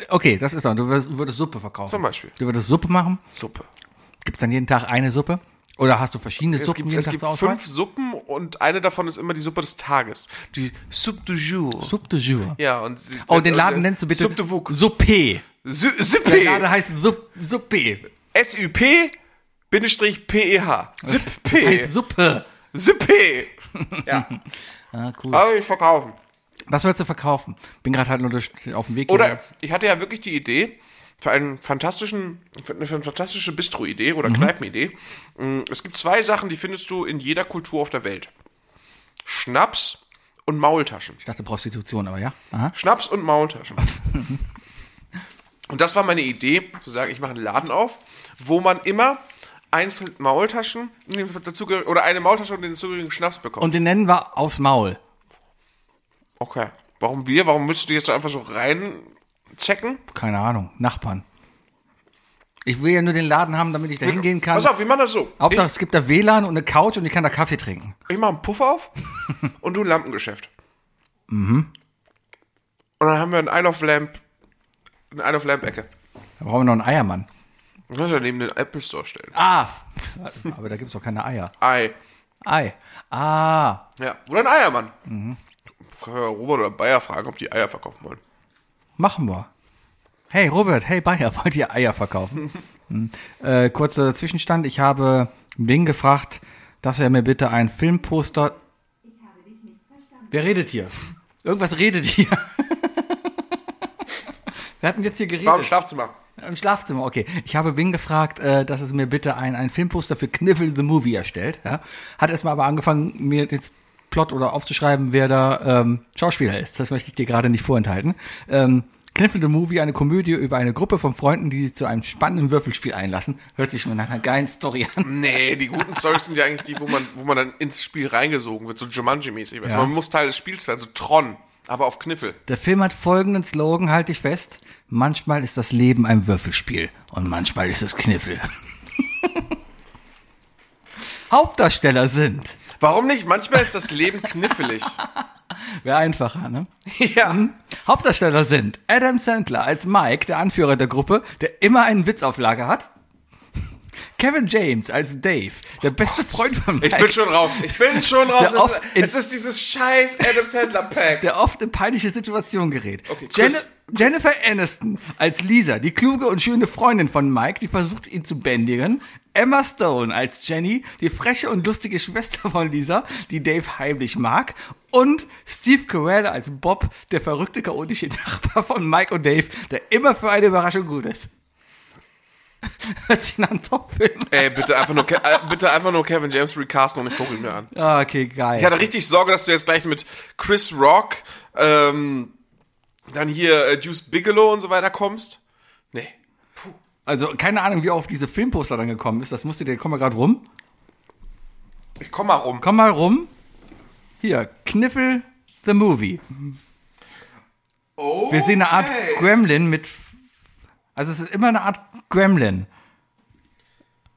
[SPEAKER 4] Okay, das ist dann. Du würdest, würdest Suppe verkaufen.
[SPEAKER 1] Zum Beispiel.
[SPEAKER 4] Du würdest Suppe machen.
[SPEAKER 1] Suppe.
[SPEAKER 4] Gibt es dann jeden Tag eine Suppe? Oder hast du verschiedene
[SPEAKER 1] Es
[SPEAKER 4] Suppen
[SPEAKER 1] gibt,
[SPEAKER 4] jeden
[SPEAKER 1] es
[SPEAKER 4] Tag
[SPEAKER 1] gibt
[SPEAKER 4] zur Auswahl?
[SPEAKER 1] fünf Suppen und eine davon ist immer die Suppe des Tages. Die Soup du jour.
[SPEAKER 4] Soupe de jour.
[SPEAKER 1] ja, und
[SPEAKER 4] Oh, den Laden nennst du bitte
[SPEAKER 1] Soup de Vouk.
[SPEAKER 4] Suppe.
[SPEAKER 1] Su-
[SPEAKER 4] Der Laden
[SPEAKER 1] Suppe.
[SPEAKER 4] heißt Sup, Suppe.
[SPEAKER 1] S-U-P. Bindestrich P-E-H. Suppe.
[SPEAKER 4] Heißt Suppe.
[SPEAKER 1] Suppe. Ja.
[SPEAKER 4] Ah, cool.
[SPEAKER 1] Also ich verkaufen.
[SPEAKER 4] Was willst du verkaufen? Bin gerade halt nur durch, auf dem Weg.
[SPEAKER 1] Oder
[SPEAKER 4] hierher.
[SPEAKER 1] ich hatte ja wirklich die Idee für einen fantastischen, für eine fantastische Bistro-Idee
[SPEAKER 4] Mhm.
[SPEAKER 1] oder Kneipenidee. Mm, Es gibt zwei Sachen, die findest du in jeder Kultur auf der Welt: Schnaps und Maultaschen.
[SPEAKER 4] Ich dachte Prostitution, aber ja. Aha.
[SPEAKER 1] Schnaps und Maultaschen. und das war meine Idee, zu sagen, ich mache einen Laden auf, wo man immer einzeln Maultaschen und den dazuge- oder eine Maultasche und den zugehörigen Schnaps bekommt.
[SPEAKER 4] Und den nennen wir aufs Maul.
[SPEAKER 1] okay. Warum wir? Warum willst du die jetzt einfach so reinchecken?
[SPEAKER 4] Keine Ahnung. Nachbarn. Ich will ja nur den Laden haben, damit ich da hingehen kann.
[SPEAKER 1] Pass auf, wir machen das so.
[SPEAKER 4] Hauptsache, es gibt da WLAN und eine Couch und ich kann da Kaffee trinken.
[SPEAKER 1] ich mache einen Puff auf und du ein Lampengeschäft. Mhm. Und dann haben wir ein Isle of Lamp, eine Isle of Lamp Ecke.
[SPEAKER 4] Da brauchen wir noch einen Eiermann.
[SPEAKER 1] Dann kannst du neben den Apple Store stellen.
[SPEAKER 4] Ah! Aber da gibt's doch keine Eier.
[SPEAKER 1] Ei.
[SPEAKER 4] Ei. Ah.
[SPEAKER 1] Ja. Oder ein Eiermann. Mhm. Robert oder Bayer fragen, ob die Eier verkaufen wollen.
[SPEAKER 4] Machen wir. Hey Robert, hey Bayer, wollt ihr Eier verkaufen? Hm. äh, kurzer Zwischenstand. Ich habe Bing gefragt, dass er mir bitte ein Filmposter. Wer redet hier? Irgendwas redet hier. Wir hatten jetzt hier geredet.
[SPEAKER 1] Warum Schlafzimmer?
[SPEAKER 4] Im Schlafzimmer, okay. Ich habe Bing gefragt, äh, dass es mir bitte ein, ein Filmposter für Kniffel the Movie erstellt. Ja? Hat erstmal aber angefangen, mir jetzt Plot oder aufzuschreiben, wer da ähm, Schauspieler ist. Das möchte ich dir gerade nicht vorenthalten. Ähm, Kniffel the Movie, eine Komödie über eine Gruppe von Freunden, die sich zu einem spannenden Würfelspiel einlassen. Hört sich schon nach einer geilen Story an.
[SPEAKER 1] Nee, die guten Storys sind ja eigentlich die, wo man, wo man dann ins Spiel reingesogen wird, so Jumanji-mäßig. weißt du.
[SPEAKER 4] Ja.
[SPEAKER 1] Man muss Teil des Spiels werden, so Tron, aber auf Kniffel.
[SPEAKER 4] Der Film hat folgenden Slogan, halte ich fest. Manchmal ist das Leben ein Würfelspiel und manchmal ist es Kniffel. Hauptdarsteller sind
[SPEAKER 1] Warum nicht? Manchmal ist das Leben kniffelig.
[SPEAKER 4] Wäre einfacher, ne?
[SPEAKER 1] ja.
[SPEAKER 4] Hauptdarsteller sind Adam Sandler als Mike, der Anführer der Gruppe, der immer einen Witz auf Lager hat. Kevin James als Dave, der beste Freund von Mike,
[SPEAKER 1] Oh Ich bin schon raus. Ich bin schon raus.
[SPEAKER 4] Der
[SPEAKER 1] Es
[SPEAKER 4] oft
[SPEAKER 1] ist,
[SPEAKER 4] in-
[SPEAKER 1] es ist dieses scheiß Adam Sandler Pack.
[SPEAKER 4] der oft in peinliche Situationen gerät.
[SPEAKER 1] Okay,
[SPEAKER 4] Jen
[SPEAKER 1] Chris.
[SPEAKER 4] Jennifer Aniston als Lisa, die kluge und schöne Freundin von Mike, die versucht ihn zu bändigen. Emma Stone als Jenny, die freche und lustige Schwester von Lisa, die Dave heimlich mag. Und Steve Carell als Bob, der verrückte, chaotische Nachbar von Mike und Dave, der immer für eine Überraschung gut ist. Hört sich nach einem Top-Film. an.
[SPEAKER 1] Ey, bitte einfach, nur Ke äh, bitte einfach nur Kevin James recasten und ich gucke ihn mir an.
[SPEAKER 4] Ah, Okay, geil.
[SPEAKER 1] Ich hatte richtig Sorge, dass du jetzt gleich mit Chris Rock, ähm, dann hier äh, Juice Bigelow und so weiter kommst. Nee.
[SPEAKER 4] Also keine Ahnung, wie er auf diese Filmposter dann gekommen ist. Das musst du dir, komm mal gerade rum.
[SPEAKER 1] Ich komm mal um. rum.
[SPEAKER 4] Komm mal rum. Hier, Kniffel the Movie. Wir sehen eine Art Gremlin mit. Also es ist immer eine Art Gremlin.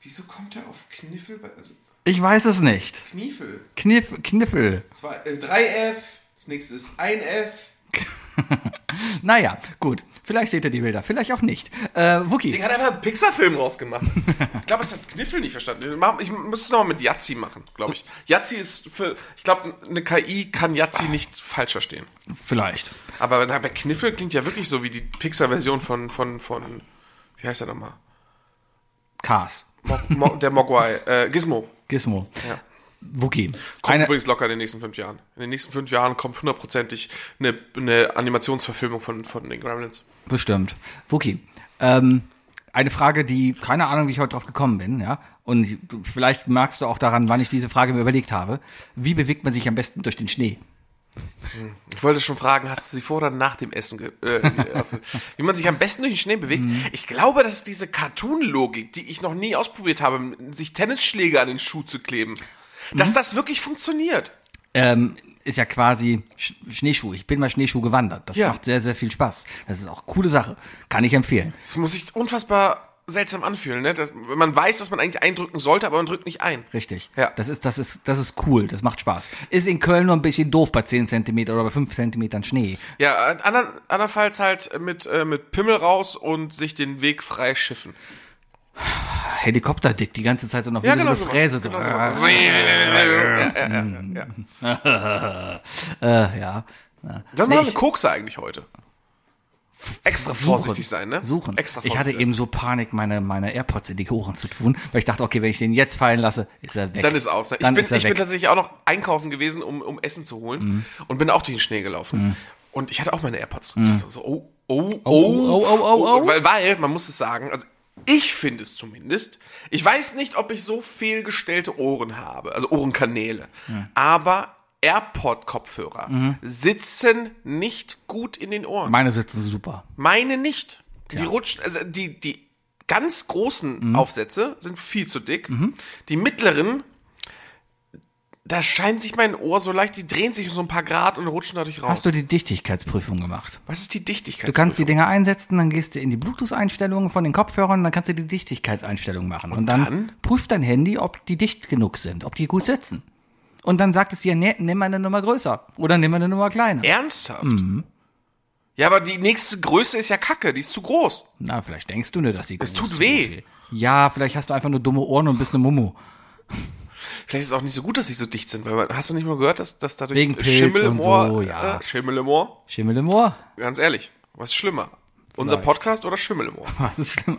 [SPEAKER 1] Wieso kommt er auf Kniffel? bei- Also
[SPEAKER 4] Ich weiß es nicht.
[SPEAKER 1] Kniefel.
[SPEAKER 4] Kniff, Kniffel.
[SPEAKER 1] Zwei, äh, 3F. Das nächste ist 1F.
[SPEAKER 4] Naja, gut. Vielleicht seht ihr die Bilder, vielleicht auch nicht. Äh,
[SPEAKER 1] Ding
[SPEAKER 4] Wookie.
[SPEAKER 1] hat einfach einen Pixar-Film rausgemacht. Ich glaube, es hat Kniffel nicht verstanden. Ich mach- Ich muss es nochmal mit Yazzi machen, glaube ich. Yazzi ist für. Ich glaube, eine KI kann Yazzi nicht falsch verstehen.
[SPEAKER 4] Vielleicht.
[SPEAKER 1] Aber na, bei Kniffel klingt ja wirklich so wie die Pixar-Version von, von, von. Wie heißt der nochmal?
[SPEAKER 4] Cars.
[SPEAKER 1] Mo Mo der Mogwai. Äh, Gizmo.
[SPEAKER 4] Gizmo.
[SPEAKER 1] Ja.
[SPEAKER 4] Wookie.
[SPEAKER 1] Kommt
[SPEAKER 4] Eine,
[SPEAKER 1] übrigens locker in den nächsten fünf Jahren. In den nächsten fünf Jahren kommt hundertprozentig eine, eine Animationsverfilmung von, von den Gremlins.
[SPEAKER 4] Bestimmt. Wookie, ähm, eine Frage, die, keine Ahnung, wie ich heute drauf gekommen bin, ja. Und vielleicht merkst du auch daran, wann ich diese Frage mir überlegt habe. Wie bewegt man sich am besten durch den Schnee?
[SPEAKER 1] Ich wollte schon fragen, hast du sie vor oder nach dem Essen, ge äh, also, wie man sich am besten durch den Schnee bewegt?
[SPEAKER 4] Mhm.
[SPEAKER 1] Ich glaube, dass diese Cartoon-Logik, die ich noch nie ausprobiert habe, sich Tennisschläge an den Schuh zu kleben,
[SPEAKER 4] Mhm.
[SPEAKER 1] dass das wirklich funktioniert.
[SPEAKER 4] ähm, ist ja quasi Sch Schneeschuh. Ich bin mal Schneeschuh gewandert. Das
[SPEAKER 1] Ja.
[SPEAKER 4] macht sehr, sehr viel Spaß. Das ist auch coole Sache. Kann ich empfehlen.
[SPEAKER 1] Das muss sich unfassbar seltsam anfühlen, ne? Dass, wenn man weiß, dass man eigentlich eindrücken sollte, aber man drückt nicht ein.
[SPEAKER 4] Richtig.
[SPEAKER 1] Ja.
[SPEAKER 4] Das ist, das ist, das ist cool. Das macht Spaß. Ist in Köln nur ein bisschen doof bei 10 Zentimeter oder bei 5 Zentimetern Schnee.
[SPEAKER 1] Ja, ander, andernfalls halt mit, äh, mit Pimmel raus und sich den Weg frei schiffen.
[SPEAKER 4] Helikopterdick die ganze Zeit so noch wie so eine
[SPEAKER 1] sowas.
[SPEAKER 4] Fräse. So.
[SPEAKER 1] Genau sowas. Ja, ja, ja.
[SPEAKER 4] Äh, ja.
[SPEAKER 1] Wir haben eine
[SPEAKER 4] ich-
[SPEAKER 1] Kokse eigentlich heute. Extra vorsichtig sein, ne?
[SPEAKER 4] Suchen.
[SPEAKER 1] Extra
[SPEAKER 4] ich
[SPEAKER 1] vorsichtig
[SPEAKER 4] hatte
[SPEAKER 1] sein.
[SPEAKER 4] eben so Panik, meine, meine AirPods in die Ohren zu tun, weil ich dachte, okay, wenn ich den jetzt fallen lasse, ist er weg.
[SPEAKER 1] Dann ist aus. Ne? Ich,
[SPEAKER 4] Dann
[SPEAKER 1] bin,
[SPEAKER 4] ist er
[SPEAKER 1] ich
[SPEAKER 4] weg. Mhm.
[SPEAKER 1] bin tatsächlich auch noch einkaufen gewesen, um, um Essen zu holen. Und bin auch durch den Schnee gelaufen. Und ich hatte auch meine AirPods drin. Ich dachte So, oh, oh, oh,
[SPEAKER 4] Mhm. oh, oh, oh, oh.
[SPEAKER 1] Weil, weil, man muss es sagen, also ich finde es zumindest. Ich weiß nicht, ob ich so fehlgestellte Ohren habe, also Ohrenkanäle. Aber AirPod-Kopfhörer
[SPEAKER 4] Mhm.
[SPEAKER 1] sitzen nicht gut in den Ohren.
[SPEAKER 4] meine sitzen super.
[SPEAKER 1] Meine nicht. Die rutschen, also die, die ganz
[SPEAKER 4] Mhm.
[SPEAKER 1] großen Aufsätze sind viel zu dick. Die mittleren, da scheint sich mein Ohr so leicht, die drehen sich um so ein paar Grad und rutschen dadurch raus.
[SPEAKER 4] Hast du die Dichtigkeitsprüfung gemacht?
[SPEAKER 1] Was ist die Dichtigkeit?
[SPEAKER 4] Du kannst die Dinger einsetzen, dann gehst du in die Bluetooth-Einstellungen von den Kopfhörern, dann kannst du die Dichtigkeitseinstellungen machen. Und, dann,
[SPEAKER 1] dann?
[SPEAKER 4] prüft dein Handy, ob die dicht genug sind, ob die gut sitzen. Und dann sagt es dir, nee, nimm mal eine Nummer größer oder nimm mal eine Nummer kleiner.
[SPEAKER 1] Äh. Ernsthaft?
[SPEAKER 4] Mhm.
[SPEAKER 1] Ja, aber die nächste Größe ist ja kacke, die ist zu groß.
[SPEAKER 4] Na, vielleicht denkst du nur, dass sie
[SPEAKER 1] Es
[SPEAKER 4] groß
[SPEAKER 1] tut
[SPEAKER 4] ist.
[SPEAKER 1] weh.
[SPEAKER 4] Ja, vielleicht hast du einfach nur dumme Ohren und bist eine Mummo.
[SPEAKER 1] Vielleicht ist es auch nicht so gut, dass sie so dicht sind, weil man, hast du nicht mal gehört, dass, dass dadurch
[SPEAKER 4] Wegen Pilz
[SPEAKER 1] Schimmel im
[SPEAKER 4] und
[SPEAKER 1] Ohr,
[SPEAKER 4] so, ja.
[SPEAKER 1] äh, Schimmel im Ohr,
[SPEAKER 4] Schimmel im Ohr.
[SPEAKER 1] ganz ehrlich, was ist schlimmer? Unser Podcast oder Schimmel im Ohr?
[SPEAKER 4] Was ist schlimm?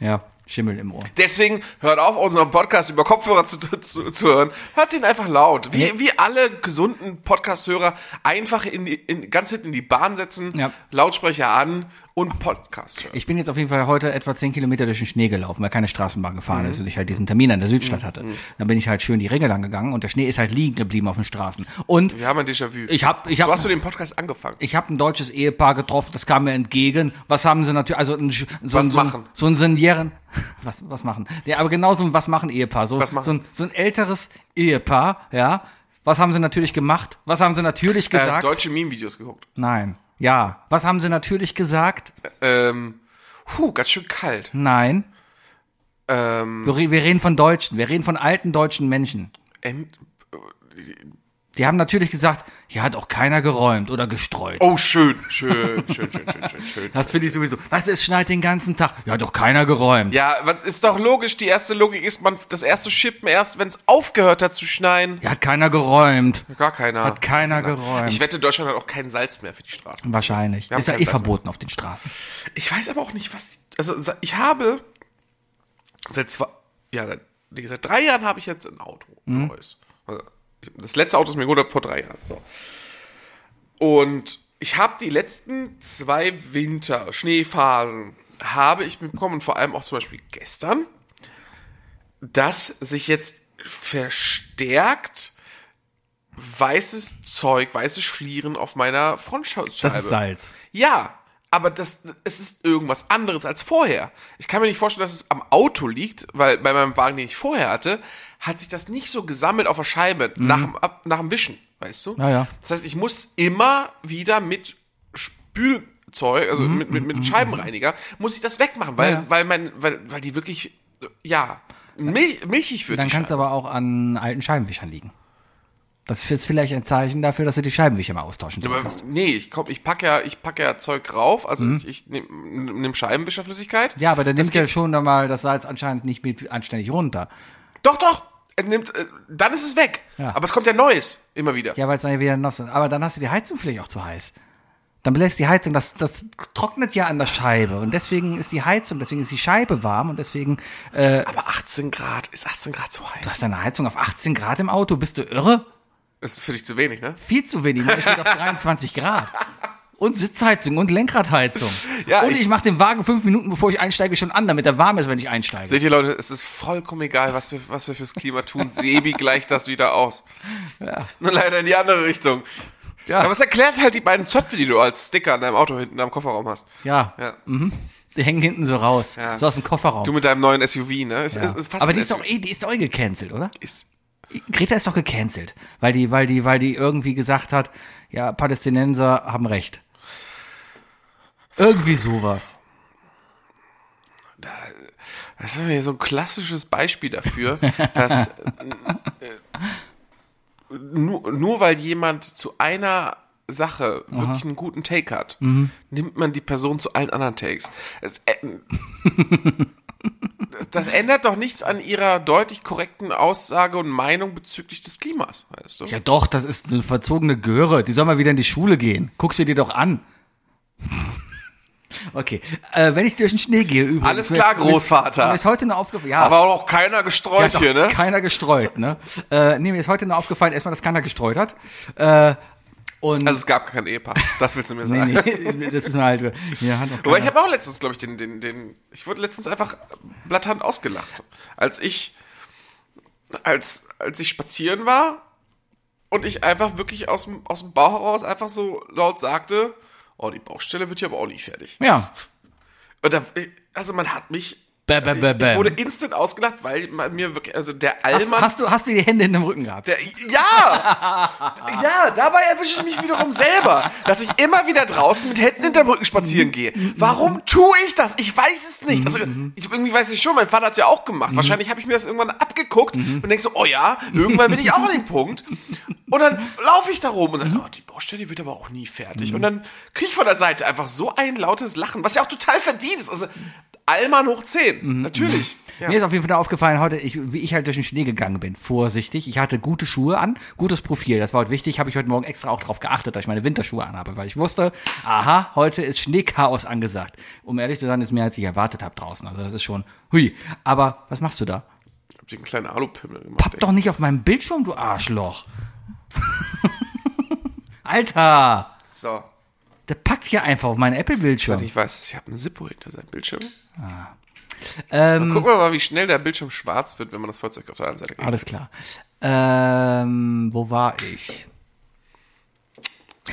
[SPEAKER 4] ja, Schimmel im Ohr.
[SPEAKER 1] Deswegen hört auf, unseren Podcast über Kopfhörer zu, zu, zu hören. Hört den einfach laut. Wie, wie alle gesunden Podcast-Hörer einfach in die, in, ganz hinten in die Bahn setzen,
[SPEAKER 4] Ja.
[SPEAKER 1] Lautsprecher an und Podcast hören.
[SPEAKER 4] Ich bin jetzt auf jeden Fall heute etwa 10 Kilometer durch den Schnee gelaufen, weil keine Straßenbahn gefahren
[SPEAKER 1] Mhm.
[SPEAKER 4] ist und ich halt diesen Termin an der Südstadt hatte. Dann bin ich halt schön die Ringe lang gegangen und der Schnee ist halt liegen geblieben auf den Straßen. Und
[SPEAKER 1] Wir haben ein Déjà-vu.
[SPEAKER 4] ich habe ich
[SPEAKER 1] so
[SPEAKER 4] hab,
[SPEAKER 1] hast du den Podcast angefangen.
[SPEAKER 4] ich hab ein deutsches Ehepaar getroffen, das kam mir entgegen. Was haben sie natürlich, also ein, Sch- so,
[SPEAKER 1] Was
[SPEAKER 4] ein, so, ein,
[SPEAKER 1] machen?
[SPEAKER 4] so ein Senjären, was, was machen? Ja, aber genau so ein Was machen Ehepaar, so,
[SPEAKER 1] Was machen?
[SPEAKER 4] So, ein, so ein älteres Ehepaar, ja. Was haben sie natürlich gemacht? Was haben sie natürlich
[SPEAKER 1] Äh,
[SPEAKER 4] gesagt?
[SPEAKER 1] deutsche Meme-Videos geguckt.
[SPEAKER 4] Nein. Ja. Was haben sie natürlich gesagt?
[SPEAKER 1] Ähm, puh, ganz schön kalt.
[SPEAKER 4] Nein.
[SPEAKER 1] Ähm,
[SPEAKER 4] Wir, re- wir reden von Deutschen, wir reden von alten deutschen Menschen.
[SPEAKER 1] ähm,
[SPEAKER 4] Die haben natürlich gesagt, hier hat auch keiner geräumt oder gestreut.
[SPEAKER 1] oh, schön, schön, schön, schön, schön, schön, schön.
[SPEAKER 4] Das finde ich sowieso. Was, es schneit den ganzen Tag. Ja, hat doch keiner geräumt. Ja,
[SPEAKER 1] Ja, was ist doch logisch. Die erste Logik ist, man das erste Schippen erst, wenn es aufgehört hat zu schneien.
[SPEAKER 4] hat keiner geräumt.
[SPEAKER 1] Gar keiner.
[SPEAKER 4] Hat keiner geräumt.
[SPEAKER 1] Ich wette, Deutschland hat auch kein Salz mehr für die Straßen.
[SPEAKER 4] Wahrscheinlich.
[SPEAKER 1] haben
[SPEAKER 4] Ist ja
[SPEAKER 1] keinen
[SPEAKER 4] eh
[SPEAKER 1] Platz
[SPEAKER 4] verboten auf den Straßen.
[SPEAKER 1] Ich weiß aber auch nicht, was. die- Also sa- ich habe seit zwei, ja, seit, nee, seit drei Jahren habe ich jetzt ein Auto ein
[SPEAKER 4] Hm.
[SPEAKER 1] neues. Also, ich- das letzte Auto ist mir geholt vor drei Jahren. So. Und ich habe die letzten zwei Winter Schneephasen habe ich mitbekommen und vor allem auch zum Beispiel gestern, dass sich jetzt verstärkt weißes Zeug, weiße Schlieren auf meiner Frontscheibe.
[SPEAKER 4] Das ist Salz.
[SPEAKER 1] Ja, aber das, es ist irgendwas anderes als vorher. Ich kann mir nicht vorstellen, dass es am Auto liegt, weil bei meinem Wagen, den ich vorher hatte, hat sich das nicht so gesammelt auf der Scheibe nach, dem Ab, nach dem Wischen, weißt du?
[SPEAKER 4] Mhm. Ja, ja.
[SPEAKER 1] Das heißt, ich muss immer wieder mit Spülzeug, also mit, mit, mit Scheibenreiniger, muss ich das wegmachen, weil,
[SPEAKER 4] Mhm, Ja, ja.
[SPEAKER 1] weil, mein, weil, weil die wirklich, äh, ja, milch, milchig wird.
[SPEAKER 4] Dann
[SPEAKER 1] die
[SPEAKER 4] kann es
[SPEAKER 1] Scheibe.
[SPEAKER 4] aber auch an alten Scheibenwischern liegen. Das ist vielleicht ein Zeichen dafür, dass du die Scheibenwischer mal austauschen
[SPEAKER 1] aber,
[SPEAKER 4] solltest.
[SPEAKER 1] nee, ich, komm, ich packe ja, ich pack ja Zeug rauf, also ich, ich nehme nehm Scheibenwischerflüssigkeit.
[SPEAKER 4] Mhm. Ja, aber dann
[SPEAKER 1] Das
[SPEAKER 4] nimmt ja schon dann mal das Salz anscheinend nicht mit anständig runter.
[SPEAKER 1] Doch, doch. Er nimmt, äh, dann ist es weg.
[SPEAKER 4] Ja.
[SPEAKER 1] Aber es kommt ja Neues immer wieder.
[SPEAKER 4] Ja, weil es dann wieder nass ist. Aber dann hast du die Heizung vielleicht auch zu heiß. Dann belässt die Heizung, das, das trocknet ja an der Scheibe. Und deswegen ist die Heizung, deswegen ist die Scheibe warm und deswegen äh,
[SPEAKER 1] Aber 18 Grad, ist 18 Grad so heiß?
[SPEAKER 4] hast du eine Heizung auf 18 Grad im Auto. Bist du irre?
[SPEAKER 1] Das ist für dich zu wenig, ne?
[SPEAKER 4] Viel zu wenig. Meine steht auf 23 Grad. und Sitzheizung und Lenkradheizung.
[SPEAKER 1] Ja,
[SPEAKER 4] und
[SPEAKER 1] ich-
[SPEAKER 4] ich, mache den Wagen fünf Minuten, bevor ich einsteige, schon an, damit er warm ist, wenn ich einsteige.
[SPEAKER 1] Seht ihr, Leute, es ist vollkommen egal, was wir, was wir fürs Klima tun. Sebi gleicht das wieder aus. Nur leider in die andere Richtung.
[SPEAKER 4] Ja.
[SPEAKER 1] Aber es erklärt halt die beiden Zöpfe, die du als Sticker an deinem Auto hinten am Kofferraum hast.
[SPEAKER 4] Ja, Mhm.
[SPEAKER 1] Ja.
[SPEAKER 4] die hängen hinten so raus,
[SPEAKER 1] Ja.
[SPEAKER 4] so aus dem Kofferraum.
[SPEAKER 1] Du mit deinem neuen SUV, ne? Es, es ist fast
[SPEAKER 4] Aber die
[SPEAKER 1] ein
[SPEAKER 4] ist, doch,
[SPEAKER 1] SUV.
[SPEAKER 4] eh, die ist doch eh gecancelt, oder?
[SPEAKER 1] Ist-
[SPEAKER 4] Greta ist doch gecancelt, weil die, weil die, weil die irgendwie gesagt hat, ja, Palästinenser haben recht. Irgendwie sowas.
[SPEAKER 1] Das ist mir so ein klassisches Beispiel dafür, dass äh, äh, nur, nur weil jemand zu einer Sache wirklich einen guten Take hat,
[SPEAKER 4] Mhm.
[SPEAKER 1] nimmt man die Person zu allen anderen Takes. Es, äh, das, das ändert doch nichts an ihrer deutlich korrekten Aussage und Meinung bezüglich des Klimas, weißt du?
[SPEAKER 4] Ja doch, das ist eine verzogene Göre. Die soll mal wieder in die Schule gehen. Guck sie dir doch an. okay, äh, wenn ich durch den Schnee gehe übrigens.
[SPEAKER 1] Alles klar,
[SPEAKER 4] Mir- mir ist-
[SPEAKER 1] Großvater.
[SPEAKER 4] Mir ist heute eine Aufgabe. Ja,
[SPEAKER 1] Aber auch keiner
[SPEAKER 4] mir
[SPEAKER 1] gestreut
[SPEAKER 4] hat doch
[SPEAKER 1] hier, ne?
[SPEAKER 4] keiner gestreut, ne? Äh, nee, mir ist heute nur aufgefallen, erstmal, dass keiner gestreut hat. Äh, und
[SPEAKER 1] Also es gab kein Ehepaar, das willst du mir
[SPEAKER 4] nee,
[SPEAKER 1] sagen.
[SPEAKER 4] nee, das ist mir halt. Ja, hat doch
[SPEAKER 1] Wobei
[SPEAKER 4] keiner-
[SPEAKER 1] ich habe auch letztens, glaube ich, den, den, den, ich wurde letztens einfach blattant ausgelacht, als ich, als, als ich spazieren war und ich einfach wirklich aus dem, aus dem Bauch heraus einfach so laut sagte, oh, die Baustelle wird hier aber auch nie fertig.
[SPEAKER 4] ja.
[SPEAKER 1] Und da, also man hat mich,
[SPEAKER 4] Bäm, bäm,
[SPEAKER 1] ich,
[SPEAKER 4] bäm,
[SPEAKER 1] ich
[SPEAKER 4] bäm.
[SPEAKER 1] wurde instant ausgelacht, weil man mir wirklich, also der
[SPEAKER 4] Hast,
[SPEAKER 1] Allmann,
[SPEAKER 4] hast, du, hast du die Hände in dem Rücken gehabt?
[SPEAKER 1] der, ja! ja, dabei erwische ich mich wiederum selber, dass ich immer wieder draußen mit Händen hinterm Rücken spazieren gehe. Warum tue ich das? Ich weiß es nicht. Also, ich irgendwie weiß ich schon, mein Vater hat es ja auch gemacht. Wahrscheinlich habe ich mir das irgendwann abgeguckt und denke so, oh ja, irgendwann bin ich auch an dem Punkt. Und dann laufe ich da rum und sage, oh, die Baustelle die wird aber auch nie fertig. Und dann kriege ich von der Seite einfach so ein lautes Lachen, was ja auch total verdient ist. Also, Allmann hoch 10, natürlich. Ja.
[SPEAKER 4] Mir ist auf jeden Fall aufgefallen heute, ich, wie ich halt durch den Schnee gegangen bin. Vorsichtig. Ich hatte gute Schuhe an, gutes Profil. Das war heute wichtig. Habe ich heute Morgen extra auch drauf geachtet, dass ich meine Winterschuhe anhabe, weil ich wusste, aha, heute ist Schneechaos angesagt. Um ehrlich zu sein, ist mehr als ich erwartet habe draußen. Also das ist schon, hui. Aber was machst du da?
[SPEAKER 1] Ich habe den kleinen Alupimmel gemacht.
[SPEAKER 4] Papp doch nicht auf meinem Bildschirm, du Arschloch. Alter,
[SPEAKER 1] So.
[SPEAKER 4] der packt hier einfach auf meinen Apple-Bildschirm.
[SPEAKER 1] Ich weiß, ich habe einen Sippo hinter seinem Bildschirm.
[SPEAKER 4] Ähm,
[SPEAKER 1] Gucken wir mal, wie schnell der Bildschirm schwarz wird, wenn man das Fahrzeug auf der anderen Seite geht.
[SPEAKER 4] Alles klar. Ähm, wo war ich?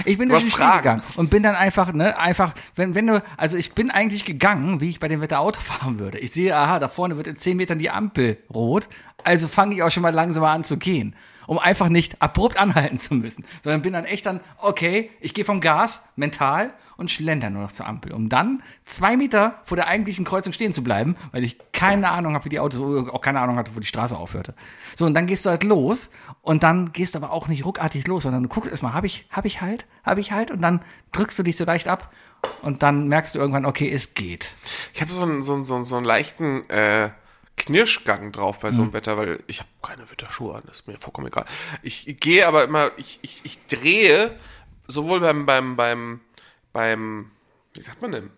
[SPEAKER 4] Ich bin durch
[SPEAKER 1] hast
[SPEAKER 4] den Schnee
[SPEAKER 1] Fragen.
[SPEAKER 4] gegangen und bin dann einfach, ne, einfach, wenn, wenn du, also ich bin eigentlich gegangen, wie ich bei dem Wetter Auto fahren würde. Ich sehe, aha, da vorne wird in 10 Metern die Ampel rot, also fange ich auch schon mal langsamer an zu gehen, um einfach nicht abrupt anhalten zu müssen, sondern bin dann echt dann, okay, ich gehe vom Gas, mental und schlender nur noch zur Ampel, um dann zwei Meter vor der eigentlichen Kreuzung stehen zu bleiben, weil ich keine Ahnung habe, wie die Autos, auch keine Ahnung hatte, wo die Straße aufhörte. So, und dann gehst du halt los und dann gehst du aber auch nicht ruckartig los, sondern du guckst erstmal, habe ich, habe ich halt, habe ich halt und dann drückst du dich so leicht ab und dann merkst du irgendwann, okay, es geht.
[SPEAKER 1] Ich habe so einen, so, einen, so, einen, so einen leichten äh, Knirschgang drauf bei so einem Wetter, weil ich habe keine Winterschuhe an, ist mir vollkommen egal. Ich gehe aber immer, ich, ich, ich drehe sowohl beim, beim, beim, beim, wie sagt man denn,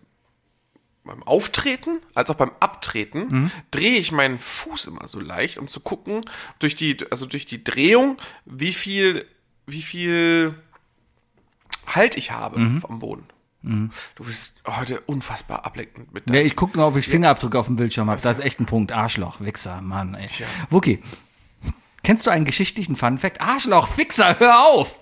[SPEAKER 1] beim Auftreten als auch beim Abtreten drehe ich meinen Fuß immer so leicht, um zu gucken, durch die, also durch die Drehung, wie viel, wie viel Halt ich habe vom Boden. Du bist heute unfassbar ablenkend mit
[SPEAKER 4] Ja, ich gucke nur, ob ich Fingerabdrücke auf dem Bildschirm habe. Das ist echt ein Punkt. Arschloch, Wichser, Mann, ey. Wookie, kennst du einen geschichtlichen Funfact? Arschloch, Wichser, hör auf!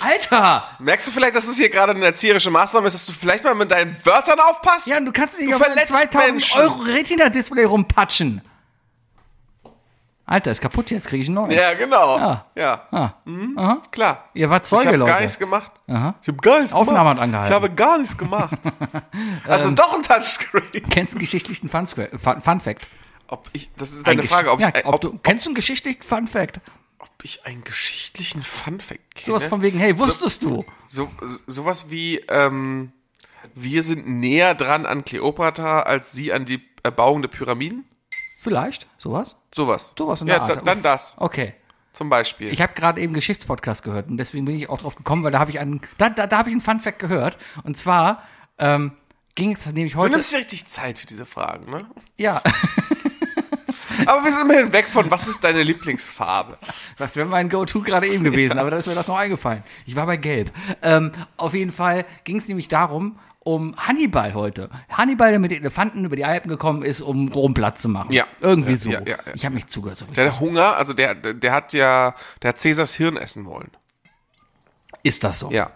[SPEAKER 4] Alter!
[SPEAKER 1] Merkst du vielleicht, dass es hier gerade eine erzieherische Maßnahme ist, dass du vielleicht mal mit deinen Wörtern aufpasst?
[SPEAKER 4] Ja, und du kannst nicht
[SPEAKER 1] Du
[SPEAKER 4] auf ein
[SPEAKER 1] verletzt
[SPEAKER 4] 2000
[SPEAKER 1] Menschen.
[SPEAKER 4] Euro Retina-Display rumpatschen. Alter, ist kaputt jetzt, kriege ich ein neues.
[SPEAKER 1] Ja, genau. Ja, Mhm.
[SPEAKER 4] Ja. Ah,
[SPEAKER 1] klar.
[SPEAKER 4] Ihr wart Zeuge,
[SPEAKER 1] ich habe
[SPEAKER 4] Leute.
[SPEAKER 1] gar nichts gemacht. Ich habe gar nichts
[SPEAKER 4] Aufnahme
[SPEAKER 1] gemacht.
[SPEAKER 4] hat angehalten. Ähm.
[SPEAKER 1] Ich habe gar nichts gemacht. also doch ein Touchscreen.
[SPEAKER 4] Kennst du einen geschichtlichen Fun, Fun, Fun Fact?
[SPEAKER 1] Ob ich, das ist deine Frage, ob,
[SPEAKER 4] ja,
[SPEAKER 1] ich, ein-
[SPEAKER 4] ob, du, kennst du einen geschichtlichen Fun Fact?
[SPEAKER 1] ob ich einen geschichtlichen Funfact kenne.
[SPEAKER 4] Sowas von wegen, hey, wusstest du?
[SPEAKER 1] So, so, sowas wie, ähm, wir sind näher dran an Kleopatra als sie an die Erbauung der Pyramiden?
[SPEAKER 4] Vielleicht, sowas?
[SPEAKER 1] Sowas.
[SPEAKER 4] Sowas in
[SPEAKER 1] ja,
[SPEAKER 4] der Art.
[SPEAKER 1] da- dann das,
[SPEAKER 4] Okay.
[SPEAKER 1] zum Beispiel.
[SPEAKER 4] Ich habe gerade eben Geschichtspodcast gehört und deswegen bin ich auch drauf gekommen, weil da habe ich einen, da, da, da habe ich einen Fun Fact gehört. Und zwar ähm, ging es nämlich
[SPEAKER 1] du
[SPEAKER 4] heute.
[SPEAKER 1] nimmst dir richtig Zeit für diese Fragen, ne?
[SPEAKER 4] Ja.
[SPEAKER 1] Aber wir sind immerhin weg von, was ist deine Lieblingsfarbe?
[SPEAKER 4] Das wäre mein Go-To gerade eben gewesen, aber da ist mir das noch eingefallen. Ich war bei Gelb. Ähm, auf jeden Fall ging es nämlich darum, um Hannibal heute. Hannibal, der mit den Elefanten über die Alpen gekommen ist, um Rom platt zu machen.
[SPEAKER 1] Ja.
[SPEAKER 4] Irgendwie
[SPEAKER 1] Ja,
[SPEAKER 4] so.
[SPEAKER 1] ja, ja, ja.
[SPEAKER 4] ich habe mich zugehört. So richtig.
[SPEAKER 1] Der hat Hunger, also der, der der hat ja, der hat Cäsars Hirn essen wollen.
[SPEAKER 4] Ist das so?
[SPEAKER 1] Ja.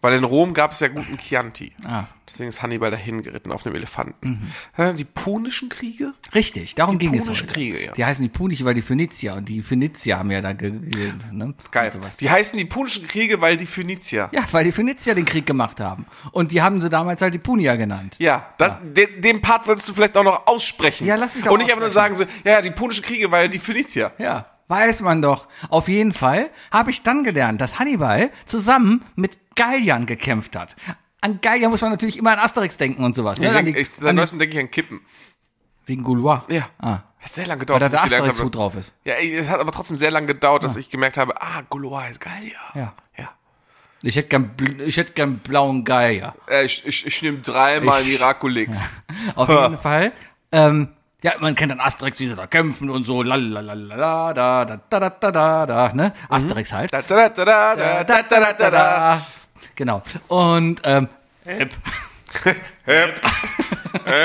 [SPEAKER 1] Weil in Rom gab es ja guten Chianti.
[SPEAKER 4] Ah. Mhm.
[SPEAKER 1] Deswegen ist Hannibal dahin geritten auf einem Elefanten. Äh, Die Punischen Kriege?
[SPEAKER 4] Richtig, darum ging es
[SPEAKER 1] Punischen
[SPEAKER 4] heute.
[SPEAKER 1] Kriege, ja.
[SPEAKER 4] Die heißen die Puniche, weil die Phönizier und die Phönizier haben ja da ge ge ne?
[SPEAKER 1] Geil.
[SPEAKER 4] Und sowas.
[SPEAKER 1] Die heißen die Punischen Kriege, weil die Phönizier.
[SPEAKER 4] Ja, weil die Phönizier den Krieg gemacht haben. Und die haben sie damals halt die Punier genannt.
[SPEAKER 1] Ja, das, De, den Part solltest du vielleicht auch noch aussprechen.
[SPEAKER 4] Ja, lass mich doch
[SPEAKER 1] Und nicht einfach nur sagen,
[SPEAKER 4] aussprechen.
[SPEAKER 1] so, ja, ja, die Punischen Kriege, weil die Phönizier.
[SPEAKER 4] Ja, weiß man doch. Auf jeden Fall habe ich dann gelernt, dass Hannibal zusammen mit Galliern gekämpft hat. An Gallier muss man natürlich immer an Asterix denken und sowas. Ne?
[SPEAKER 1] Ich
[SPEAKER 4] An
[SPEAKER 1] denk,
[SPEAKER 4] die,
[SPEAKER 1] ich, seit
[SPEAKER 4] an die,
[SPEAKER 1] neuestem denke ich an Kippen.
[SPEAKER 4] wegen Gaulois.
[SPEAKER 1] Ja.
[SPEAKER 4] Ah,
[SPEAKER 1] Hat sehr lange
[SPEAKER 4] weil
[SPEAKER 1] gedauert,
[SPEAKER 4] da der
[SPEAKER 1] ich gelernt
[SPEAKER 4] Asterix
[SPEAKER 1] habe-
[SPEAKER 4] gut drauf ist.
[SPEAKER 1] Ja, ey, es hat aber trotzdem sehr lange gedauert, dass ich gemerkt habe, ah, Gaulois ist geil, ja.
[SPEAKER 4] Ja.
[SPEAKER 1] ja.
[SPEAKER 4] Ich hätte gern, bl- ich hätte gern blauen Gallier.
[SPEAKER 1] Äh, ich, ich, ich nehme dreimal
[SPEAKER 4] Ich-
[SPEAKER 1] Miraculix.
[SPEAKER 4] Auf
[SPEAKER 1] Ha.
[SPEAKER 4] jeden Fall. Ähm, ja, man kennt dann Asterix, wie sie da kämpfen und so. Lalalala, da, da, da, da, da, da, da, ne?
[SPEAKER 1] Mhm.
[SPEAKER 4] Asterix halt.
[SPEAKER 1] Da, da, da, da, da, da, da, da, da, da.
[SPEAKER 4] Genau. Und ähm,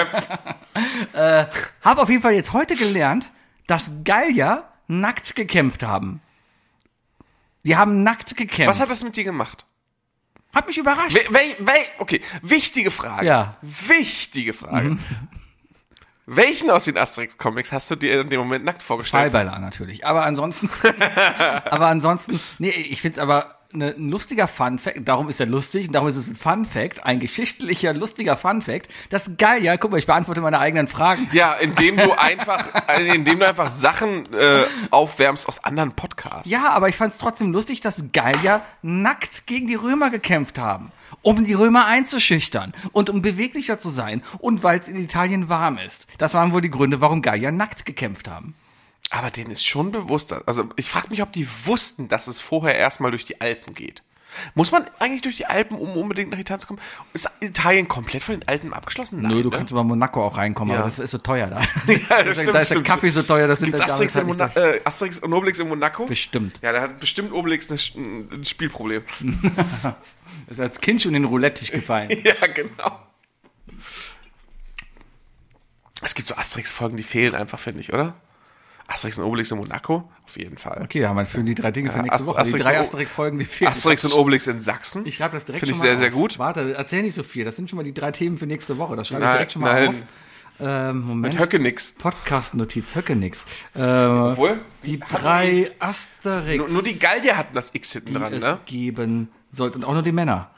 [SPEAKER 4] äh, habe auf jeden Fall jetzt heute gelernt, dass Gallier nackt gekämpft haben. Die haben nackt gekämpft.
[SPEAKER 1] Was hat das mit dir gemacht?
[SPEAKER 4] Hat mich überrascht.
[SPEAKER 1] We, wel- wel- okay, wichtige Frage.
[SPEAKER 4] Ja.
[SPEAKER 1] Wichtige Frage. Welchen aus den Asterix-Comics hast du dir in dem Moment nackt vorgestellt?
[SPEAKER 4] Fallbeiler natürlich. Aber ansonsten, aber ansonsten, nee, ich find's aber ne- ein lustiger Fun Fact, darum ist er lustig, und darum ist es ein Fun Fact, ein geschichtlicher, lustiger Fun Fact, das geil, ja, guck mal, ich beantworte meine eigenen Fragen.
[SPEAKER 1] Ja, indem du einfach, indem du einfach Sachen äh, aufwärmst aus anderen Podcasts.
[SPEAKER 4] Ja, aber ich fand's trotzdem lustig, dass Gallier nackt gegen die Römer gekämpft haben, um die Römer einzuschüchtern und um beweglicher zu sein und weil es in Italien warm ist. Das waren wohl die Gründe, warum Gallier nackt gekämpft haben.
[SPEAKER 1] Aber denen ist schon bewusst, also ich frage mich, ob die wussten, dass es vorher erstmal durch die Alpen geht. Muss man eigentlich durch die Alpen, um unbedingt nach Italien zu kommen? Ist Italien komplett von den Alpen abgeschlossen? Nein,
[SPEAKER 4] Nö, du
[SPEAKER 1] ne?
[SPEAKER 4] kannst über Monaco auch reinkommen,
[SPEAKER 1] Ja.
[SPEAKER 4] aber das ist so teuer da.
[SPEAKER 1] Ja,
[SPEAKER 4] da
[SPEAKER 1] das
[SPEAKER 4] ist der Kaffee so teuer, das sind
[SPEAKER 1] Gibt's
[SPEAKER 4] wir
[SPEAKER 1] Asterix,
[SPEAKER 4] damit
[SPEAKER 1] in
[SPEAKER 4] halt
[SPEAKER 1] Mona
[SPEAKER 4] nicht
[SPEAKER 1] äh, Asterix und Obelix in Monaco?
[SPEAKER 4] Bestimmt. Hm.
[SPEAKER 1] Ja, da hat bestimmt Obelix ein Sch- ein Spielproblem.
[SPEAKER 4] Ist als Kind schon in den Roulette-Tisch gefallen.
[SPEAKER 1] ja, genau. Es gibt so Asterix-Folgen, die fehlen einfach, finde ich, oder? Asterix und Obelix in Monaco? Auf jeden Fall.
[SPEAKER 4] Okay, ja, man führen die drei Dinge für
[SPEAKER 1] Ja,
[SPEAKER 4] nächste
[SPEAKER 1] Ast-
[SPEAKER 4] Woche.
[SPEAKER 1] Asterix
[SPEAKER 4] die drei
[SPEAKER 1] und O-
[SPEAKER 4] Asterix-Folgen, die fehlen.
[SPEAKER 1] Asterix und Obelix in Sachsen?
[SPEAKER 4] Ich schreibe das direkt
[SPEAKER 1] Finde ich
[SPEAKER 4] schon mal
[SPEAKER 1] sehr, sehr
[SPEAKER 4] auf.
[SPEAKER 1] gut.
[SPEAKER 4] Warte, erzähl nicht so viel. Das sind schon mal die drei Themen für nächste Woche. Das schreibe ich
[SPEAKER 1] Nein,
[SPEAKER 4] direkt schon mal
[SPEAKER 1] nein.
[SPEAKER 4] auf. Ähm,
[SPEAKER 1] Mit
[SPEAKER 4] Moment.
[SPEAKER 1] Höcke nix.
[SPEAKER 4] Podcast-Notiz, Höcke nix. Ähm,
[SPEAKER 1] Obwohl,
[SPEAKER 4] die
[SPEAKER 1] hatten
[SPEAKER 4] drei Asterix,
[SPEAKER 1] Nur, nur die Gallier hatten das X hinten
[SPEAKER 4] die
[SPEAKER 1] dran,
[SPEAKER 4] es
[SPEAKER 1] ne?
[SPEAKER 4] geben sollten. Und auch nur die Männer.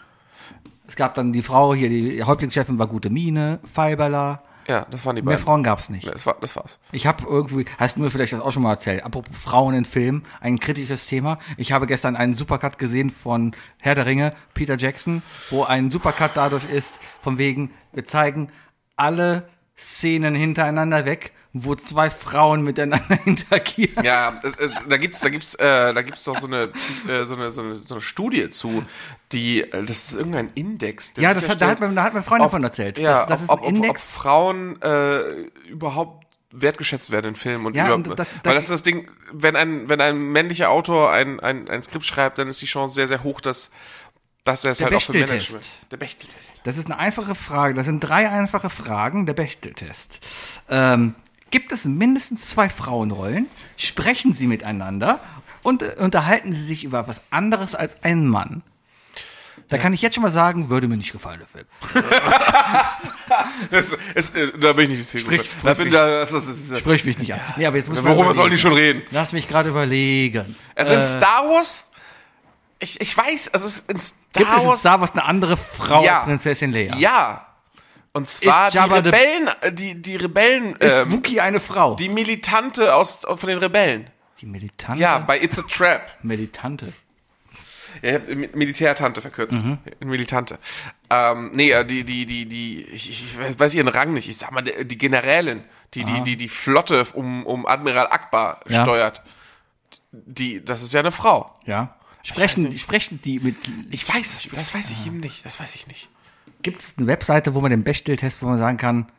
[SPEAKER 4] Es gab dann die Frau hier, die Häuptlingschefin war gute Mine, Feiberler.
[SPEAKER 1] Ja, das waren die
[SPEAKER 4] Mehr
[SPEAKER 1] beiden.
[SPEAKER 4] Frauen gab's nicht.
[SPEAKER 1] Ja, Das, war, das war's.
[SPEAKER 4] Ich habe irgendwie, hast du mir vielleicht das auch schon mal erzählt, apropos Frauen in Filmen, ein kritisches Thema. Ich habe gestern einen Supercut gesehen von Herr der Ringe, Peter Jackson, wo ein Supercut dadurch ist, von wegen, wir zeigen alle Szenen hintereinander weg, wo zwei Frauen miteinander interagieren.
[SPEAKER 1] Ja, es, es, da gibt's, da gibt's, äh, da gibt's doch so eine, äh, so eine, so eine, so eine Studie zu, die, äh, das ist irgendein Index. der
[SPEAKER 4] Ja, das hat, da hat,
[SPEAKER 1] sicherstellt,
[SPEAKER 4] mein, da hat mein Freund davon
[SPEAKER 1] ob-
[SPEAKER 4] erzählt.
[SPEAKER 1] Ja,
[SPEAKER 4] das, das ist
[SPEAKER 1] ob,
[SPEAKER 4] ein Index.
[SPEAKER 1] Ob, ob Frauen äh, überhaupt wertgeschätzt werden in Filmen und
[SPEAKER 4] Ja,
[SPEAKER 1] überhaupt.
[SPEAKER 4] und das-
[SPEAKER 1] weil
[SPEAKER 4] da-
[SPEAKER 1] das ist das Ding, wenn ein, wenn ein männlicher Autor ein, ein, ein Skript schreibt, dann ist die Chance sehr, sehr hoch, dass, dass er es
[SPEAKER 4] Der
[SPEAKER 1] halt auch für Männer
[SPEAKER 4] Bechteltest.
[SPEAKER 1] schreibt. Der Bechteltest.
[SPEAKER 4] Das ist eine einfache Frage. Das sind drei einfache Fragen, der Bechteltest. Ähm, gibt es mindestens zwei Frauenrollen? Sprechen sie miteinander? Und äh, unterhalten sie sich über was anderes als einen Mann? Da kann ich jetzt schon mal sagen, würde mir nicht gefallen, der Film.
[SPEAKER 1] Das, es, äh, da bin ich nicht viel
[SPEAKER 4] Sprich-
[SPEAKER 1] Da bin, da, also, das, das, das, das,
[SPEAKER 4] Sprich mich nicht an. Nee, aber jetzt muss man
[SPEAKER 1] Worüber
[SPEAKER 4] überlegen.
[SPEAKER 1] sollen die schon reden?
[SPEAKER 4] Lass mich gerade überlegen.
[SPEAKER 1] Also in
[SPEAKER 4] Äh,
[SPEAKER 1] Star Wars, ich, ich weiß, also es ist in Star
[SPEAKER 4] gibt es in
[SPEAKER 1] Wars.
[SPEAKER 4] Star Wars eine andere Frau
[SPEAKER 1] Ja.
[SPEAKER 4] als Prinzessin Leia?
[SPEAKER 1] ja. Und zwar
[SPEAKER 4] Ist
[SPEAKER 1] die
[SPEAKER 4] Jabba the-
[SPEAKER 1] Rebellen, äh, die, die Rebellen,
[SPEAKER 4] Ist
[SPEAKER 1] ähm,
[SPEAKER 4] Wookie eine Frau?
[SPEAKER 1] die Militante aus, von den Rebellen.
[SPEAKER 4] Die Militante.
[SPEAKER 1] Ja, bei It's a Trap.
[SPEAKER 4] Militante.
[SPEAKER 1] Ja, ich hab Mi- Militärtante verkürzt. Militante. Ähm, nee, äh, die, die, die, die, ich, ich weiß- weiß ihren Rang nicht. Ich sag mal, die die Generälin, die, die, die, die Flotte um, um Admiral Akbar
[SPEAKER 4] Ja.
[SPEAKER 1] steuert. Die, das ist ja eine Frau.
[SPEAKER 4] Ja. Sprechen, sprechen die mit
[SPEAKER 1] Ich weiß, Ah. das weiß ich eben nicht. Das weiß ich nicht.
[SPEAKER 4] Gibt es eine Webseite, wo man den Bechteltest, wo man sagen kann,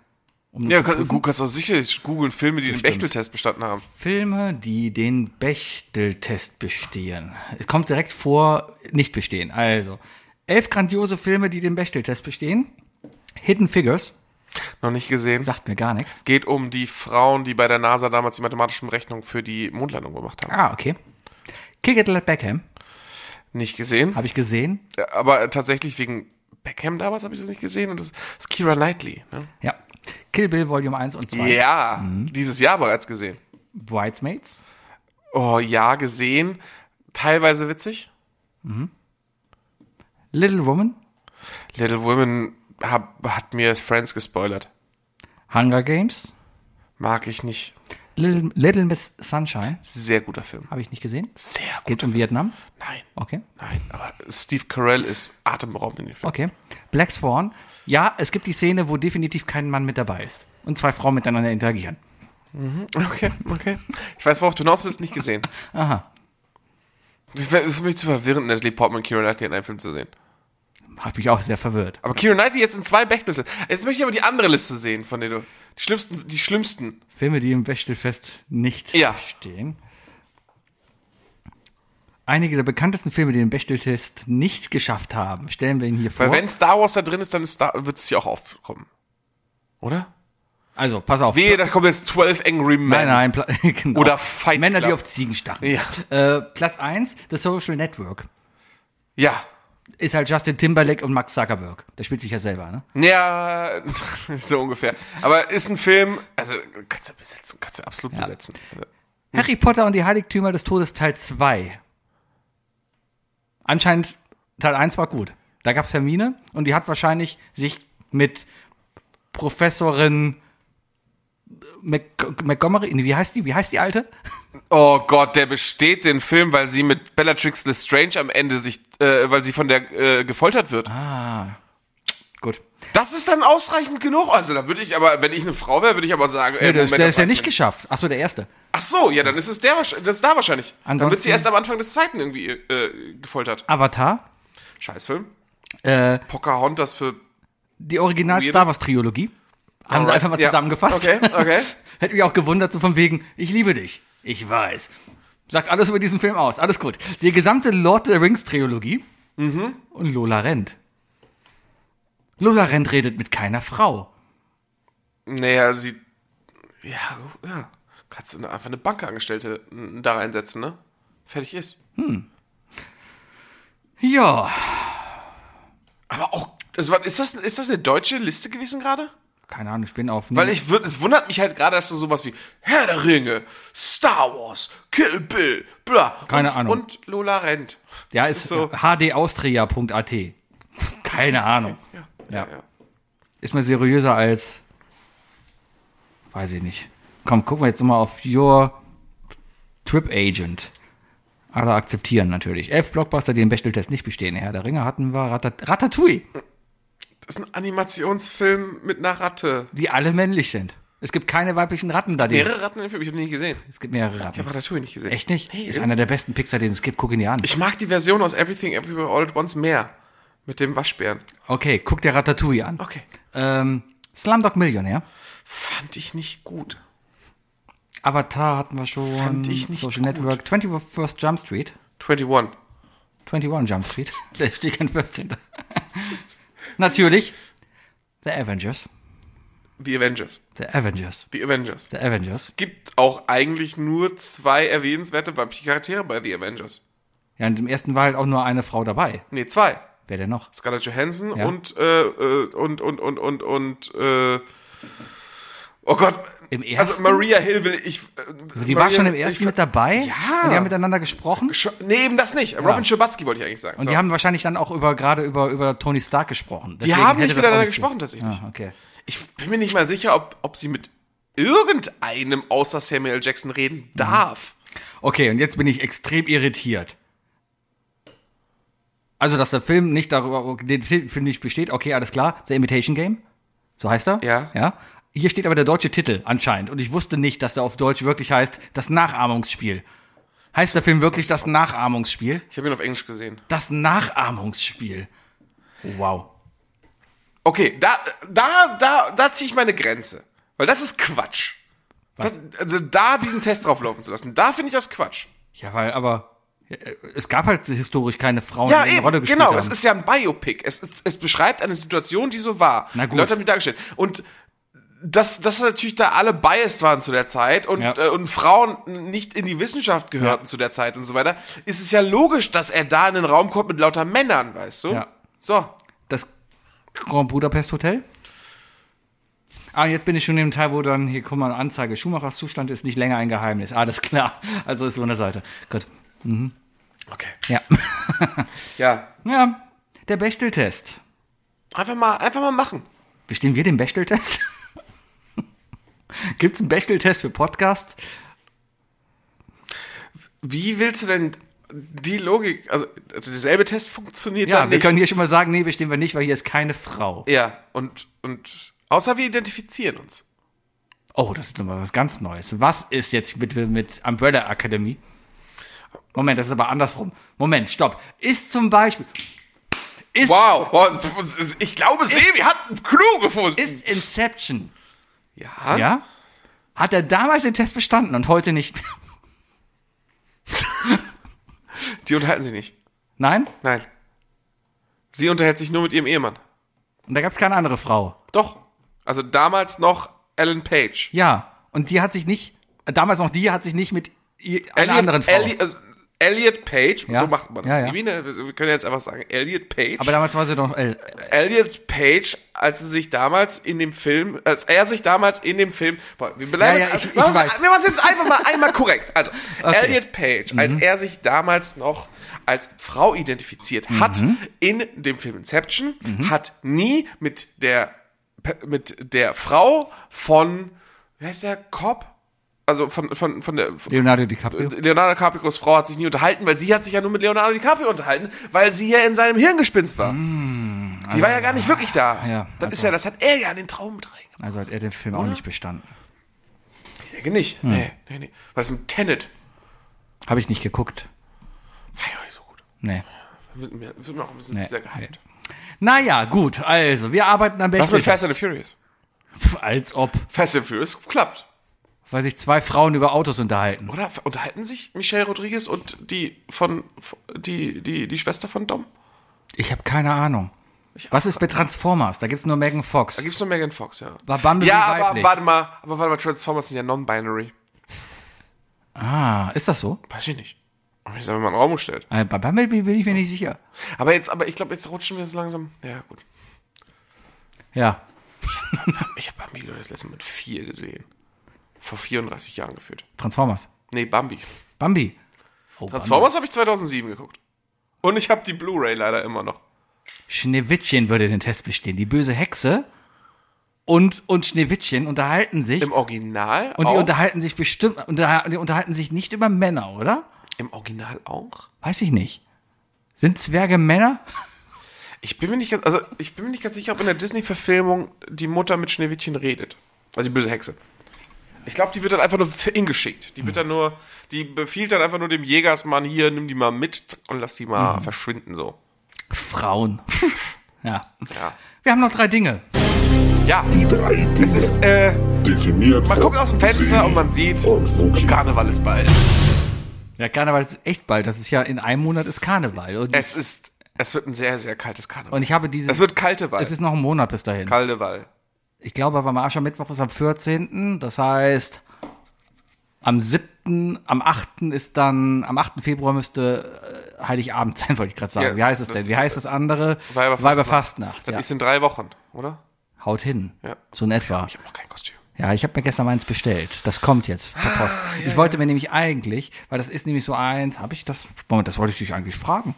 [SPEAKER 4] Um
[SPEAKER 1] Ja,
[SPEAKER 4] zu
[SPEAKER 1] kann,
[SPEAKER 4] prüfen,
[SPEAKER 1] du kannst auch sicherlich googeln Filme, die den
[SPEAKER 4] Bestimmt.
[SPEAKER 1] Bechteltest bestanden haben.
[SPEAKER 4] Filme, die den Bechtel-Test bestehen. Es kommt direkt vor, nicht bestehen. Also, elf grandiose Filme, die den Bechtel-Test bestehen. Hidden Figures,
[SPEAKER 1] Noch nicht gesehen.
[SPEAKER 4] sagt mir gar nichts.
[SPEAKER 1] Geht um die Frauen, die bei der NASA damals die mathematischen Berechnungen für die Mondlandung gemacht haben.
[SPEAKER 4] Ah, okay. Kick It Like Beckham,
[SPEAKER 1] Nicht gesehen.
[SPEAKER 4] habe ich gesehen.
[SPEAKER 1] Aber tatsächlich wegen Beckham damals habe ich das nicht gesehen. Und das ist Kira Knightley. Ne?
[SPEAKER 4] Ja. Kill Bill Volume 1 und 2.
[SPEAKER 1] Ja,
[SPEAKER 4] Mhm.
[SPEAKER 1] dieses Jahr bereits gesehen.
[SPEAKER 4] Bridesmaids.
[SPEAKER 1] Oh ja, gesehen. Teilweise witzig.
[SPEAKER 4] Little Woman.
[SPEAKER 1] Little Women hab, hat mir Friends gespoilert.
[SPEAKER 4] Hunger Games.
[SPEAKER 1] Mag ich nicht.
[SPEAKER 4] Little, Little Miss Sunshine.
[SPEAKER 1] Sehr guter Film.
[SPEAKER 4] Habe ich nicht gesehen.
[SPEAKER 1] Sehr gut.
[SPEAKER 4] Geht's um Vietnam?
[SPEAKER 1] Nein,
[SPEAKER 4] Okay.
[SPEAKER 1] nein. Aber Steve Carell ist atemberaubend in dem Film.
[SPEAKER 4] Okay. Black Swan. Ja, es gibt die Szene, wo definitiv kein Mann mit dabei ist. Und zwei Frauen miteinander interagieren.
[SPEAKER 1] Okay, okay. Ich weiß, worauf du hinaus willst, nicht gesehen.
[SPEAKER 4] Aha.
[SPEAKER 1] Das wär- ist für mich zu verwirrend, Natalie Portman und Keira Knightley in einem Film zu sehen.
[SPEAKER 4] Hat mich auch sehr verwirrt.
[SPEAKER 1] Aber Keira Knightley jetzt in zwei Bechtelte. Jetzt möchte ich aber die andere Liste sehen, von denen du... Die schlimmsten, die schlimmsten.
[SPEAKER 4] Filme, die im Bechtelfest nicht
[SPEAKER 1] Ja.
[SPEAKER 4] stehen. Einige der bekanntesten Filme, die den Bechteltest nicht geschafft haben, stellen wir Ihnen hier vor.
[SPEAKER 1] Weil wenn Star Wars da drin ist, dann ist Star, wird es hier auch aufkommen. Oder?
[SPEAKER 4] also, pass auf.
[SPEAKER 1] Wehe, da kommt jetzt 12 Angry Men.
[SPEAKER 4] Nein, nein, Pla genau.
[SPEAKER 1] Oder Fight
[SPEAKER 4] Männer, die
[SPEAKER 1] Club.
[SPEAKER 4] auf Ziegen starren.
[SPEAKER 1] Ja.
[SPEAKER 4] Äh, Platz 1, The Social Network.
[SPEAKER 1] Ja.
[SPEAKER 4] Ist halt Justin Timberlake und Mark Zuckerberg. Der spielt sich ja selber, ne?
[SPEAKER 1] Ja, so ungefähr. Aber ist ein Film, also kannst du besetzen, kannst du absolut besetzen. Also,
[SPEAKER 4] Harry Potter und die Heiligtümer des Todes Teil 2. Anscheinend Teil 1 war gut. Da gab's Hermine und die hat wahrscheinlich sich mit Professorin Mac Montgomery, nee, wie heißt die? Wie heißt die alte?
[SPEAKER 1] Oh Gott, der besteht den Film, weil sie mit Bellatrix Lestrange am Ende sich, äh, weil sie von der äh, gefoltert wird.
[SPEAKER 4] Ah. Gut.
[SPEAKER 1] Das ist dann ausreichend genug. Also da würde ich aber, wenn ich eine Frau wäre, würde ich aber sagen, äh,
[SPEAKER 4] Nee, der, ist-
[SPEAKER 1] Moment,
[SPEAKER 4] der
[SPEAKER 1] das
[SPEAKER 4] ist ja
[SPEAKER 1] sagt
[SPEAKER 4] nicht
[SPEAKER 1] man-
[SPEAKER 4] geschafft. Ach so, der erste.
[SPEAKER 1] Ach so, ja, dann ist es der, wahrsch- das ist da wahrscheinlich. dann wird
[SPEAKER 4] Ansonsten-
[SPEAKER 1] sie erst am Anfang des zweiten irgendwie äh, gefoltert.
[SPEAKER 4] Avatar.
[SPEAKER 1] Scheißfilm.
[SPEAKER 4] Äh,
[SPEAKER 1] Pocahontas für
[SPEAKER 4] die Original
[SPEAKER 1] Weird.
[SPEAKER 4] Star Wars Trilogie. Haben sie
[SPEAKER 1] Alright,
[SPEAKER 4] einfach mal
[SPEAKER 1] ja.
[SPEAKER 4] zusammengefasst.
[SPEAKER 1] Okay, okay.
[SPEAKER 4] Hätte mich auch gewundert, so von wegen, ich liebe dich. Ich weiß. Sagt alles über diesen Film aus. Alles gut. Die gesamte Lord of the Rings Trilogie und Lola Rent. Lola Rent redet mit keiner Frau.
[SPEAKER 1] Naja, sie. Ja, ja. Kannst du eine- einfach eine Bankangestellte n- da reinsetzen, ne? Fertig ist.
[SPEAKER 4] Ja,
[SPEAKER 1] Aber auch. Das war, ist, das, ist das eine deutsche Liste gewesen gerade?
[SPEAKER 4] keine Ahnung, ich bin auf.
[SPEAKER 1] Weil ich würd, es wundert mich halt gerade, dass du sowas wie Herr der Ringe, Star Wars, Kill Bill, bla.
[SPEAKER 4] Keine
[SPEAKER 1] und,
[SPEAKER 4] Ahnung.
[SPEAKER 1] Und Lola rennt.
[SPEAKER 4] ja,
[SPEAKER 1] Das
[SPEAKER 4] ist so. hdaustria.at. Keine Ahnung.
[SPEAKER 1] Ja,
[SPEAKER 4] Ja.
[SPEAKER 1] ja, ja.
[SPEAKER 4] Ist mir seriöser als. Weiß ich nicht. Komm, gucken wir jetzt mal auf Your Trip Agent. Alle akzeptieren natürlich. Elf Blockbuster, die im Bechteltest nicht bestehen. Herr der Ringe hatten wir Ratat Ratatouille,
[SPEAKER 1] Das ist ein Animationsfilm mit einer Ratte.
[SPEAKER 4] die alle männlich sind. Es gibt keine weiblichen Ratten da. Die,
[SPEAKER 1] Mehrere Ratten im Film, ich habe ihn nie gesehen.
[SPEAKER 4] es gibt mehrere
[SPEAKER 1] Ich
[SPEAKER 4] Ratten.
[SPEAKER 1] habe Ratatouille nicht gesehen.
[SPEAKER 4] Echt nicht?
[SPEAKER 1] Nee,
[SPEAKER 4] Ist einer der besten Pixar, den es gibt. Guck ihn dir an.
[SPEAKER 1] ich mag die Version aus Everything Everywhere All at Once mehr. Mit dem Waschbären.
[SPEAKER 4] Okay, guck dir Ratatouille an.
[SPEAKER 1] Okay.
[SPEAKER 4] Ähm, Slumdog Millionär.
[SPEAKER 1] Fand ich nicht gut.
[SPEAKER 4] Avatar hatten wir schon.
[SPEAKER 1] Fand ich nicht
[SPEAKER 4] Social
[SPEAKER 1] gut.
[SPEAKER 4] Network. 21st Jump Street.
[SPEAKER 1] 21.
[SPEAKER 4] 21 Jump Street. da steht kein First hinter. Natürlich. The Avengers.
[SPEAKER 1] The Avengers.
[SPEAKER 4] The Avengers.
[SPEAKER 1] The Avengers.
[SPEAKER 4] The Avengers.
[SPEAKER 1] Gibt auch eigentlich nur zwei erwähnenswerte weibliche Charaktere bei The Avengers.
[SPEAKER 4] Ja, und im ersten war halt auch nur eine Frau dabei.
[SPEAKER 1] Nee, zwei.
[SPEAKER 4] Wer denn noch? Also
[SPEAKER 1] Scarlett Johansson
[SPEAKER 4] Ja.
[SPEAKER 1] und, äh, äh, und, und, und, und, und, äh, oh Gott.
[SPEAKER 4] Im
[SPEAKER 1] Also
[SPEAKER 4] ersten?
[SPEAKER 1] Maria Hill will ich. Äh,
[SPEAKER 4] Die
[SPEAKER 1] Maria-
[SPEAKER 4] war schon im ersten
[SPEAKER 1] ich-
[SPEAKER 4] mit dabei.
[SPEAKER 1] Ja.
[SPEAKER 4] Und die haben miteinander gesprochen.
[SPEAKER 1] Sch- Nee, eben das nicht. Robin Scherbatsky wollte ich eigentlich sagen.
[SPEAKER 4] Und die haben wahrscheinlich dann auch über, gerade über, über Tony Stark gesprochen.
[SPEAKER 1] die
[SPEAKER 4] Deswegen
[SPEAKER 1] haben
[SPEAKER 4] hätte
[SPEAKER 1] nicht
[SPEAKER 4] das auch
[SPEAKER 1] miteinander
[SPEAKER 4] gehen-
[SPEAKER 1] gesprochen, tatsächlich.
[SPEAKER 4] Ah, okay.
[SPEAKER 1] Ich bin mir nicht mal sicher, ob, ob sie mit irgendeinem außer Samuel L. Jackson
[SPEAKER 4] Mhm.
[SPEAKER 1] reden darf.
[SPEAKER 4] Okay, und jetzt bin ich extrem irritiert. Also, dass der Film nicht darüber, den Film nicht besteht, okay, alles klar. The Imitation Game, so heißt er.
[SPEAKER 1] Ja.
[SPEAKER 4] Ja. Hier steht aber der deutsche Titel anscheinend und ich wusste nicht, dass der auf Deutsch wirklich heißt das Nachahmungsspiel. Heißt der Film wirklich das Nachahmungsspiel?
[SPEAKER 1] Ich habe ihn auf Englisch gesehen.
[SPEAKER 4] Das Nachahmungsspiel. Wow.
[SPEAKER 1] Okay, da, da, da, da ziehe ich meine Grenze. Weil das ist Quatsch. Das, also da diesen Test drauflaufen zu lassen, da finde ich das Quatsch.
[SPEAKER 4] Ja, weil, aber äh, es gab halt historisch keine Frauen,
[SPEAKER 1] Ja,
[SPEAKER 4] die eine
[SPEAKER 1] eben,
[SPEAKER 4] Rolle gespielt
[SPEAKER 1] genau.
[SPEAKER 4] haben.
[SPEAKER 1] Es ist ja ein Biopic. Es, es beschreibt eine Situation, die so war.
[SPEAKER 4] Na gut.
[SPEAKER 1] Die Leute haben die dargestellt. Und dass, dass natürlich da alle biased waren zu der Zeit und,
[SPEAKER 4] Ja.
[SPEAKER 1] äh, und Frauen nicht in die Wissenschaft gehörten zu der Zeit und so weiter, ist es ja logisch, dass er da in den Raum kommt mit lauter Männern, weißt du?
[SPEAKER 4] Ja.
[SPEAKER 1] So.
[SPEAKER 4] das Grand Budapest Hotel. Ah, jetzt bin ich schon im Teil, wo dann, hier kommt mal eine Anzeige. Schumachers Zustand ist nicht länger ein Geheimnis. Alles klar. Also ist so eine Seite. Gut.
[SPEAKER 1] Okay.
[SPEAKER 4] Ja.
[SPEAKER 1] Ja.
[SPEAKER 4] Ja, der Bechteltest.
[SPEAKER 1] Einfach mal, einfach mal machen.
[SPEAKER 4] Bestehen wir den Bechteltest? Gibt es einen Bechteltest für Podcasts?
[SPEAKER 1] Wie willst du denn die Logik, also, also derselbe Test funktioniert
[SPEAKER 4] Ja,
[SPEAKER 1] dann
[SPEAKER 4] wir
[SPEAKER 1] nicht.
[SPEAKER 4] können hier schon mal sagen, nee, bestehen wir nicht, weil hier ist keine Frau.
[SPEAKER 1] ja, und, und außer wir identifizieren uns.
[SPEAKER 4] Oh, das ist nochmal was ganz Neues. Was ist jetzt mit, mit Umbrella Academy? Moment, das ist aber andersrum. Moment, stopp. Ist zum Beispiel. Ist
[SPEAKER 1] Wow, wow, ich glaube, Sebi hat einen Clou gefunden.
[SPEAKER 4] Ist Inception,
[SPEAKER 1] ja?
[SPEAKER 4] ja? Hat er damals den Test bestanden und heute nicht?
[SPEAKER 1] Die unterhalten sich nicht.
[SPEAKER 4] Nein?
[SPEAKER 1] Nein. Sie unterhält sich nur mit ihrem Ehemann.
[SPEAKER 4] Und da gab es keine andere Frau.
[SPEAKER 1] Doch. Also damals noch Ellen Page.
[SPEAKER 4] Ja, und die hat sich nicht, damals noch die hat sich nicht mit i- einer
[SPEAKER 1] Elliot-
[SPEAKER 4] anderen Frau.
[SPEAKER 1] Elli- also Elliot Page,
[SPEAKER 4] Ja.
[SPEAKER 1] so macht man das.
[SPEAKER 4] Ja, ja.
[SPEAKER 1] Sebi, ne? Wir können jetzt einfach sagen, Elliot Page.
[SPEAKER 4] Aber damals war sie doch, äh,
[SPEAKER 1] Elliot Page, als sie sich damals in dem Film, als er sich damals in dem Film, boah, wir bleiben,
[SPEAKER 4] Ja, ja, ich- ich
[SPEAKER 1] wir machen's-
[SPEAKER 4] weiß.
[SPEAKER 1] wir machen es jetzt einfach mal einmal korrekt. Also, Elliot Page, als
[SPEAKER 4] Mhm.
[SPEAKER 1] er sich damals noch als Frau identifiziert hat,
[SPEAKER 4] Mhm.
[SPEAKER 1] in dem Film Inception, hat nie mit der, mit der Frau von, wie heißt der, Cobb? Also von, von, von der,
[SPEAKER 4] Leonardo DiCaprio.
[SPEAKER 1] Leonardo DiCaprios Frau hat sich nie unterhalten, weil sie hat sich ja nur mit Leonardo DiCaprio unterhalten, weil sie ja in seinem Hirngespinst war. die war ja gar nicht wirklich da.
[SPEAKER 4] Hm, also, Ja,
[SPEAKER 1] das
[SPEAKER 4] also-
[SPEAKER 1] ist ja, das hat er ja in den Traum mit reingebracht.
[SPEAKER 4] Also hat er den Film auch
[SPEAKER 1] äh.
[SPEAKER 4] nicht bestanden.
[SPEAKER 1] Ich denke nicht.
[SPEAKER 4] Hm.
[SPEAKER 1] Nee, nee, nee. Was ist mit Tenet?
[SPEAKER 4] Habe ich nicht geguckt.
[SPEAKER 1] War ja auch nicht so gut.
[SPEAKER 4] Nee.
[SPEAKER 1] Wird mir, wird mir auch ein bisschen
[SPEAKER 4] Nee.
[SPEAKER 1] zu sehr gehypt.
[SPEAKER 4] Naja, gut, also, wir arbeiten am
[SPEAKER 1] Was
[SPEAKER 4] besten.
[SPEAKER 1] mit Fast and the Furious?
[SPEAKER 4] Pff, als ob,
[SPEAKER 1] Fast and Furious klappt,
[SPEAKER 4] weil sich zwei Frauen über Autos unterhalten.
[SPEAKER 1] oder? Unterhalten sich Michelle Rodriguez und die von die, die, die Schwester von Dom?
[SPEAKER 4] Ich habe keine Ahnung. Was ist bei Transformers? Da gibt's nur Megan Fox.
[SPEAKER 1] Da gibt's nur Megan Fox, ja.
[SPEAKER 4] War Bumblebee
[SPEAKER 1] ja, aber
[SPEAKER 4] weiblich?
[SPEAKER 1] warte mal, aber warte mal, Transformers sind ja non-binary.
[SPEAKER 4] Ah, ist das so?
[SPEAKER 1] Weiß ich nicht. Hab Ich sag, wenn man einen Raum stellt.
[SPEAKER 4] Äh, Bei Bumblebee bin ich mir nicht sicher.
[SPEAKER 1] Aber jetzt, aber ich glaube, jetzt rutschen wir so langsam. Ja, gut.
[SPEAKER 4] Ja.
[SPEAKER 1] Ich habe Bambi glaub ich, das letzte Mal mit vier gesehen. Vor 34 Jahren gefühlt.
[SPEAKER 4] Transformers.
[SPEAKER 1] Nee, Bambi.
[SPEAKER 4] Bambi. Oh,
[SPEAKER 1] Transformers habe ich 2007 geguckt. Und ich habe die Blu-ray leider immer noch.
[SPEAKER 4] Bambi. Schneewittchen würde den Test bestehen. Die böse Hexe und, und Schneewittchen unterhalten sich.
[SPEAKER 1] Im Original
[SPEAKER 4] und die
[SPEAKER 1] auch?
[SPEAKER 4] unterhalten sich bestimmt, unterha- die unterhalten sich nicht über Männer, oder?
[SPEAKER 1] Im Original auch?
[SPEAKER 4] Weiß ich nicht. Sind Zwerge Männer?
[SPEAKER 1] Ich bin mir nicht ganz, also ich bin mir nicht ganz sicher, ob in der Disney-Verfilmung die Mutter mit Schneewittchen redet. Also die böse Hexe. Ich glaube, die wird dann einfach nur hingeschickt. Die wird dann nur, die befiehlt dann einfach nur dem Jägersmann hier, nimm die mal mit und lass die mal verschwinden so.
[SPEAKER 4] Frauen. ja.
[SPEAKER 1] Ja.
[SPEAKER 4] Wir haben noch drei Dinge.
[SPEAKER 1] Ja.
[SPEAKER 6] Drei Dinge
[SPEAKER 1] Es ist, äh,
[SPEAKER 6] definiert
[SPEAKER 1] man
[SPEAKER 6] von
[SPEAKER 1] guckt aus dem Fenster
[SPEAKER 6] Sebi
[SPEAKER 1] und man sieht,
[SPEAKER 6] und Wookie.
[SPEAKER 1] Karneval Oh, ist bald.
[SPEAKER 4] Ja, Karneval ist echt bald. Das ist ja in einem Monat ist Karneval. Und,
[SPEAKER 1] Es ist, es wird ein sehr, sehr kaltes Karneval.
[SPEAKER 4] und ich habe dieses.
[SPEAKER 1] es wird kalte Wahl.
[SPEAKER 4] es ist noch ein Monat bis dahin.
[SPEAKER 1] kalte Wahl.
[SPEAKER 4] Ich glaube aber, Aschermittwoch ist am 14. Das heißt, am 7., am 8. ist dann, am 8. Februar müsste äh, Heiligabend sein, wollte ich gerade sagen.
[SPEAKER 1] Ja,
[SPEAKER 4] Wie heißt es
[SPEAKER 1] das
[SPEAKER 4] denn?
[SPEAKER 1] ist, äh,
[SPEAKER 4] Wie heißt das andere?
[SPEAKER 1] Weiberfastnacht.
[SPEAKER 4] Weiberfastnacht.
[SPEAKER 1] Das
[SPEAKER 4] Ja.
[SPEAKER 1] ist in Also drei Wochen, oder?
[SPEAKER 4] Haut hin.
[SPEAKER 1] Ja.
[SPEAKER 4] So in etwa.
[SPEAKER 1] Ich habe noch kein Kostüm.
[SPEAKER 4] Ja, ich habe mir gestern meins bestellt. Das kommt jetzt
[SPEAKER 1] Ah,
[SPEAKER 4] per Post. ich wollte mir nämlich eigentlich, weil das ist nämlich so eins, habe ich das? Moment, das wollte ich dich eigentlich fragen.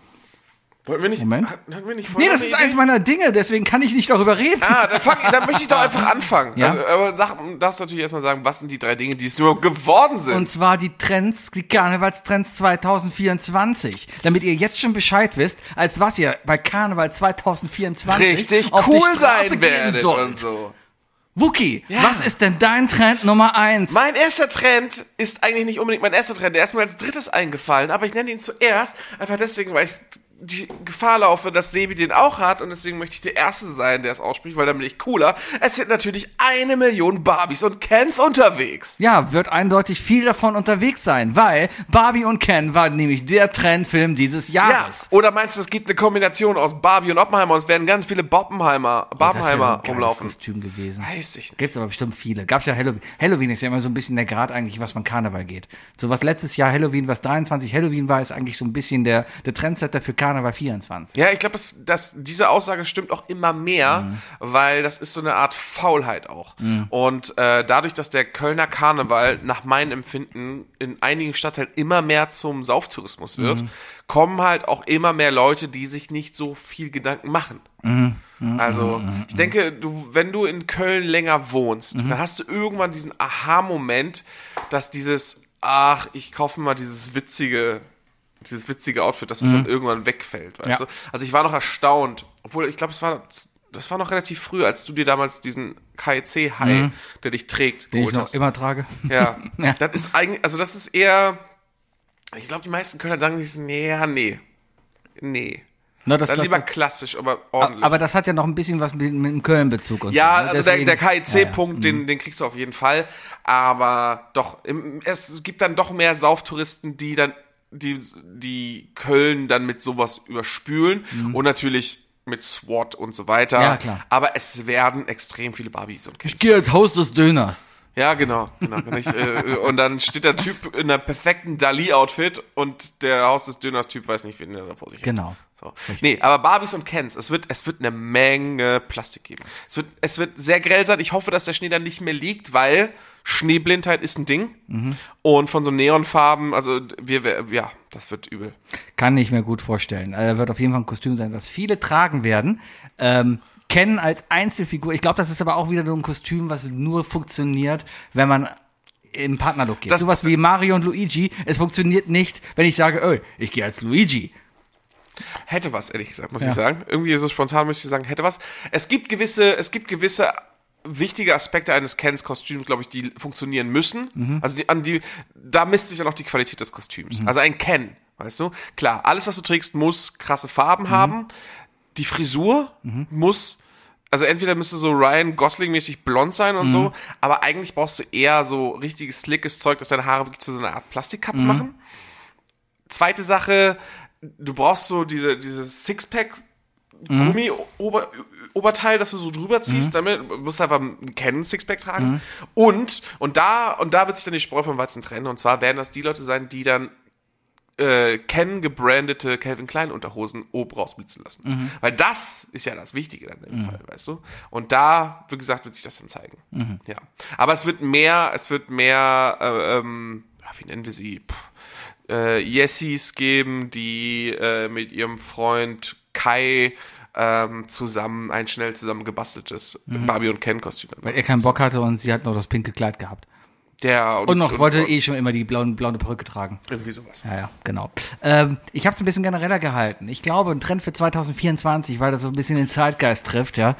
[SPEAKER 1] Wollten wir nicht?
[SPEAKER 4] Moment.
[SPEAKER 1] Hatten hatten wir nicht
[SPEAKER 4] Nee,
[SPEAKER 1] vorher
[SPEAKER 4] das
[SPEAKER 1] eine
[SPEAKER 4] ist
[SPEAKER 1] Idee?
[SPEAKER 4] eins meiner Dinge, deswegen kann ich nicht darüber reden.
[SPEAKER 1] Ah, dann, fang, dann möchte ich doch einfach anfangen.
[SPEAKER 4] Ja.
[SPEAKER 1] Also, aber sag, darfst du natürlich erstmal sagen, was sind die drei Dinge, die es nur geworden sind?
[SPEAKER 4] Und zwar die Trends, die Karnevalstrends 2024. Damit ihr jetzt schon Bescheid wisst, als was ihr bei Karneval 2024
[SPEAKER 1] richtig
[SPEAKER 4] auf die
[SPEAKER 1] cool
[SPEAKER 4] Straße
[SPEAKER 1] sein
[SPEAKER 4] gehen
[SPEAKER 1] werdet
[SPEAKER 4] sollt.
[SPEAKER 1] und so.
[SPEAKER 4] Wookie, was ist denn dein Trend Nummer eins?
[SPEAKER 1] Mein erster Trend ist eigentlich nicht unbedingt mein erster Trend. Der ist mir als drittes eingefallen, aber ich nenne ihn zuerst, einfach deswegen, weil ich die Gefahr laufe, dass Sebi den auch hat und deswegen möchte ich der Erste sein, der es ausspricht, weil dann bin ich cooler. Es sind natürlich eine Million Barbies und Kens unterwegs.
[SPEAKER 4] Ja, wird eindeutig viel davon unterwegs sein, weil Barbie und Ken war nämlich der Trendfilm dieses
[SPEAKER 1] Ja,
[SPEAKER 4] Jahres.
[SPEAKER 1] oder meinst du, es gibt eine Kombination aus Barbie und Oppenheimer und es werden ganz viele Boppenheimer,
[SPEAKER 4] Oh, Das wäre ein
[SPEAKER 1] Barbenheimer
[SPEAKER 4] geiles
[SPEAKER 1] rumlaufen?
[SPEAKER 4] Kostüm gewesen.
[SPEAKER 1] Weiß ich nicht.
[SPEAKER 4] Gibt's aber bestimmt viele. Gab's ja Halloween. Halloween ist ja immer so ein bisschen der Grad eigentlich, was man Karneval geht. So was letztes Jahr Halloween, was 23 Halloween war, ist eigentlich so ein bisschen der, der Trendsetter für Karneval 24.
[SPEAKER 1] Ja, ich glaube, dass, dass diese Aussage stimmt auch immer mehr, weil das ist so eine Art Faulheit auch. Und äh, dadurch, dass der Kölner Karneval nach meinem Empfinden in einigen Stadtteilen immer mehr zum Sauftourismus wird, kommen halt auch immer mehr Leute, die sich nicht so viel Gedanken machen. Also,
[SPEAKER 4] Mhm,
[SPEAKER 1] ich denke, du, wenn du in Köln länger wohnst,
[SPEAKER 4] Mhm.
[SPEAKER 1] dann hast du irgendwann diesen Aha-Moment, dass dieses, ach, ich kaufe mir mal dieses witzige, dieses witzige Outfit, dass es dann irgendwann wegfällt, weißt
[SPEAKER 4] Mhm. Ja.
[SPEAKER 1] du? Also ich war noch erstaunt, obwohl ich glaube, es war, das war noch relativ früh, als du dir damals diesen KIC-Hai, der dich trägt,
[SPEAKER 4] Mhm. Den ich
[SPEAKER 1] geholt
[SPEAKER 4] noch
[SPEAKER 1] hast.
[SPEAKER 4] immer trage.
[SPEAKER 1] Oh, Ja.
[SPEAKER 4] Ja.
[SPEAKER 1] das ist eigentlich, also das ist eher, ich glaube, die meisten Kölner sagen sich, nee, ja, nee, nee.
[SPEAKER 4] Na, das,
[SPEAKER 1] Dann
[SPEAKER 4] das,
[SPEAKER 1] lieber
[SPEAKER 4] das,
[SPEAKER 1] klassisch, aber ordentlich.
[SPEAKER 4] aber das hat ja noch ein bisschen was mit, mit dem Köln-Bezug und
[SPEAKER 1] Ja,
[SPEAKER 4] so. ne?
[SPEAKER 1] also der,
[SPEAKER 4] Deswegen-
[SPEAKER 1] der
[SPEAKER 4] Ja, Mhm. ja.
[SPEAKER 1] KIC-Punkt, den, den kriegst du auf jeden Fall. Aber doch, im, es gibt dann doch mehr Sauftouristen, die dann, die, die Köln dann mit sowas überspülen. Und natürlich mit SWAT und so weiter.
[SPEAKER 4] Mhm. Ja, klar.
[SPEAKER 1] Aber es werden extrem viele Barbies und Kids.
[SPEAKER 4] Ich gehe als Haus des Döners.
[SPEAKER 1] Ja, genau. genau. Wenn ich, äh, und dann steht der Typ in einem perfekten Dali-Outfit und der Haus des Döners-Typ weiß nicht, wen er da vor sich hat.
[SPEAKER 4] Genau.
[SPEAKER 1] So. Nee, aber Barbies und Kens, es wird, es wird eine Menge Plastik geben. Es wird, es wird sehr grell sein. Ich hoffe, dass der Schnee dann nicht mehr liegt, weil Schneeblindheit ist ein Ding. Und von so Neonfarben, also wir, wir, ja, das wird übel.
[SPEAKER 4] Kann ich mir gut vorstellen. Äh, wird auf jeden Fall ein Kostüm sein, was viele tragen werden. Ähm, Ken als Einzelfigur. Ich glaube, das ist aber auch wieder so ein Kostüm, was nur funktioniert, wenn man im Partnerlook geht.
[SPEAKER 1] Das-
[SPEAKER 4] Sowas wie Mario und Luigi. Es funktioniert nicht, wenn ich sage, öh, ich gehe als Luigi.
[SPEAKER 1] Hätte was, ehrlich gesagt, muss ich sagen. Irgendwie so spontan möchte ich sagen, hätte was. Es gibt gewisse, es gibt gewisse wichtige Aspekte eines Kens Kostüms, glaube ich, die funktionieren müssen. Also die, an die, da misst sich ja noch die Qualität des Kostüms. Also ein Ken, weißt du? Klar, alles, was du trägst, muss krasse Farben haben. Die Frisur muss, also entweder müsste so Ryan Gosling-mäßig blond sein und so, aber eigentlich brauchst du eher so richtiges, slickes Zeug, dass deine Haare wirklich zu so einer Art Plastikkappe machen. Zweite Sache, du brauchst so diese, dieses Sixpack Gummi-Oberteil, das du so drüber ziehst, damit musst du einfach einen Canon Sixpack tragen. Und, und da, und da wird sich dann die Spreu vom Weizen trennen. Und zwar werden das die Leute sein, die dann äh, Ken gebrandete Calvin Klein Unterhosen oben rausblitzen lassen.
[SPEAKER 4] Mhm.
[SPEAKER 1] Weil das ist ja das Wichtige dann im Fall, weißt du? Und da, wie gesagt, wird sich das dann zeigen.
[SPEAKER 4] Mhm.
[SPEAKER 1] Ja. Aber es wird mehr, es wird mehr, äh, ähm, ja, wie nennen wir sie? Puh. Äh, Yessis geben, die äh, mit ihrem Freund Kai ähm, zusammen ein schnell zusammen gebasteltes
[SPEAKER 4] Mhm.
[SPEAKER 1] Barbie und Ken Kostüm.
[SPEAKER 4] Weil er keinen Bock hatte und sie hat noch das pinke Kleid gehabt.
[SPEAKER 1] Der
[SPEAKER 4] Und noch wollte eh schon immer die blauen, blaue Perücke tragen.
[SPEAKER 1] irgendwie sowas.
[SPEAKER 4] Ja, ja, genau. Ähm, ich habe es ein bisschen genereller gehalten. Ich glaube, ein Trend für 2024, weil das so ein bisschen den Zeitgeist trifft, ja.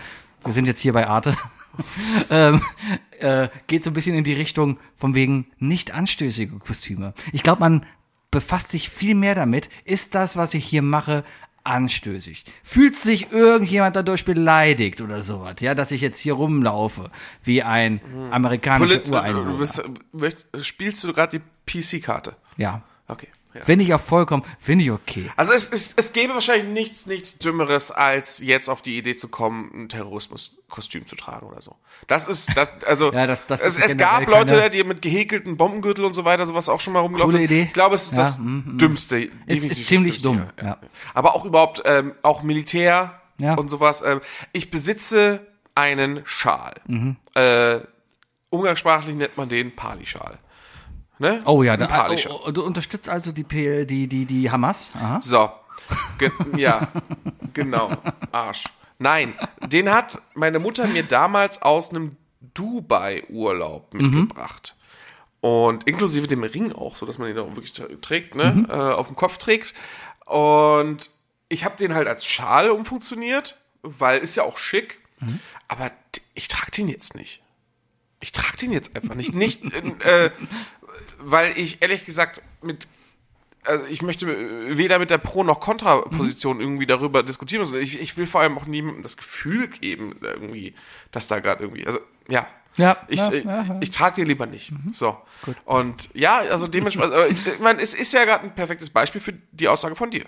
[SPEAKER 4] Wir sind jetzt hier bei Arte. ähm, äh, geht so ein bisschen in die Richtung von wegen nicht anstößige Kostüme. Ich glaube, man befasst sich viel mehr damit. Ist das, was ich hier mache, anstößig? Fühlt sich irgendjemand dadurch beleidigt oder sowas, ja, dass ich jetzt hier rumlaufe wie ein amerikanischer
[SPEAKER 1] Polit
[SPEAKER 4] Ureinwohner?
[SPEAKER 1] Hm. du bist, äh, möcht, spielst du gerade die PC-Karte?
[SPEAKER 4] Ja.
[SPEAKER 1] Okay. Ja.
[SPEAKER 4] Wenn ich auch vollkommen, finde ich okay.
[SPEAKER 1] Also es, es, es gäbe wahrscheinlich nichts, nichts Dümmeres, als jetzt auf die Idee zu kommen, ein Terrorismuskostüm zu tragen oder so. Das ist, das, also
[SPEAKER 4] Ja, das- das
[SPEAKER 1] es,
[SPEAKER 4] ist
[SPEAKER 1] es gab
[SPEAKER 4] generell keine-
[SPEAKER 1] Leute, die mit gehäkelten Bombengürtel und so weiter sowas auch schon mal rumgelaufen
[SPEAKER 4] Coole
[SPEAKER 1] sind.
[SPEAKER 4] Idee.
[SPEAKER 1] Ich glaube, es ist
[SPEAKER 4] Ja,
[SPEAKER 1] das
[SPEAKER 4] mm, mm.
[SPEAKER 1] Dümmste.
[SPEAKER 4] Ist,
[SPEAKER 1] definitiv das
[SPEAKER 4] ist ziemlich
[SPEAKER 1] Dümmste,
[SPEAKER 4] dumm.
[SPEAKER 1] ja.
[SPEAKER 4] Ja.
[SPEAKER 1] Aber auch überhaupt, ähm, auch Militär
[SPEAKER 4] Ja.
[SPEAKER 1] und sowas. Ähm, ich besitze einen Schal.
[SPEAKER 4] Mhm.
[SPEAKER 1] Äh, umgangssprachlich nennt man den Palischal. Ne?
[SPEAKER 4] Oh ja,
[SPEAKER 1] Ein
[SPEAKER 4] da, oh,
[SPEAKER 1] Palischal.
[SPEAKER 4] oh, du unterstützt also die, P- die, die, die Hamas. Aha.
[SPEAKER 1] So. Ge ja, genau. Arsch. Nein, den hat meine Mutter mir damals aus einem Dubai-Urlaub mitgebracht. Und inklusive dem Ring auch, so dass man ihn auch wirklich tra- trägt, ne? Äh, auf dem Kopf trägt. Und ich habe den halt als Schal umfunktioniert, weil ist ja auch schick. Aber d- ich trage den jetzt nicht. Ich trage den jetzt einfach nicht. Nicht, äh, äh, weil ich ehrlich gesagt mit also ich möchte weder mit der Pro- noch Kontra-Position irgendwie darüber diskutieren. sondern Ich, ich will vor allem auch niemandem das Gefühl geben, irgendwie, dass da gerade irgendwie, also ja.
[SPEAKER 4] Ja,
[SPEAKER 1] ich, äh,
[SPEAKER 4] ja,
[SPEAKER 1] ich,
[SPEAKER 4] ja, ja.
[SPEAKER 1] ich trage dir lieber nicht. So. Und ja, also dementsprechend, also ich, ich meine, es ist ja gerade ein perfektes Beispiel für die Aussage von dir.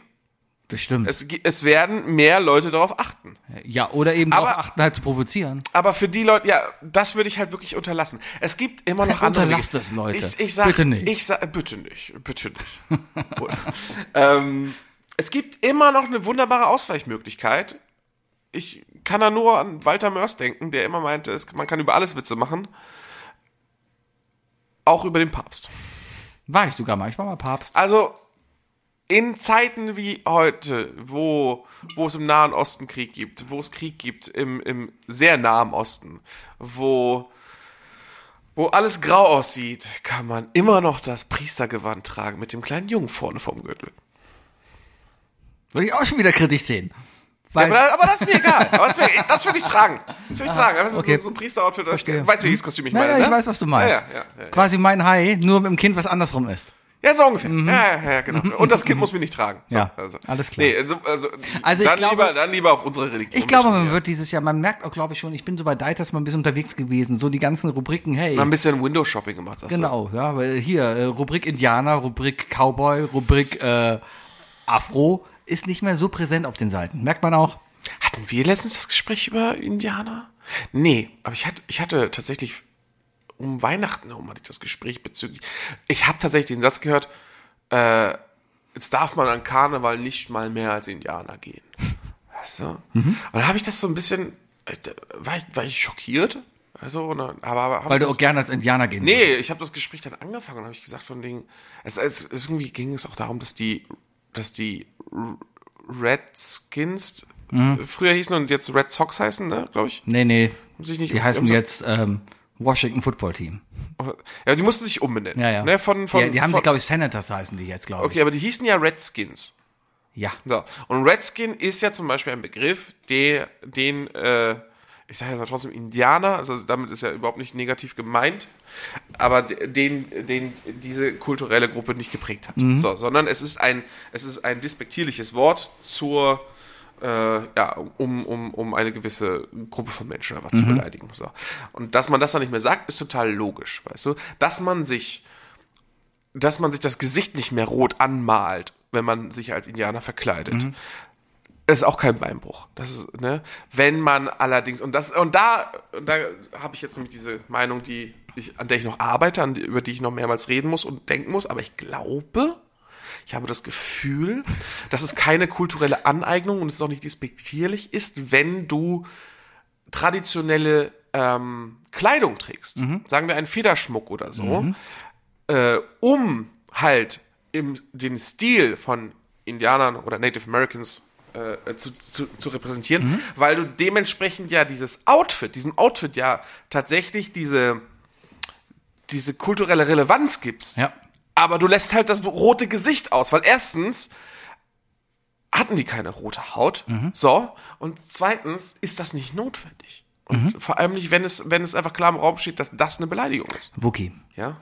[SPEAKER 4] Bestimmt.
[SPEAKER 1] Es, ge- es werden mehr Leute darauf achten.
[SPEAKER 4] ja, oder eben darauf
[SPEAKER 1] Aber-
[SPEAKER 4] achten, halt zu provozieren.
[SPEAKER 1] Aber für die Leute, ja, das würde ich halt wirklich unterlassen. Es gibt immer noch andere.
[SPEAKER 4] Unterlasst
[SPEAKER 1] Wege.
[SPEAKER 4] es, Leute.
[SPEAKER 1] Ich, ich sag,
[SPEAKER 4] Bitte nicht.
[SPEAKER 1] Ich sag, bitte nicht. Bitte nicht. ähm, es gibt immer noch eine wunderbare Ausweichmöglichkeit. Ich kann da nur an Walter Mörs denken, der immer meinte, es, man kann über alles Witze machen. Auch über den Papst.
[SPEAKER 4] War ich sogar mal. Ich war mal Papst.
[SPEAKER 1] Also in Zeiten wie heute, wo, wo es im Nahen Osten Krieg gibt, wo es Krieg gibt im, im sehr nahen Osten, wo, wo alles grau aussieht, kann man immer noch das Priestergewand tragen mit dem kleinen Jungen vorne vom Gürtel.
[SPEAKER 4] Würde ich auch schon wieder kritisch sehen.
[SPEAKER 1] Ja,
[SPEAKER 4] Weil,
[SPEAKER 1] aber, aber das ist mir egal. Aber das, will, das will ich tragen. Das will ich tragen. Das ist
[SPEAKER 4] Ah, okay.
[SPEAKER 1] so, so ein Priesteroutfit.
[SPEAKER 4] Verstehe.
[SPEAKER 1] Weißt du, welches Kostüm ich
[SPEAKER 4] ja,
[SPEAKER 1] meine?
[SPEAKER 4] ja, ich
[SPEAKER 1] ne?
[SPEAKER 4] weiß, was du meinst.
[SPEAKER 1] Ja, ja, ja, ja.
[SPEAKER 4] Quasi mein Hai, nur mit dem Kind, was andersrum ist.
[SPEAKER 1] ja so ungefähr. Ja, ja, ja, genau. Und das Kind muss mich nicht tragen. So,
[SPEAKER 4] Mhm. Ja, alles klar.
[SPEAKER 1] Nee, also, also,
[SPEAKER 4] Also ich
[SPEAKER 1] dann,
[SPEAKER 4] glaube-
[SPEAKER 1] lieber, dann lieber auf unsere Religion.
[SPEAKER 4] Ich glaube,
[SPEAKER 1] bestehen,
[SPEAKER 4] man
[SPEAKER 1] ja.
[SPEAKER 4] wird dieses Jahr, man merkt auch, glaube ich schon, ich bin so bei Deitas mal ein bisschen unterwegs gewesen. So die ganzen Rubriken, hey.
[SPEAKER 1] Mal ein bisschen Windows-Shopping gemacht, sagst
[SPEAKER 4] Genau, ja, weil hier, äh, Rubrik Indianer, Rubrik Cowboy, Rubrik äh, Afro ist nicht mehr so präsent auf den Seiten. Merkt man auch.
[SPEAKER 1] du. Hatten wir letztens das Gespräch über Indianer? Nee, aber ich hatte, ich hatte tatsächlich um Weihnachten herum hatte ich das Gespräch bezüglich. Ich habe tatsächlich den Satz gehört, äh, jetzt darf man an Karneval nicht mal mehr als Indianer gehen. Weißt du?
[SPEAKER 4] Mhm.
[SPEAKER 1] Und da habe ich das so ein bisschen, äh, da war ich, war ich schockiert? Also, und dann- aber, aber hab
[SPEAKER 4] Weil du
[SPEAKER 1] das-
[SPEAKER 4] auch gerne als Indianer gehen würdest.
[SPEAKER 1] Nee, ich habe das Gespräch dann angefangen und habe ich gesagt von Dingen. Es, es, es irgendwie ging es auch darum, dass die, dass die R- Redskins
[SPEAKER 4] Mhm.
[SPEAKER 1] äh, früher hießen und jetzt Red Sox heißen, ne, glaube ich.
[SPEAKER 4] Nee, nee.
[SPEAKER 1] Muss ich nicht- um-
[SPEAKER 4] die heißen
[SPEAKER 1] Muss-
[SPEAKER 4] jetzt ähm, Washington Football Team.
[SPEAKER 1] Ja, die mussten sich umbenennen. Ne, von, von,
[SPEAKER 4] die, die haben
[SPEAKER 1] von,
[SPEAKER 4] sich, glaube ich, Senators heißen die jetzt, glaube
[SPEAKER 1] Okay, aber die hießen ja Redskins.
[SPEAKER 4] ich. Ja.
[SPEAKER 1] So. Und Redskin ist ja zum Beispiel ein Begriff, der, den, äh, ich sage jetzt mal trotzdem Indianer, also damit ist ja überhaupt nicht negativ gemeint, aber de- den, den diese kulturelle Gruppe nicht geprägt hat. So, sondern es ist ein, es ist ein despektierliches Wort zur, äh, ja, um, um, um eine gewisse Gruppe von Menschen einfach zu beleidigen. So. Und dass man das dann nicht mehr sagt, ist total logisch, weißt du? Dass man sich dass man sich das Gesicht nicht mehr rot anmalt, wenn man sich als Indianer verkleidet. Ist auch kein Beinbruch. Das ist, ne? Wenn man allerdings, und das, und da, und da habe ich jetzt nämlich diese Meinung, die ich, an der ich noch arbeite, an, die- über die ich noch mehrmals reden muss und denken muss, aber ich glaube, ich habe das Gefühl, dass es keine kulturelle Aneignung und es auch nicht despektierlich ist, wenn du traditionelle ähm, Kleidung trägst. Sagen wir einen Federschmuck oder so äh, um halt im, den Stil von Indianern oder Native Americans äh, zu, zu, zu repräsentieren, weil du dementsprechend ja dieses Outfit, diesem Outfit ja tatsächlich diese, diese kulturelle Relevanz gibst.
[SPEAKER 4] Ja.
[SPEAKER 1] Aber du lässt halt das rote Gesicht aus, weil erstens hatten die keine rote Haut. So. Und zweitens ist das nicht notwendig. Und vor allem nicht, wenn es, wenn es einfach klar im Raum steht, dass das eine Beleidigung ist.
[SPEAKER 4] Wookie.
[SPEAKER 1] Ja.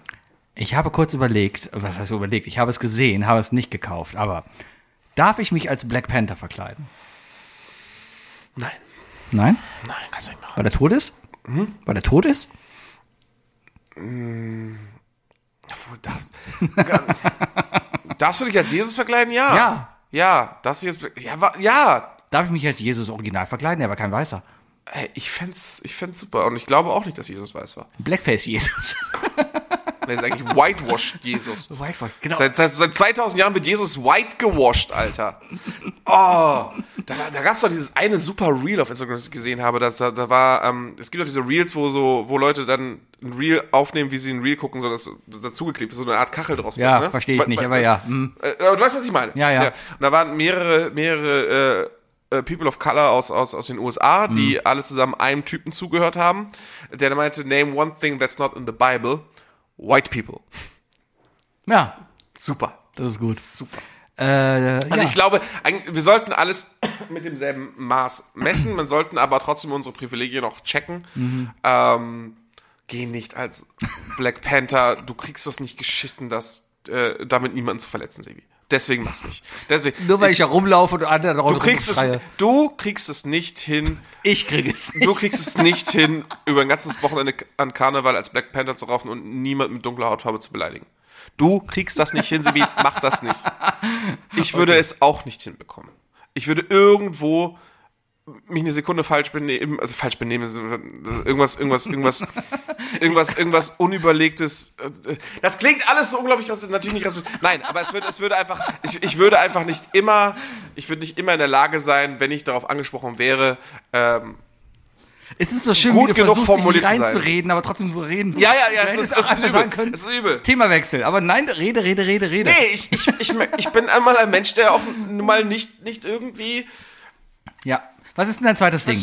[SPEAKER 4] Ich habe kurz überlegt, was heißt überlegt? Ich habe es gesehen, habe es nicht gekauft, aber darf ich mich als Black Panther verkleiden?
[SPEAKER 1] Nein.
[SPEAKER 4] Nein?
[SPEAKER 1] Nein, kannst du nicht machen.
[SPEAKER 4] Weil er tot ist?
[SPEAKER 1] Mhm.
[SPEAKER 4] Weil er tot ist?
[SPEAKER 1] Obwohl, darf- Darfst du dich als Jesus verkleiden? Ja.
[SPEAKER 4] Ja.
[SPEAKER 1] Ja, darfst du jetzt. Ja, wa- ja.
[SPEAKER 4] Darf ich mich als Jesus original verkleiden? Er war kein Weißer.
[SPEAKER 1] Ey, ich fänd's, ich fänd's super. Und ich glaube auch nicht, dass Jesus weiß war.
[SPEAKER 4] Blackface Jesus.
[SPEAKER 1] Er ist eigentlich whitewashed Jesus.
[SPEAKER 4] Whitewash, genau.
[SPEAKER 1] Seit, seit, seit 2000 Jahren wird Jesus white gewashed, Alter. Oh, da, da gab es doch dieses eine super Reel auf Instagram, das ich gesehen habe. Das, da, da war, ähm, es gibt doch diese Reels, wo so, wo Leute dann ein Reel aufnehmen, wie sie ein Reel gucken, so dass dazugeklebt ist, so eine Art Kachel draus.
[SPEAKER 4] Ja,
[SPEAKER 1] wird, ne?
[SPEAKER 4] verstehe ich
[SPEAKER 1] Ba-
[SPEAKER 4] nicht,
[SPEAKER 1] ba-
[SPEAKER 4] aber ja. hm.
[SPEAKER 1] Äh, aber du weißt, was ich meine.
[SPEAKER 4] Ja, ja.
[SPEAKER 1] Und da waren mehrere, mehrere äh, äh, People of Color aus, aus, aus den USA,
[SPEAKER 4] Mhm.
[SPEAKER 1] die alle zusammen einem Typen zugehört haben, der dann meinte, name one thing that's not in the Bible. White people.
[SPEAKER 4] Ja,
[SPEAKER 1] Super.
[SPEAKER 4] das ist gut.
[SPEAKER 1] Super.
[SPEAKER 4] Äh, ja.
[SPEAKER 1] Also ich glaube, eig- wir sollten alles mit demselben Maß messen. Man sollten aber trotzdem unsere Privilegien auch checken.
[SPEAKER 4] Mhm.
[SPEAKER 1] Ähm, geh nicht als Black Panther. Du kriegst das nicht geschissen, das, äh, damit niemanden zu verletzen, Sebi. Deswegen mach's nicht. Deswegen,
[SPEAKER 4] Nur weil ich, herumlaufe und andere
[SPEAKER 1] du, kriegst es, du kriegst es nicht hin,
[SPEAKER 4] Ich krieg es nicht.
[SPEAKER 1] du kriegst es nicht hin, über ein ganzes Wochenende an Karneval als Black Panther zu raufen und niemand mit dunkler Hautfarbe zu beleidigen. Du kriegst das nicht hin, Sibi, mach das nicht. Ich würde es auch nicht hinbekommen. Ich würde irgendwo mich eine Sekunde falsch benehmen, also falsch benehmen, so, irgendwas, irgendwas, irgendwas, irgendwas, irgendwas unüberlegtes. Das klingt alles so unglaublich, dass natürlich nicht rassistisch. Nein, aber es wird, es würde einfach, ich, ich würde einfach nicht immer, ich würde nicht immer in der Lage sein, wenn ich darauf angesprochen wäre, ähm,
[SPEAKER 4] Es ist so schön,
[SPEAKER 1] Gut
[SPEAKER 4] wie du
[SPEAKER 1] genug
[SPEAKER 4] versuchst, dich nicht
[SPEAKER 1] formuliert zu sein.
[SPEAKER 4] reinzureden, aber trotzdem so reden.
[SPEAKER 1] Ja, ja, ja,
[SPEAKER 4] Du
[SPEAKER 1] es ist, es
[SPEAKER 4] hättest auch
[SPEAKER 1] ist
[SPEAKER 4] einfach
[SPEAKER 1] übel.
[SPEAKER 4] sagen können,
[SPEAKER 1] Es ist übel.
[SPEAKER 4] Themawechsel. Aber nein, rede, rede, rede, rede.
[SPEAKER 1] Nee, ich, ich, ich, ich bin einmal ein Mensch, der auch nun mal nicht, nicht irgendwie.
[SPEAKER 4] Ja. Was ist denn dein zweites Ding?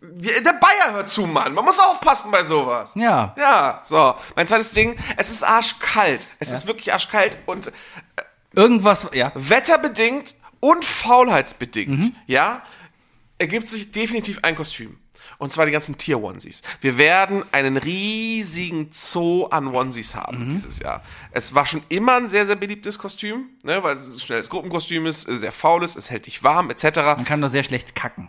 [SPEAKER 1] Wir- Der Bayer hört zu, Mann. Man muss aufpassen bei sowas.
[SPEAKER 4] Ja.
[SPEAKER 1] Ja, so. Mein zweites Ding, es ist arschkalt. Es ist wirklich arschkalt und
[SPEAKER 4] Irgendwas, ja.
[SPEAKER 1] wetterbedingt und faulheitsbedingt,
[SPEAKER 4] Mhm.
[SPEAKER 1] ja, ergibt sich definitiv ein Kostüm. Und zwar die ganzen Tier-Onesies. Wir werden einen riesigen Zoo an Onesies
[SPEAKER 4] Mhm.
[SPEAKER 1] haben dieses Jahr. Es war schon immer ein sehr, sehr beliebtes Kostüm, ne, weil es ein schnelles Gruppenkostüm ist, äh, sehr faul ist, es hält dich warm, etc.
[SPEAKER 4] Man kann doch sehr schlecht kacken.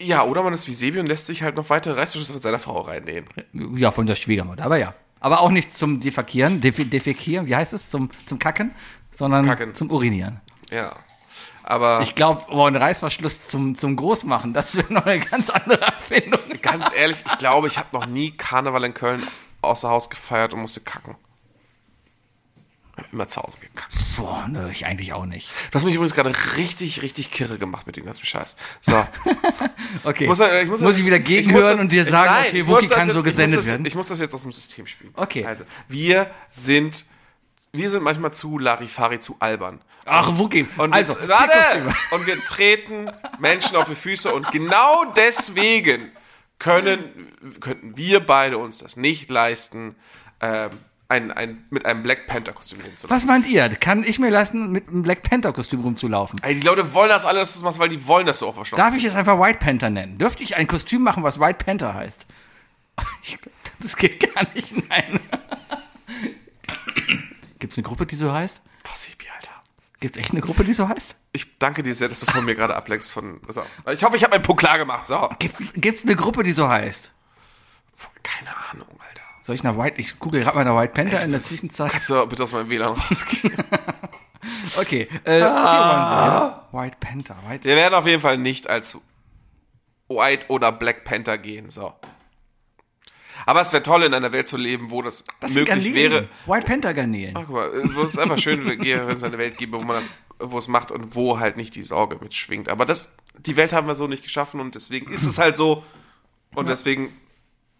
[SPEAKER 1] Ja, oder man ist wie Sebi und lässt sich halt noch weitere Reißverschlüsse von seiner Frau reinnehmen.
[SPEAKER 4] Ja, von der Schwiegermutter, aber ja. Aber auch nicht zum Defekieren, Def Defekieren, wie heißt es? Zum, zum Kacken, sondern
[SPEAKER 1] Kacken.
[SPEAKER 4] zum Urinieren.
[SPEAKER 1] Ja. Aber
[SPEAKER 4] Ich glaube, oh, ein Reißverschluss zum, zum Großmachen, das wäre noch eine ganz andere Erfindung.
[SPEAKER 1] ganz ehrlich, ich glaube, ich habe noch nie Karneval in Köln außer Haus gefeiert und musste kacken. Ich hab immer zu Hause gekackt.
[SPEAKER 4] Boah, nö, ich eigentlich auch nicht.
[SPEAKER 1] Du hast mich übrigens gerade richtig, richtig kirre gemacht mit dem ganzen Scheiß. So.
[SPEAKER 4] Okay.
[SPEAKER 1] Muss, ich muss, das-
[SPEAKER 4] ich wieder
[SPEAKER 1] ich muss
[SPEAKER 4] gegenhören
[SPEAKER 1] das-
[SPEAKER 4] und dir sagen,
[SPEAKER 1] nein, ich
[SPEAKER 4] okay,
[SPEAKER 1] muss
[SPEAKER 4] Wookie
[SPEAKER 1] das
[SPEAKER 4] kann
[SPEAKER 1] jetzt-
[SPEAKER 4] so
[SPEAKER 1] ich muss
[SPEAKER 4] gesendet
[SPEAKER 1] das,
[SPEAKER 4] werden.
[SPEAKER 1] Ich muss das jetzt aus dem System spielen.
[SPEAKER 4] Okay.
[SPEAKER 1] Also, wir sind, wir sind manchmal zu Larifari, zu albern.
[SPEAKER 4] Ach, Wookie.
[SPEAKER 1] Und
[SPEAKER 4] also,
[SPEAKER 1] wir, warte,
[SPEAKER 4] Tierkostüme.
[SPEAKER 1] und wir treten Menschen auf die Füße und genau deswegen können, könnten wir beide uns das nicht leisten, ähm, ein, ein, mit einem Black Panther Kostüm rumzulaufen.
[SPEAKER 4] Was meint ihr? Kann ich mir leisten, mit einem Black Panther-Kostüm rumzulaufen?
[SPEAKER 1] Ey, die Leute wollen das alle, dass du das machst, weil die wollen, dass du auch was machst.
[SPEAKER 4] Darf ich es einfach White Panther nennen? Dürfte ich ein Kostüm machen, was White Panther heißt? Ich glaub, das geht gar nicht, nein. Gibt's eine Gruppe, die so heißt?
[SPEAKER 1] Boah, Sebi, Alter.
[SPEAKER 4] Gibt's echt eine Gruppe, die so heißt?
[SPEAKER 1] Ich danke dir sehr, dass du von mir gerade ablenkst von. So. Ich hoffe, ich habe meinen Punkt klar gemacht. So.
[SPEAKER 4] Gibt's, gibt's eine Gruppe, die so heißt?
[SPEAKER 1] Keine Ahnung, Alter.
[SPEAKER 4] Soll ich nach White, ich google gerade mal nach White Panther in der Zwischenzeit.
[SPEAKER 1] Kannst du bitte aus meinem WLAN rausgehen?
[SPEAKER 4] Okay, äh, ah. White Panther, White
[SPEAKER 1] Wir werden auf jeden Fall nicht als White oder Black Panther gehen. So. Aber es wäre toll, in einer Welt zu leben, wo das,
[SPEAKER 4] sind
[SPEAKER 1] möglich
[SPEAKER 4] Garnelen.
[SPEAKER 1] wäre. Ah.
[SPEAKER 4] White Panther Garnelen.
[SPEAKER 1] Ach, guck mal, äh, wo es einfach schön wäre, wenn es eine Welt gäbe, wo man das, wo es macht und wo halt nicht die Sorge mitschwingt. Aber das, die Welt haben wir so nicht geschaffen und deswegen ist es halt so. Und deswegen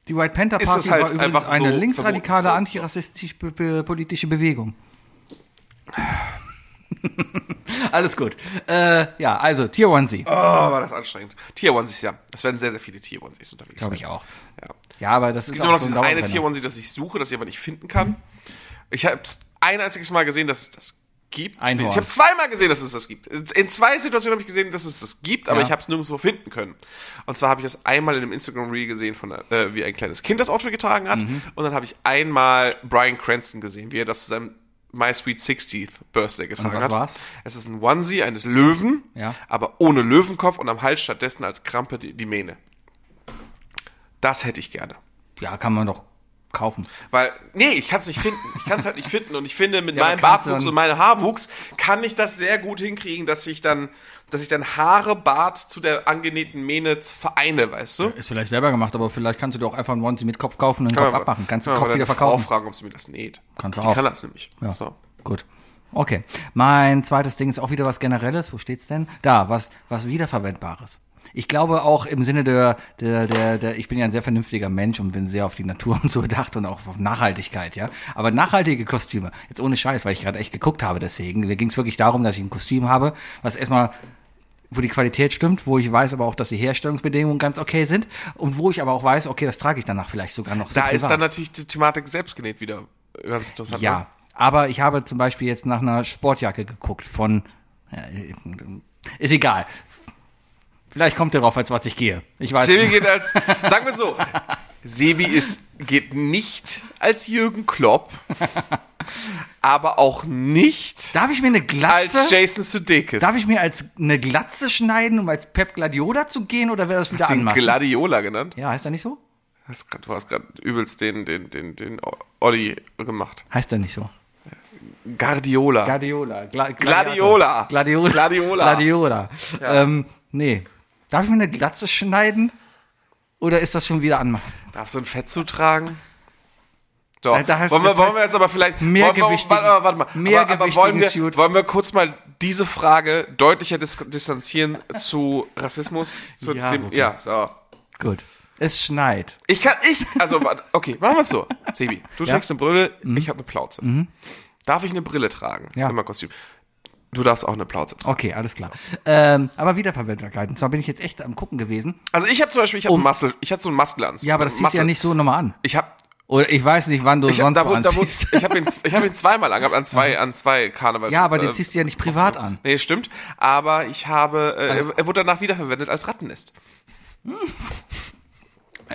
[SPEAKER 4] Die White Panther
[SPEAKER 1] Ist
[SPEAKER 4] Party
[SPEAKER 1] es halt
[SPEAKER 4] war übrigens
[SPEAKER 1] einfach so
[SPEAKER 4] eine linksradikale,
[SPEAKER 1] verboten.
[SPEAKER 4] antirassistisch be- be- politische Bewegung. Alles gut. Äh, ja, also Tier Onesie,
[SPEAKER 1] oh, war das anstrengend. Tier Onesies, ja. Es werden sehr, sehr viele Tier Onesies unterwegs.
[SPEAKER 4] glaube
[SPEAKER 1] sein.
[SPEAKER 4] ich auch.
[SPEAKER 1] Ja.
[SPEAKER 4] Ja, aber das
[SPEAKER 1] Es
[SPEAKER 4] ist
[SPEAKER 1] gibt nur
[SPEAKER 4] auch
[SPEAKER 1] noch
[SPEAKER 4] so
[SPEAKER 1] dieses
[SPEAKER 4] ein
[SPEAKER 1] eine
[SPEAKER 4] Dauerbrenner.
[SPEAKER 1] Tier Onesie, das ich suche, das ich aber nicht finden kann. Ich habe ein einziges Mal gesehen, dass es das gibt.
[SPEAKER 4] Einhorn.
[SPEAKER 1] Ich habe zweimal gesehen, dass es das gibt. In zwei Situationen habe ich gesehen, dass es das gibt, aber
[SPEAKER 4] Ja.
[SPEAKER 1] ich habe es nirgendwo finden können. Und zwar habe ich das einmal in einem Instagram Reel gesehen, von, äh, wie ein kleines Kind das Outfit getragen hat.
[SPEAKER 4] Mhm.
[SPEAKER 1] Und dann habe ich einmal Brian Cranston gesehen, wie er das zu seinem My Sweet 60th Birthday getragen
[SPEAKER 4] was
[SPEAKER 1] hat.
[SPEAKER 4] war's?
[SPEAKER 1] Es ist ein Onesie eines Löwen,
[SPEAKER 4] Ja.
[SPEAKER 1] aber ohne Löwenkopf und am Hals stattdessen als Krampe die, die Mähne. Das hätte ich gerne.
[SPEAKER 4] Ja, kann man doch kaufen.
[SPEAKER 1] Weil, nee, ich kann es nicht finden. Ich kann es halt nicht finden. Und ich finde, mit
[SPEAKER 4] Ja, aber
[SPEAKER 1] meinem
[SPEAKER 4] kannst du
[SPEAKER 1] Bartwuchs
[SPEAKER 4] dann-
[SPEAKER 1] und meinem Haarwuchs kann ich das sehr gut hinkriegen, dass ich dann, dass ich dann Haare, Bart zu der angenähten Mähne z- vereine, weißt du?
[SPEAKER 4] Ist vielleicht selber gemacht, aber vielleicht kannst du dir auch einfach einen Onesie mit Kopf kaufen und den Kopf
[SPEAKER 1] aber-
[SPEAKER 4] abmachen. Kannst den
[SPEAKER 1] kann man
[SPEAKER 4] Kopf
[SPEAKER 1] aber
[SPEAKER 4] wieder
[SPEAKER 1] deine
[SPEAKER 4] verkaufen.
[SPEAKER 1] Frau fragen, ob sie mir das näht.
[SPEAKER 4] Kannst du
[SPEAKER 1] Die
[SPEAKER 4] auch.
[SPEAKER 1] kann das nämlich.
[SPEAKER 4] Ja,
[SPEAKER 1] So.
[SPEAKER 4] gut. Okay, mein zweites Ding ist auch wieder was Generelles. Wo steht's denn? Da, was, was Wiederverwendbares. Ich glaube auch im Sinne der, der, der, der, ich bin ja ein sehr vernünftiger Mensch und bin sehr auf die Natur und so bedacht und auch auf Nachhaltigkeit, ja. Aber nachhaltige Kostüme, jetzt ohne Scheiß, weil ich gerade echt geguckt habe deswegen, mir ging's wirklich darum, dass ich ein Kostüm habe, was erstmal wo die Qualität stimmt, wo ich weiß aber auch, dass die Herstellungsbedingungen ganz okay sind und wo ich aber auch weiß, okay, das trage ich danach vielleicht sogar noch so
[SPEAKER 1] Da ist
[SPEAKER 4] privat.
[SPEAKER 1] dann natürlich die Thematik selbstgenäht wieder ganz interessant.
[SPEAKER 4] Ja,
[SPEAKER 1] ne?
[SPEAKER 4] aber ich habe zum Beispiel jetzt nach einer Sportjacke geguckt von. Ja, ist egal. Vielleicht kommt ihr drauf, als was ich gehe. Ich weiß.
[SPEAKER 1] Silvi geht als, sagen wir so, Sebi ist, geht nicht als Jürgen Klopp, aber auch nicht
[SPEAKER 4] Darf ich mir eine Glatze?
[SPEAKER 1] als Jason Sudeikis.
[SPEAKER 4] Darf ich mir als eine Glatze schneiden, um als Pep Gladiola zu gehen oder wäre das wieder
[SPEAKER 1] Hast du ihn
[SPEAKER 4] anmachen?
[SPEAKER 1] Gladiola genannt?
[SPEAKER 4] Ja, heißt er nicht so?
[SPEAKER 1] Hast grad- Du hast gerade übelst den, den, den, den Olli gemacht.
[SPEAKER 4] Heißt er nicht so?
[SPEAKER 1] Guardiola.
[SPEAKER 4] Gladiola. Gla
[SPEAKER 1] Gladiola.
[SPEAKER 4] Gladiola.
[SPEAKER 1] Gladiola.
[SPEAKER 4] Gladiola. Ähm, nee. Darf ich mir eine Glatze schneiden? Oder ist das schon wieder anmachen?
[SPEAKER 1] Darfst du ein Fettsuit tragen? Doch.
[SPEAKER 4] Äh, da heißt-
[SPEAKER 1] wollen, wir,
[SPEAKER 4] das
[SPEAKER 1] wollen
[SPEAKER 4] heißt,
[SPEAKER 1] wir jetzt aber vielleicht.
[SPEAKER 4] mehr
[SPEAKER 1] wollen, wir-
[SPEAKER 4] gewichtigen-
[SPEAKER 1] Warte, warte mal.
[SPEAKER 4] mehr
[SPEAKER 1] aber, aber
[SPEAKER 4] gewichtigen
[SPEAKER 1] wollen, wir,
[SPEAKER 4] Suit.
[SPEAKER 1] wollen wir kurz mal diese Frage deutlicher dis distanzieren zu Rassismus? Zu
[SPEAKER 4] Ja,
[SPEAKER 1] dem,
[SPEAKER 4] Rupi.
[SPEAKER 1] ja so.
[SPEAKER 4] Gut. Es schneit.
[SPEAKER 1] Ich kann, ich, also, warte, okay, machen wir es so. Sebi, du trägst eine Brille, ich habe eine Plauze. Darf ich eine Brille tragen?
[SPEAKER 4] Mhm. Ja.
[SPEAKER 1] In meinem Kostüm. Du darfst auch eine Plauze tragen.
[SPEAKER 4] Okay, alles klar. Ähm, aber Wiederverwendbarkeit. Und zwar bin ich jetzt echt am Gucken gewesen.
[SPEAKER 1] Also ich habe zum Beispiel, ich habe Muscle, ich hatte so einen Muskelanzug.
[SPEAKER 4] Um- Ja, aber das ziehst Äh, du
[SPEAKER 1] Muscle-
[SPEAKER 4] ja nicht so nochmal an.
[SPEAKER 1] Ich habe
[SPEAKER 4] Oder ich weiß nicht, wann du
[SPEAKER 1] ich hab,
[SPEAKER 4] sonst
[SPEAKER 1] da,
[SPEAKER 4] wo
[SPEAKER 1] wo- da, wo-
[SPEAKER 4] anziehst.
[SPEAKER 1] ich habe ihn, z- ich hab ihn zweimal angehabt, an zwei, an zwei Karnevals.
[SPEAKER 4] ja, aber den
[SPEAKER 1] äh,
[SPEAKER 4] ziehst du ja nicht privat an.
[SPEAKER 1] Nee, stimmt. Aber ich habe, äh, er- er wurde danach wiederverwendet als Rattennest.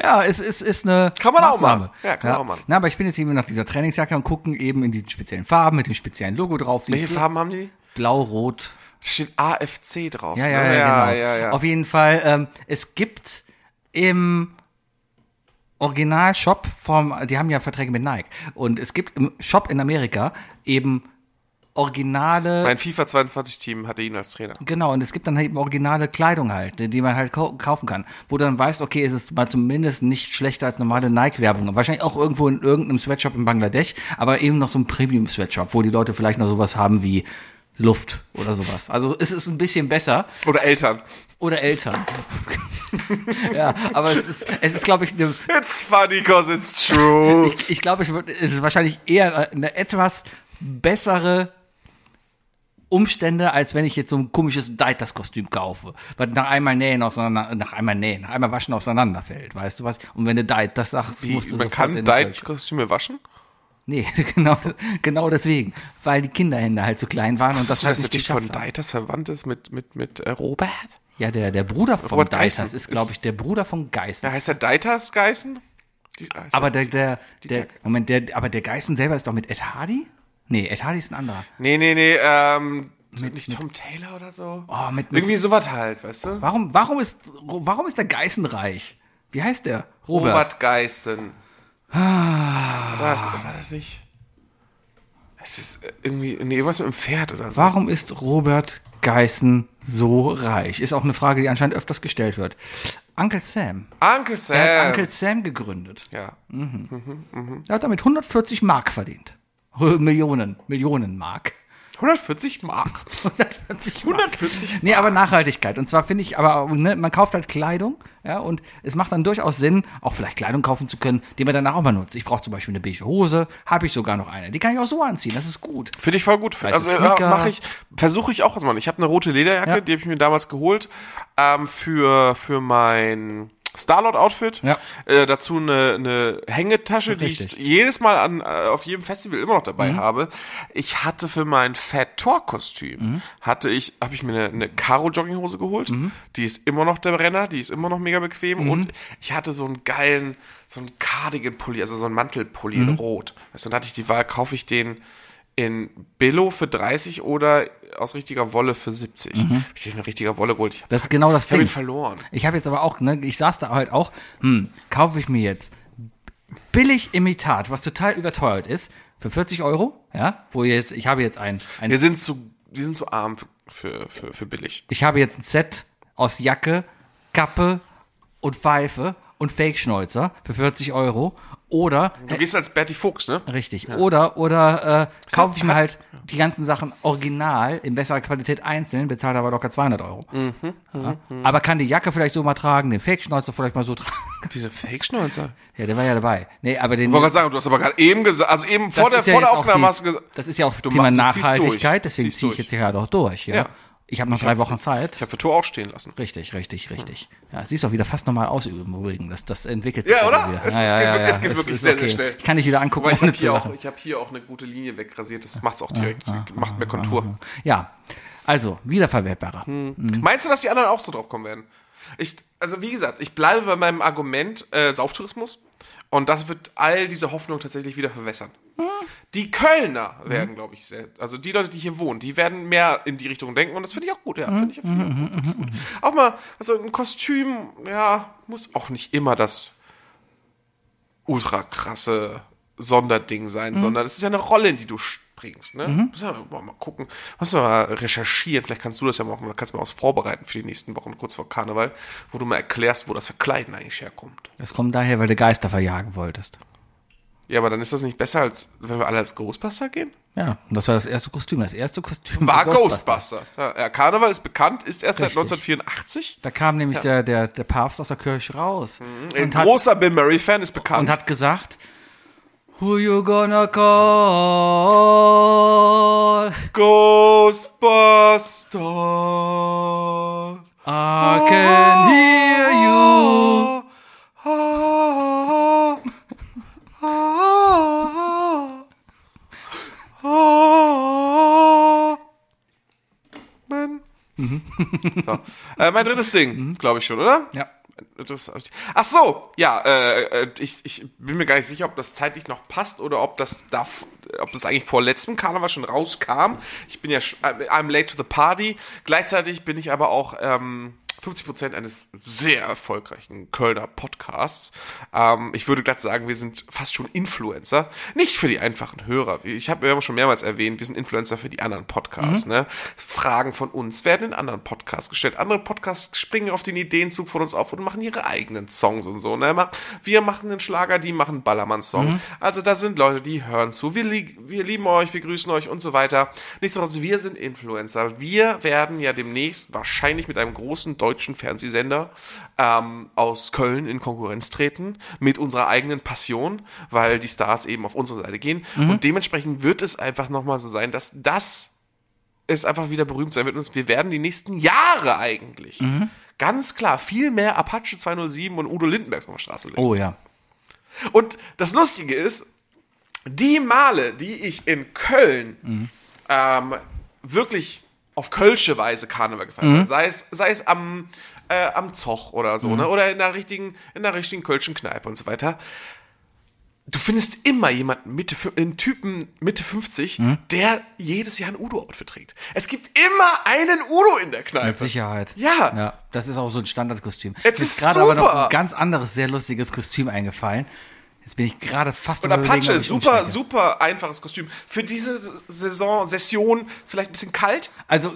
[SPEAKER 4] Ja, es ist, ist eine.
[SPEAKER 1] Kann man auch
[SPEAKER 4] Maßnahme.
[SPEAKER 1] machen. Ja, kann man auch machen.
[SPEAKER 4] Na, aber ich bin jetzt eben nach dieser Trainingsjacke und gucken eben in diesen speziellen Farben mit dem speziellen Logo drauf. Die
[SPEAKER 1] Welche
[SPEAKER 4] ist
[SPEAKER 1] Farben haben die?
[SPEAKER 4] Blau, Rot.
[SPEAKER 1] Da steht AFC drauf.
[SPEAKER 4] Ja,
[SPEAKER 1] ne?
[SPEAKER 4] ja, ja,
[SPEAKER 1] ja,
[SPEAKER 4] genau.
[SPEAKER 1] ja, ja.
[SPEAKER 4] Auf jeden Fall, ähm, es gibt im Originalshop vom, die haben ja Verträge mit Nike. Und es gibt im Shop in Amerika eben originale.
[SPEAKER 1] Mein FIFA 22 Team hatte ihn als Trainer.
[SPEAKER 4] Genau, und es gibt dann halt eben originale Kleidung halt, die- die man halt kau- kaufen kann. Wo du dann weißt, okay, es ist mal zumindest nicht schlechter als normale Nike-Werbung. Und Wahrscheinlich auch irgendwo in irgendeinem Sweatshop in Bangladesch, aber eben noch so ein Premium-Sweatshop, wo die Leute vielleicht noch sowas haben wie Luft oder sowas. Also es ist ein bisschen besser.
[SPEAKER 1] Oder Eltern.
[SPEAKER 4] Oder Eltern. ja, aber es ist, es ist glaube ich, eine
[SPEAKER 1] It's funny cause it's true.
[SPEAKER 4] ich, ich glaube, es wird- es ist wahrscheinlich eher eine etwas bessere Umstände, als wenn ich jetzt so ein komisches Deiters-Kostüm kaufe, was nach einmal nähen auseinander, nach einmal nähen, nach einmal waschen auseinanderfällt, weißt du was? Und wenn du Deiters sagst,
[SPEAKER 1] Die,
[SPEAKER 4] musst du
[SPEAKER 1] man
[SPEAKER 4] sofort
[SPEAKER 1] kann
[SPEAKER 4] in-
[SPEAKER 1] Deit-Kostüme waschen?
[SPEAKER 4] Nee, genau, genau deswegen, weil die Kinderhände halt so klein waren und
[SPEAKER 1] Wusstest
[SPEAKER 4] das
[SPEAKER 1] du,
[SPEAKER 4] halt
[SPEAKER 1] dass
[SPEAKER 4] nicht
[SPEAKER 1] der Typ von
[SPEAKER 4] geschafft haben.
[SPEAKER 1] Deiters verwandt ist mit, mit, mit äh, Robert?
[SPEAKER 4] Ja, der, der Bruder von
[SPEAKER 1] Robert
[SPEAKER 4] Deiters
[SPEAKER 1] Geißen
[SPEAKER 4] ist,
[SPEAKER 1] ist-
[SPEAKER 4] glaube ich, der Bruder von Geißen.
[SPEAKER 1] Da heißt er Deiters Geißen? Die- ah, ist
[SPEAKER 4] aber
[SPEAKER 1] ja-
[SPEAKER 4] der, der, der,
[SPEAKER 1] Tag-
[SPEAKER 4] Moment, der, aber der Geißen selber ist doch mit Ed Hardy? Nee, Ed Hardy ist ein anderer.
[SPEAKER 1] Nee, nee, nee, ähm, nicht Tom Taylor oder so?
[SPEAKER 4] Oh, mit, mit
[SPEAKER 1] Irgendwie sowas halt, weißt du?
[SPEAKER 4] Warum, warum, ist, warum ist der Geißenreich? Wie heißt der? Robert.
[SPEAKER 1] Robert Geißen.
[SPEAKER 4] Ah.
[SPEAKER 1] Was war das? War das nicht? Es ist äh, irgendwie, nee, was mit dem Pferd oder so.
[SPEAKER 4] Warum ist Robert Geißen so reich? Ist auch eine Frage, die anscheinend öfters gestellt wird. Uncle Sam.
[SPEAKER 1] Uncle Sam.
[SPEAKER 4] Er hat Uncle Sam gegründet.
[SPEAKER 1] ja.
[SPEAKER 4] Er hat damit 140 Mark verdient. Rö- Millionen, Millionen Mark.
[SPEAKER 1] 140 Mark.
[SPEAKER 4] 140 Mark.
[SPEAKER 1] 140
[SPEAKER 4] Nee, aber Nachhaltigkeit. Und zwar finde ich, aber ne, man kauft halt Kleidung, ja, und es macht dann durchaus Sinn, auch vielleicht Kleidung kaufen zu können, die man danach auch mal nutzt. Ich brauche zum Beispiel eine beige Hose, habe ich sogar noch eine. Die kann ich auch so anziehen, das ist gut.
[SPEAKER 1] Finde ich voll gut. Also äh,
[SPEAKER 4] Sneaker.
[SPEAKER 1] mache ich, versuche ich auch mal. Ich habe eine rote Lederjacke,
[SPEAKER 4] Ja.
[SPEAKER 1] die habe ich mir damals geholt ähm, für für mein Starlord Outfit.
[SPEAKER 4] Ja.
[SPEAKER 1] Äh, dazu eine, eine Hängetasche,
[SPEAKER 4] Richtig. Mhm.
[SPEAKER 1] die ich jedes Mal an äh, auf jedem Festival immer noch dabei habe. Ich hatte für mein Fat Tor Kostüm
[SPEAKER 4] Mhm.
[SPEAKER 1] hatte ich habe ich mir eine, eine Karo Jogginghose geholt. Die ist immer noch der Brenner, die ist immer noch mega bequem
[SPEAKER 4] Mhm.
[SPEAKER 1] und ich hatte so einen geilen so einen Cardigan Pulli, also so einen Mantelpulli
[SPEAKER 4] Mhm.
[SPEAKER 1] in rot. Also dann hatte ich die Wahl, kaufe ich den in Billo für 30 oder aus richtiger Wolle für 70. Hab Ich habe mir richtiger Wolle geholt. Ich habe
[SPEAKER 4] Das ist genau das
[SPEAKER 1] hab ihn
[SPEAKER 4] Mhm. Ding.
[SPEAKER 1] verloren.
[SPEAKER 4] Ich habe jetzt aber auch, ne, ich saß da halt auch, hm, kaufe ich mir jetzt billig Imitat, was total überteuert ist, für 40 Euro, ja, wo jetzt, ich habe jetzt ein,
[SPEAKER 1] Wir
[SPEAKER 4] ein
[SPEAKER 1] sind zu, wir sind zu arm für, für, für billig.
[SPEAKER 4] ich habe jetzt ein Set aus Jacke, Kappe und Pfeife und Fake-Schnäuzer für 40 Euro oder,
[SPEAKER 1] Du gehst als Bertie Fuchs, ne?
[SPEAKER 4] richtig, oder, oder, äh, kaufe ich mir
[SPEAKER 1] hat-
[SPEAKER 4] halt die ganzen Sachen original in besserer Qualität einzeln, bezahlt aber locker 200 Euro.
[SPEAKER 1] Mhm,
[SPEAKER 4] ja? Aber kann die Jacke vielleicht so mal tragen, den Fake-Schnäuzer vielleicht mal so tragen.
[SPEAKER 1] Diese Fake-Schnäuzer.
[SPEAKER 4] Ja, der war ja dabei. Nee, also den.
[SPEAKER 1] Ich wollte gerade sagen, du hast aber gerade eben gesagt, also eben vor der,
[SPEAKER 4] ist ja
[SPEAKER 1] vor der
[SPEAKER 4] jetzt auch
[SPEAKER 1] Aufnahme
[SPEAKER 4] die-
[SPEAKER 1] hast du gesagt.
[SPEAKER 4] Das ist ja auch
[SPEAKER 1] Du
[SPEAKER 4] Thema
[SPEAKER 1] machst- du ziehst durch.
[SPEAKER 4] Nachhaltigkeit, deswegen
[SPEAKER 1] Ziehst
[SPEAKER 4] ziehe ich
[SPEAKER 1] durch.
[SPEAKER 4] jetzt hier gerade auch durch. Ja.
[SPEAKER 1] Ja.
[SPEAKER 4] Ich habe noch drei Wochen Zeit.
[SPEAKER 1] Ich habe für Tor auch stehen lassen.
[SPEAKER 4] Richtig, richtig,
[SPEAKER 1] Hm.
[SPEAKER 4] richtig. Ja, es siehst doch wieder fast normal aus im Übrigen. Das, das entwickelt
[SPEAKER 1] Ja,
[SPEAKER 4] dann
[SPEAKER 1] oder?
[SPEAKER 4] Wieder.
[SPEAKER 1] Es- es geht wirklich- es geht wirklich sehr, sehr schnell.
[SPEAKER 4] Ich kann dich wieder angucken,
[SPEAKER 1] Aber ich habe
[SPEAKER 4] ohne zu
[SPEAKER 1] hier, auch-
[SPEAKER 4] lachen.
[SPEAKER 1] ich hab hier auch eine gute Linie wegrasiert. Das macht's auch direkt. Macht mehr Kontur.
[SPEAKER 4] Ja, also, wiederverwertbarer.
[SPEAKER 1] Hm. Meinst du, dass die anderen auch so drauf kommen werden? Ich, also wie gesagt, ich bleibe bei meinem Argument äh, Sauftourismus und das wird all diese Hoffnung tatsächlich wieder verwässern. Die Kölner werden, glaube ich, sehr, also die Leute, die hier wohnen, die werden mehr in die Richtung denken und das finde ich auch gut, ja, finde ich, finde ich auch gut, finde ich gut. Auch mal, also ein Kostüm, ja, muss auch nicht immer das ultra krasse Sonderding sein,
[SPEAKER 4] Mhm.
[SPEAKER 1] sondern es ist ja eine Rolle, in die du springst, ne? Muss ja mal mal gucken, musst du mal recherchieren, vielleicht kannst du das ja machen oder kannst mal was vorbereiten für die nächsten Wochen kurz vor Karneval, wo du mal erklärst, wo das Verkleiden eigentlich herkommt.
[SPEAKER 4] Das kommt daher, weil du Geister verjagen wolltest.
[SPEAKER 1] Ja, aber dann ist das nicht besser, als wenn wir alle als Ghostbuster gehen?
[SPEAKER 4] Ja, und das war das erste Kostüm. Das erste Kostüm
[SPEAKER 1] War
[SPEAKER 4] Ghostbuster.
[SPEAKER 1] Ghostbusters. Ja, ja, Karneval ist bekannt, ist erst
[SPEAKER 4] Richtig.
[SPEAKER 1] seit 1984.
[SPEAKER 4] Da kam nämlich der, der, der Papst aus der Kirche raus
[SPEAKER 1] Ein
[SPEAKER 4] und, hat,
[SPEAKER 1] großer Bill Murray-Fan ist bekannt.
[SPEAKER 4] und hat gesagt, Who you gonna call?
[SPEAKER 1] Ghostbusters.
[SPEAKER 4] I can hear you.
[SPEAKER 1] Man. So. Äh, mein drittes Ding, glaube ich schon, oder?
[SPEAKER 4] Ja.
[SPEAKER 1] Das- Ach so, ja, äh, äh, ich, ich bin mir gar nicht sicher, ob das zeitlich noch passt oder ob das da, ob das eigentlich vor letztem Karneval schon rauskam. Ich bin ja, sch- äh, I'm late to the party. Gleichzeitig bin ich aber auch ähm, 50% eines sehr erfolgreichen Kölner Podcasts. Ähm, ich würde glatt sagen, wir sind fast schon Influencer. Nicht für die einfachen Hörer. Ich habe ja schon mehrmals erwähnt, wir sind Influencer für die anderen Podcasts. Ne? Fragen von uns werden in anderen Podcasts gestellt. Andere Podcasts springen auf den Ideenzug von uns auf und machen ihre eigenen Songs und so. Ne? Mach- Wir machen einen Schlager, die machen einen Ballermann-Song. Also da sind Leute, die hören zu. Wir, lie- wir lieben euch, wir grüßen euch und so weiter. Nichtsdestotrotz, wir sind Influencer. Wir werden ja demnächst wahrscheinlich mit einem großen deutschen Fernsehsender ähm, aus Köln in Konkurrenz treten mit unserer eigenen Passion, weil die Stars eben auf unsere Seite gehen. Und dementsprechend wird es einfach nochmal so sein, dass das es einfach wieder berühmt sein wird. Und wir werden die nächsten Jahre eigentlich ganz klar viel mehr Apache 207 und Udo Lindenbergs auf der Straße sehen.
[SPEAKER 4] Oh ja.
[SPEAKER 1] Und das Lustige ist, die Male, die ich in Köln
[SPEAKER 4] Mhm.
[SPEAKER 1] ähm, wirklich auf kölsche Weise Karneval gefeiert
[SPEAKER 4] Mhm.
[SPEAKER 1] habe, sei es, sei es am, äh, am Zoch oder so,
[SPEAKER 4] Mhm.
[SPEAKER 1] ne? oder in der richtigen, in der richtigen kölschen Kneipe und so weiter, du findest immer jemanden Mitte, fü- einen Typen Mitte 50,
[SPEAKER 4] Mhm.
[SPEAKER 1] der jedes Jahr ein Udo-Outfit trägt. Es gibt immer einen Udo in der Kneipe.
[SPEAKER 4] Mit Sicherheit.
[SPEAKER 1] Ja.
[SPEAKER 4] ja. Das ist auch so ein Standardkostüm. Jetzt
[SPEAKER 1] ist
[SPEAKER 4] gerade aber noch
[SPEAKER 1] super.
[SPEAKER 4] ein ganz anderes, sehr lustiges Kostüm eingefallen. Jetzt bin ich gerade fast
[SPEAKER 1] Und
[SPEAKER 4] am Überlegen,
[SPEAKER 1] Apache,
[SPEAKER 4] ob ich
[SPEAKER 1] super,
[SPEAKER 4] umsteige.
[SPEAKER 1] super einfaches Kostüm. Für diese Saison, Session vielleicht ein bisschen kalt,
[SPEAKER 4] Also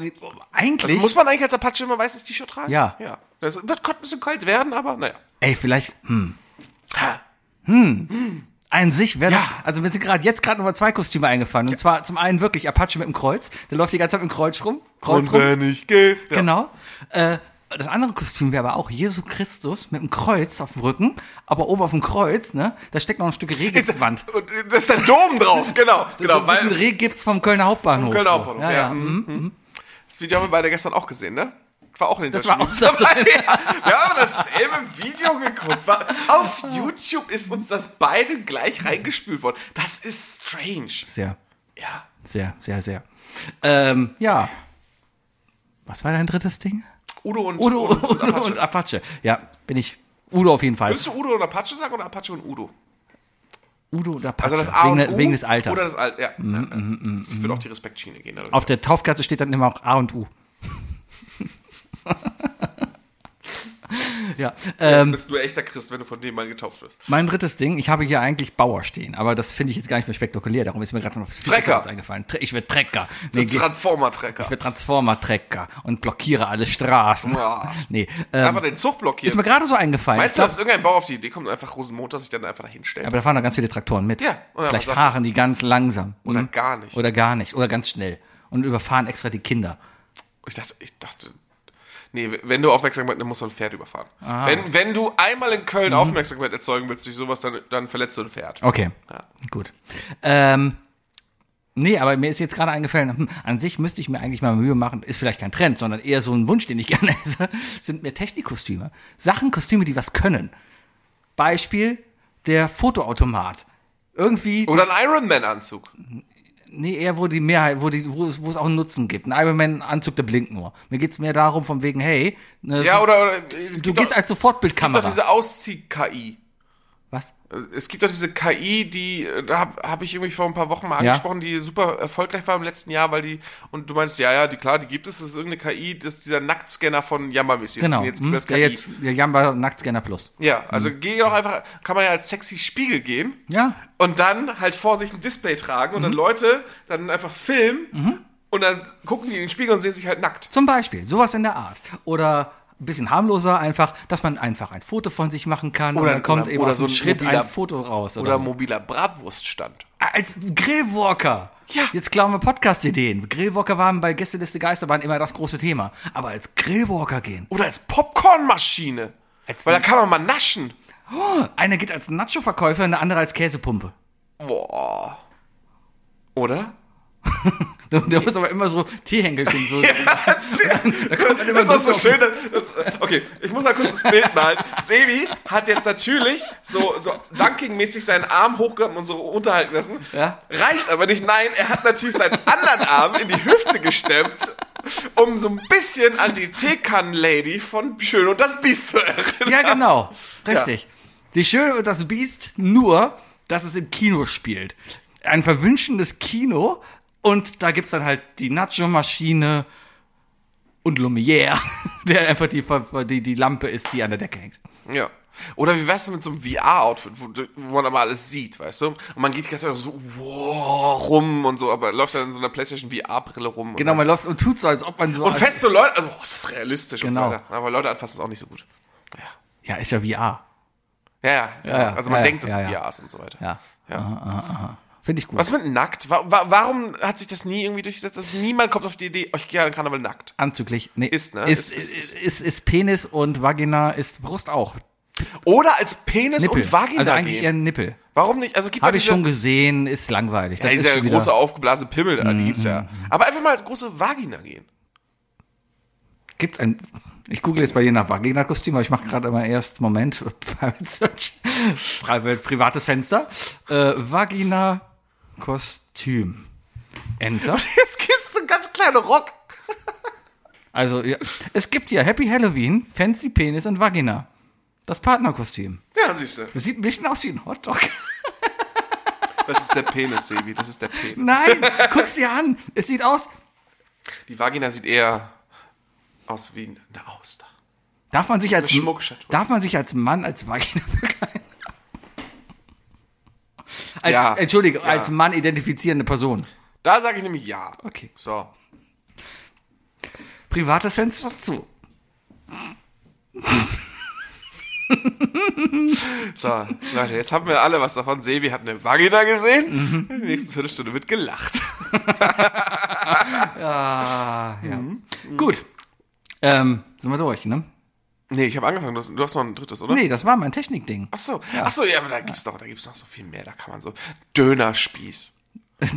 [SPEAKER 4] eigentlich,
[SPEAKER 1] Also muss man eigentlich als Apache immer weißes T-Shirt tragen?
[SPEAKER 4] Ja.
[SPEAKER 1] Ja. Das wird gerade ein bisschen kalt werden, aber naja.
[SPEAKER 4] ey, vielleicht, hm.
[SPEAKER 1] Ha.
[SPEAKER 4] An sich wäre
[SPEAKER 1] Ja.
[SPEAKER 4] das, also mir sind gerade jetzt gerade nochmal zwei Kostüme eingefallen. Und zwar zum einen wirklich Apache mit dem Kreuz. Der läuft die ganze Zeit mit dem Kreuz rum. Kreuz rum.
[SPEAKER 1] ich gehe. Ja.
[SPEAKER 4] Genau. Äh, das andere Kostüm wäre aber auch Jesu Christus mit dem Kreuz auf dem Rücken, aber oben auf dem Kreuz, ne, da steckt noch ein Stück Rehgipswand.
[SPEAKER 1] Und äh, das ist der Dom drauf, genau.
[SPEAKER 4] Genau, so
[SPEAKER 1] genau
[SPEAKER 4] ein bisschen
[SPEAKER 1] weil,
[SPEAKER 4] Rehgips vom Kölner Hauptbahnhof.
[SPEAKER 1] Vom Kölner Hauptbahnhof,
[SPEAKER 4] ja. Mhm,
[SPEAKER 1] ja. Mhm.
[SPEAKER 4] ja.
[SPEAKER 1] das Video haben wir beide gestern auch gesehen, ne? War auch in den
[SPEAKER 4] Das war
[SPEAKER 1] Deutschen
[SPEAKER 4] auch
[SPEAKER 1] News Wir haben dasselbe Video geguckt. War, auf YouTube ist uns das beide gleich reingespült worden. Das ist strange.
[SPEAKER 4] Sehr,
[SPEAKER 1] Ja.
[SPEAKER 4] sehr, sehr, sehr. Ähm, ja. Was war dein drittes Ding?
[SPEAKER 1] Udo und,
[SPEAKER 4] Udo,
[SPEAKER 1] und,
[SPEAKER 4] Udo,
[SPEAKER 1] Apache.
[SPEAKER 4] und Apache. Ja, bin ich. Udo auf jeden Fall.
[SPEAKER 1] Willst du Udo und Apache sagen oder Apache und Udo?
[SPEAKER 4] Udo und Apache.
[SPEAKER 1] Also das A
[SPEAKER 4] wegen,
[SPEAKER 1] und
[SPEAKER 4] der-
[SPEAKER 1] U
[SPEAKER 4] wegen des Alters. Mhm,
[SPEAKER 1] Oder das Alter, ja. ich würde auch die Respektschiene gehen. dadurch.
[SPEAKER 4] auf der Taufkarte steht dann immer auch A und U. ja, ähm,
[SPEAKER 1] bist du echter Christ, wenn du von dem mal getauft wirst.
[SPEAKER 4] mein drittes Ding, ich habe hier eigentlich Bauer stehen, aber das finde ich jetzt gar nicht mehr spektakulär, darum ist mir gerade noch was viel
[SPEAKER 1] Trecker.
[SPEAKER 4] Besseres eingefallen. Tre ich werde Trecker. Nee, geht- ich
[SPEAKER 1] Transformer-Trecker.
[SPEAKER 4] werde Transformer-Trecker und blockiere alle Straßen.
[SPEAKER 1] Ja.
[SPEAKER 4] nee,
[SPEAKER 1] Einfach
[SPEAKER 4] ähm,
[SPEAKER 1] den Zug
[SPEAKER 4] ist mir
[SPEAKER 1] blockieren.
[SPEAKER 4] gerade so eingefallen.
[SPEAKER 1] Meinst du,
[SPEAKER 4] Ich glaub-
[SPEAKER 1] dass irgendein Bauer auf die Idee kommt, einfach Rosenmontag sich dann einfach dahin stellt?
[SPEAKER 4] aber da fahren da ganz viele Traktoren mit.
[SPEAKER 1] Ja, oder
[SPEAKER 4] Vielleicht
[SPEAKER 1] was-
[SPEAKER 4] fahren die ganz langsam.
[SPEAKER 1] Oder gar nicht.
[SPEAKER 4] Oder gar nicht. Oder ganz schnell. Und überfahren extra die Kinder.
[SPEAKER 1] Ich dachte, ich dachte. Nee, wenn du aufmerksam bist, dann musst du ein Pferd überfahren.
[SPEAKER 4] Ah.
[SPEAKER 1] Wenn, wenn du einmal in Köln
[SPEAKER 4] Mhm.
[SPEAKER 1] Aufmerksamkeit erzeugen willst durch sowas, dann, dann verletzt du ein Pferd.
[SPEAKER 4] Okay,
[SPEAKER 1] Ja.
[SPEAKER 4] gut. Ähm, nee, aber mir ist jetzt gerade eingefallen, hm, an sich müsste ich mir eigentlich mal Mühe machen, ist vielleicht kein Trend, sondern eher so ein Wunsch, den ich gerne hätte, sind mir Technikkostüme. Sachen, Kostüme, die was können. Beispiel der Fotoautomat. Irgendwie,
[SPEAKER 1] Oder ein Iron Man-Anzug.
[SPEAKER 4] Nee, eher wo die Mehrheit, wo, die, wo, es, wo es auch einen Nutzen gibt. Ein Iron Man-Anzug, der blinkt nur. Mir geht's mehr darum, von wegen, hey, ne,
[SPEAKER 1] Ja,
[SPEAKER 4] so-
[SPEAKER 1] oder, oder
[SPEAKER 4] du
[SPEAKER 1] doch, es gibt
[SPEAKER 4] gehst als
[SPEAKER 1] doch
[SPEAKER 4] Sofortbildkamera.
[SPEAKER 1] diese Auszieh-KI.
[SPEAKER 4] Was?
[SPEAKER 1] Es gibt doch diese KI, die, äh, da habe hab ich irgendwie vor ein paar Wochen mal
[SPEAKER 4] Ja.
[SPEAKER 1] angesprochen, die super erfolgreich war im letzten Jahr, weil die, und du meinst, ja, ja, die klar, die gibt es, das ist irgendeine KI, das ist dieser Nacktscanner von Yamam ist jetzt,
[SPEAKER 4] Genau.
[SPEAKER 1] und jetzt
[SPEAKER 4] hm?
[SPEAKER 1] gibt es KI.
[SPEAKER 4] Der jetzt, der Jamba Nacktscanner Plus.
[SPEAKER 1] Ja, also geh doch einfach, kann man ja als sexy Spiegel gehen
[SPEAKER 4] Ja. Mhm.
[SPEAKER 1] und dann halt vor sich ein Display tragen und dann Leute dann einfach filmen und dann gucken die in den Spiegel und sehen sich halt nackt.
[SPEAKER 4] Zum Beispiel, sowas in der Art. Oder ein bisschen harmloser einfach, dass man einfach ein Foto von sich machen kann
[SPEAKER 1] Oder-
[SPEAKER 4] und dann kommt
[SPEAKER 1] oder-
[SPEAKER 4] eben
[SPEAKER 1] oder
[SPEAKER 4] aus
[SPEAKER 1] so
[SPEAKER 4] dem
[SPEAKER 1] ein
[SPEAKER 4] Schritt
[SPEAKER 1] mobiler-
[SPEAKER 4] ein Foto raus. Oder,
[SPEAKER 1] Oder
[SPEAKER 4] so.
[SPEAKER 1] mobiler Bratwurststand.
[SPEAKER 4] Als Grillwalker.
[SPEAKER 1] Ja.
[SPEAKER 4] Jetzt klauen wir Podcast-Ideen. Grillwalker waren bei Gästeliste Geisterbahn immer das große Thema. Aber als Grillwalker gehen.
[SPEAKER 1] Oder als Popcornmaschine. Weil da kann man mal naschen.
[SPEAKER 4] Einer geht als Nacho-Verkäufer und der andere als Käsepumpe.
[SPEAKER 1] Boah. Oder?
[SPEAKER 4] Der, der muss aber immer so Teehängelchen so.
[SPEAKER 1] das ist auch so schön. dass- Das, okay, ich muss mal kurz das Bild malen. Sebi hat jetzt natürlich so, so dunking-mäßig seinen Arm hochgehoben und so unterhalten lassen.
[SPEAKER 4] Ja.
[SPEAKER 1] Reicht aber nicht. Nein, er hat natürlich seinen anderen Arm in die Hüfte gestemmt, um so ein bisschen an die Teekann-Lady von Schön und das Biest zu erinnern.
[SPEAKER 4] Ja, genau. Richtig. Die Schöne und das Biest nur, dass es im Kino spielt. Ein verwünschendes Kino und da gibt's dann halt die Nacho-Maschine und Lumière, der einfach die, Ver- die, die Lampe ist, die an der Decke hängt.
[SPEAKER 1] Ja. Oder wie wär's denn mit so einem VR-Outfit, wo, wo man aber alles sieht, weißt du? Und man geht die ganze Zeit so wow, rum und so, aber läuft dann in so einer PlayStation VR-Brille rum.
[SPEAKER 4] Genau,
[SPEAKER 1] und,
[SPEAKER 4] man läuft und tut so, als ob man so.
[SPEAKER 1] und fest so Leute, also oh, ist das realistisch
[SPEAKER 4] Genau.
[SPEAKER 1] und so weiter. Aber Leute anfassen ist auch nicht so gut.
[SPEAKER 4] ja, ist ja VR.
[SPEAKER 1] Ja, ja.
[SPEAKER 4] ja,
[SPEAKER 1] also man
[SPEAKER 4] ja,
[SPEAKER 1] denkt, dass
[SPEAKER 4] ja,
[SPEAKER 1] es
[SPEAKER 4] ja.
[SPEAKER 1] VR ist und so weiter.
[SPEAKER 4] Ja.
[SPEAKER 1] Ja.
[SPEAKER 4] Aha, aha, aha. Finde ich gut.
[SPEAKER 1] Was mit nackt? Wa wa warum hat sich das nie irgendwie durchgesetzt, dass niemand kommt auf die Idee, oh, ich gehe an den Karneval nackt?
[SPEAKER 4] Anzüglich. Nee.
[SPEAKER 1] Ist, ne?
[SPEAKER 4] Ist,
[SPEAKER 1] Ist-
[SPEAKER 4] ist, ist, ist, ist Penis und Vagina ist Brust auch.
[SPEAKER 1] Oder als Penis
[SPEAKER 4] Nippel.
[SPEAKER 1] und Vagina
[SPEAKER 4] also eigentlich eher
[SPEAKER 1] gehen.
[SPEAKER 4] Nippel.
[SPEAKER 1] Warum nicht? Also es gibt ja
[SPEAKER 4] Habe ich
[SPEAKER 1] diese-
[SPEAKER 4] schon gesehen, ist langweilig.
[SPEAKER 1] Ja,
[SPEAKER 4] Das
[SPEAKER 1] dieser
[SPEAKER 4] schon wieder- Mhm,
[SPEAKER 1] große aufgeblasene Pimmel, da die gibt's ja. Aber einfach mal als große Vagina gehen.
[SPEAKER 4] Gibt's ein. Ich google jetzt bei dir nach Vagina-Kostüm, aber ich mache gerade immer erst, Moment, Private Search. Pri- privates Fenster. Äh, Vagina-Kostüm. Enter.
[SPEAKER 1] Jetzt gibt's so einen ganz kleinen Rock.
[SPEAKER 4] Also, ja. es gibt ja Happy Halloween, Fancy Penis und Vagina. Das Partnerkostüm.
[SPEAKER 1] Ja, siehst du.
[SPEAKER 4] Das sieht ein bisschen aus wie ein Hotdog.
[SPEAKER 1] Das ist der Penis, Sebi. Das ist der Penis.
[SPEAKER 4] Nein, guck's dir an. Es sieht aus.
[SPEAKER 1] Die Vagina sieht eher aus wie eine Auster.
[SPEAKER 4] Darf man sich als,
[SPEAKER 1] Eine Schmuckstatue.
[SPEAKER 4] darf man sich als Mann als Vagina verkleiden? Als,
[SPEAKER 1] Ja.
[SPEAKER 4] Entschuldige,
[SPEAKER 1] Ja.
[SPEAKER 4] als Mann identifizierende Person.
[SPEAKER 1] Da sage ich nämlich ja.
[SPEAKER 4] Okay.
[SPEAKER 1] So.
[SPEAKER 4] Privates Fenster zu.
[SPEAKER 1] So, Leute, jetzt haben wir alle was davon. Sebi hat eine Vagina gesehen.
[SPEAKER 4] Mhm.
[SPEAKER 1] Die nächste Viertelstunde wird gelacht.
[SPEAKER 4] Mhm. Gut. Ähm, sind wir durch, ne?
[SPEAKER 1] Nee, ich habe angefangen. Du hast, du hast noch ein drittes, oder?
[SPEAKER 4] Nee, das war mein Technikding.
[SPEAKER 1] Ach so. Ach so, ja, aber da gibt's doch, da gibt's noch so viel mehr. Da kann man so Dönerspieß.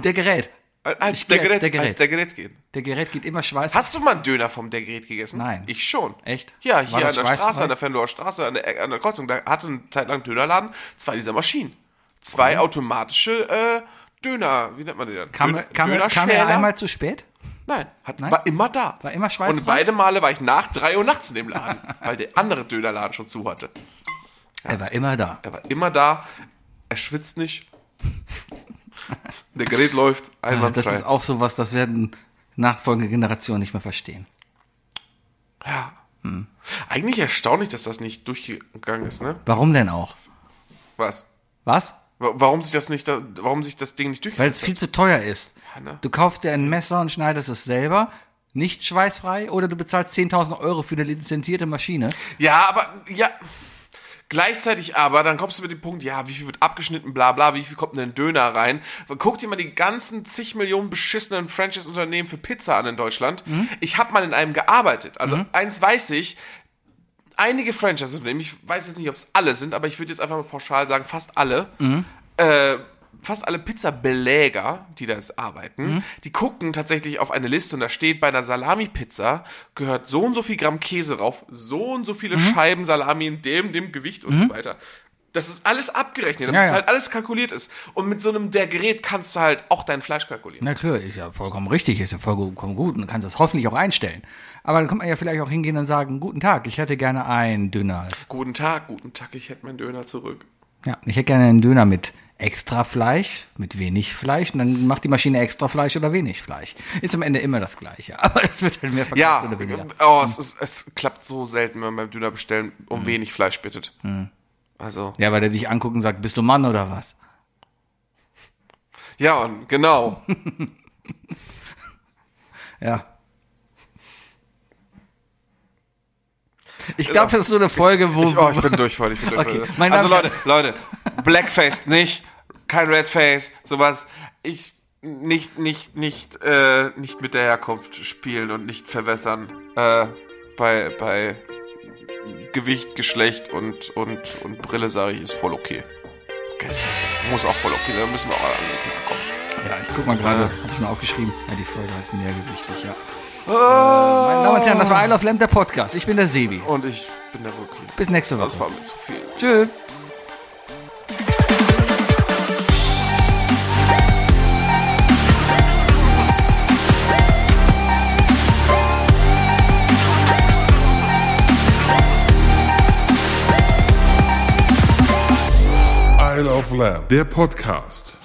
[SPEAKER 4] Der Gerät.
[SPEAKER 1] Als
[SPEAKER 4] bin
[SPEAKER 1] der
[SPEAKER 4] als
[SPEAKER 1] Gerät,
[SPEAKER 4] der Gerät.
[SPEAKER 1] als der Gerät gehen.
[SPEAKER 4] Der Gerät geht immer Schweiß.
[SPEAKER 1] Hast du mal einen Döner vom der Gerät gegessen?
[SPEAKER 4] Nein.
[SPEAKER 1] Ich schon.
[SPEAKER 4] Echt?
[SPEAKER 1] Ja,
[SPEAKER 4] War
[SPEAKER 1] hier an
[SPEAKER 4] das
[SPEAKER 1] der
[SPEAKER 4] schweißfrei?
[SPEAKER 1] Straße, an der Fenloher Straße, an der, Ecke- an der Kreuzung. Da hatte eine Zeit lang Dönerladen zwei dieser Maschinen. Zwei automatische äh, Döner, wie nennt man die dann?
[SPEAKER 4] kam,
[SPEAKER 1] Dön-
[SPEAKER 4] kam, kam
[SPEAKER 1] Dönerschäler?
[SPEAKER 4] er einmal zu spät?
[SPEAKER 1] Nein, hat,
[SPEAKER 4] Nein?
[SPEAKER 1] war immer da.
[SPEAKER 4] War immer schweißfrei?
[SPEAKER 1] Und beide Male war ich nach drei Uhr nachts in dem Laden, weil der andere Dönerladen schon zu hatte.
[SPEAKER 4] Er war immer da.
[SPEAKER 1] Er war immer da, er schwitzt nicht. der Gerät läuft
[SPEAKER 4] Ah,
[SPEAKER 1] einwandfrei.
[SPEAKER 4] das ist auch sowas, das werden nachfolgende Generationen nicht mehr verstehen.
[SPEAKER 1] ja.
[SPEAKER 4] Hm.
[SPEAKER 1] Eigentlich erstaunlich, dass das nicht durchgegangen ist, ne?
[SPEAKER 4] Warum denn auch?
[SPEAKER 1] Was?
[SPEAKER 4] Was?
[SPEAKER 1] Wa- Warum sich das nicht, da- warum sich das Ding nicht
[SPEAKER 4] Weil es
[SPEAKER 1] durchgesetzt
[SPEAKER 4] viel zu teuer ist.
[SPEAKER 1] ne?
[SPEAKER 4] Du kaufst dir ein Messer und schneidest es selber, nicht schweißfrei, oder du bezahlst 10.000 Euro für eine lizenzierte Maschine.
[SPEAKER 1] hat? Ja, aber ja. Gleichzeitig aber, dann kommst du mit dem Punkt, ja, wie viel wird abgeschnitten, bla bla, wie viel kommt denn ein Döner rein? Guck dir mal die ganzen zig Millionen beschissenen Franchise-Unternehmen für Pizza an in Deutschland. Ich habe mal in einem gearbeitet. Also eins weiß ich, einige Franchise-Unternehmen, ich weiß jetzt nicht, ob es alle sind, aber ich würde jetzt einfach mal pauschal sagen, fast alle,
[SPEAKER 4] Mhm.
[SPEAKER 1] äh, fast alle Pizzabeläger, die da jetzt arbeiten,
[SPEAKER 4] Mhm.
[SPEAKER 1] die gucken tatsächlich auf eine Liste und da steht bei einer Salami-Pizza gehört
[SPEAKER 4] Mhm.
[SPEAKER 1] so und so viel Gramm Käse rauf, so und so viele Scheiben Salami in dem, dem Gewicht und so weiter. Das ist alles abgerechnet,
[SPEAKER 4] Ja,
[SPEAKER 1] damit es
[SPEAKER 4] ja.
[SPEAKER 1] halt alles kalkuliert ist. Und mit so einem der Gerät kannst du halt auch dein Fleisch kalkulieren.
[SPEAKER 4] Natürlich, ist ja vollkommen richtig, ist ja vollkommen gut und kannst das hoffentlich auch einstellen. Aber dann könnte man ja vielleicht auch hingehen und sagen, guten Tag, ich hätte gerne einen Döner.
[SPEAKER 1] Guten Tag, guten Tag, ich hätte meinen Döner zurück.
[SPEAKER 4] Ja, ich hätte gerne einen Döner mit extra Fleisch, mit wenig Fleisch und dann macht die Maschine extra Fleisch oder wenig Fleisch. Ist am Ende immer das Gleiche, aber es wird halt mehr verkauft
[SPEAKER 1] Ja,
[SPEAKER 4] oder weniger. Hm.
[SPEAKER 1] oh, es, ist, es klappt so selten, wenn man beim Döner bestellen um wenig Fleisch bittet.
[SPEAKER 4] Hm.
[SPEAKER 1] Also,
[SPEAKER 4] Ja, weil der dich anguckt und sagt, bist du Mann oder was?
[SPEAKER 1] ja, und genau.
[SPEAKER 4] Ja. Ich glaube, das ist so eine Folge, wo
[SPEAKER 1] Ich, oh, ich bin durch heute. Ich bin durch
[SPEAKER 4] Okay,
[SPEAKER 1] heute.
[SPEAKER 4] mein
[SPEAKER 1] also
[SPEAKER 4] Name-
[SPEAKER 1] Leute, Leute, Blackface nicht, kein Redface, sowas. Ich nicht, nicht, nicht, äh, nicht mit der Herkunft spielen und nicht verwässern. Äh, bei, bei Gewicht, Geschlecht und, und, und Brille sage ich, ist voll okay. Das muss auch voll okay sein, müssen wir auch alle mit klarkommen.
[SPEAKER 4] Ja, ich guck mal gerade, hab ich mir aufgeschrieben. Ja, die Folge heißt mehrgewichtig, ja. Äh, meine Damen und Herren, das war I Love Lamb, der Podcast. Ich bin der Sebi.
[SPEAKER 1] Und ich bin der Rookie.
[SPEAKER 4] Bis nächste
[SPEAKER 1] Das
[SPEAKER 4] Woche.
[SPEAKER 1] war mir zu viel.
[SPEAKER 4] Tschüss.
[SPEAKER 7] Der Podcast.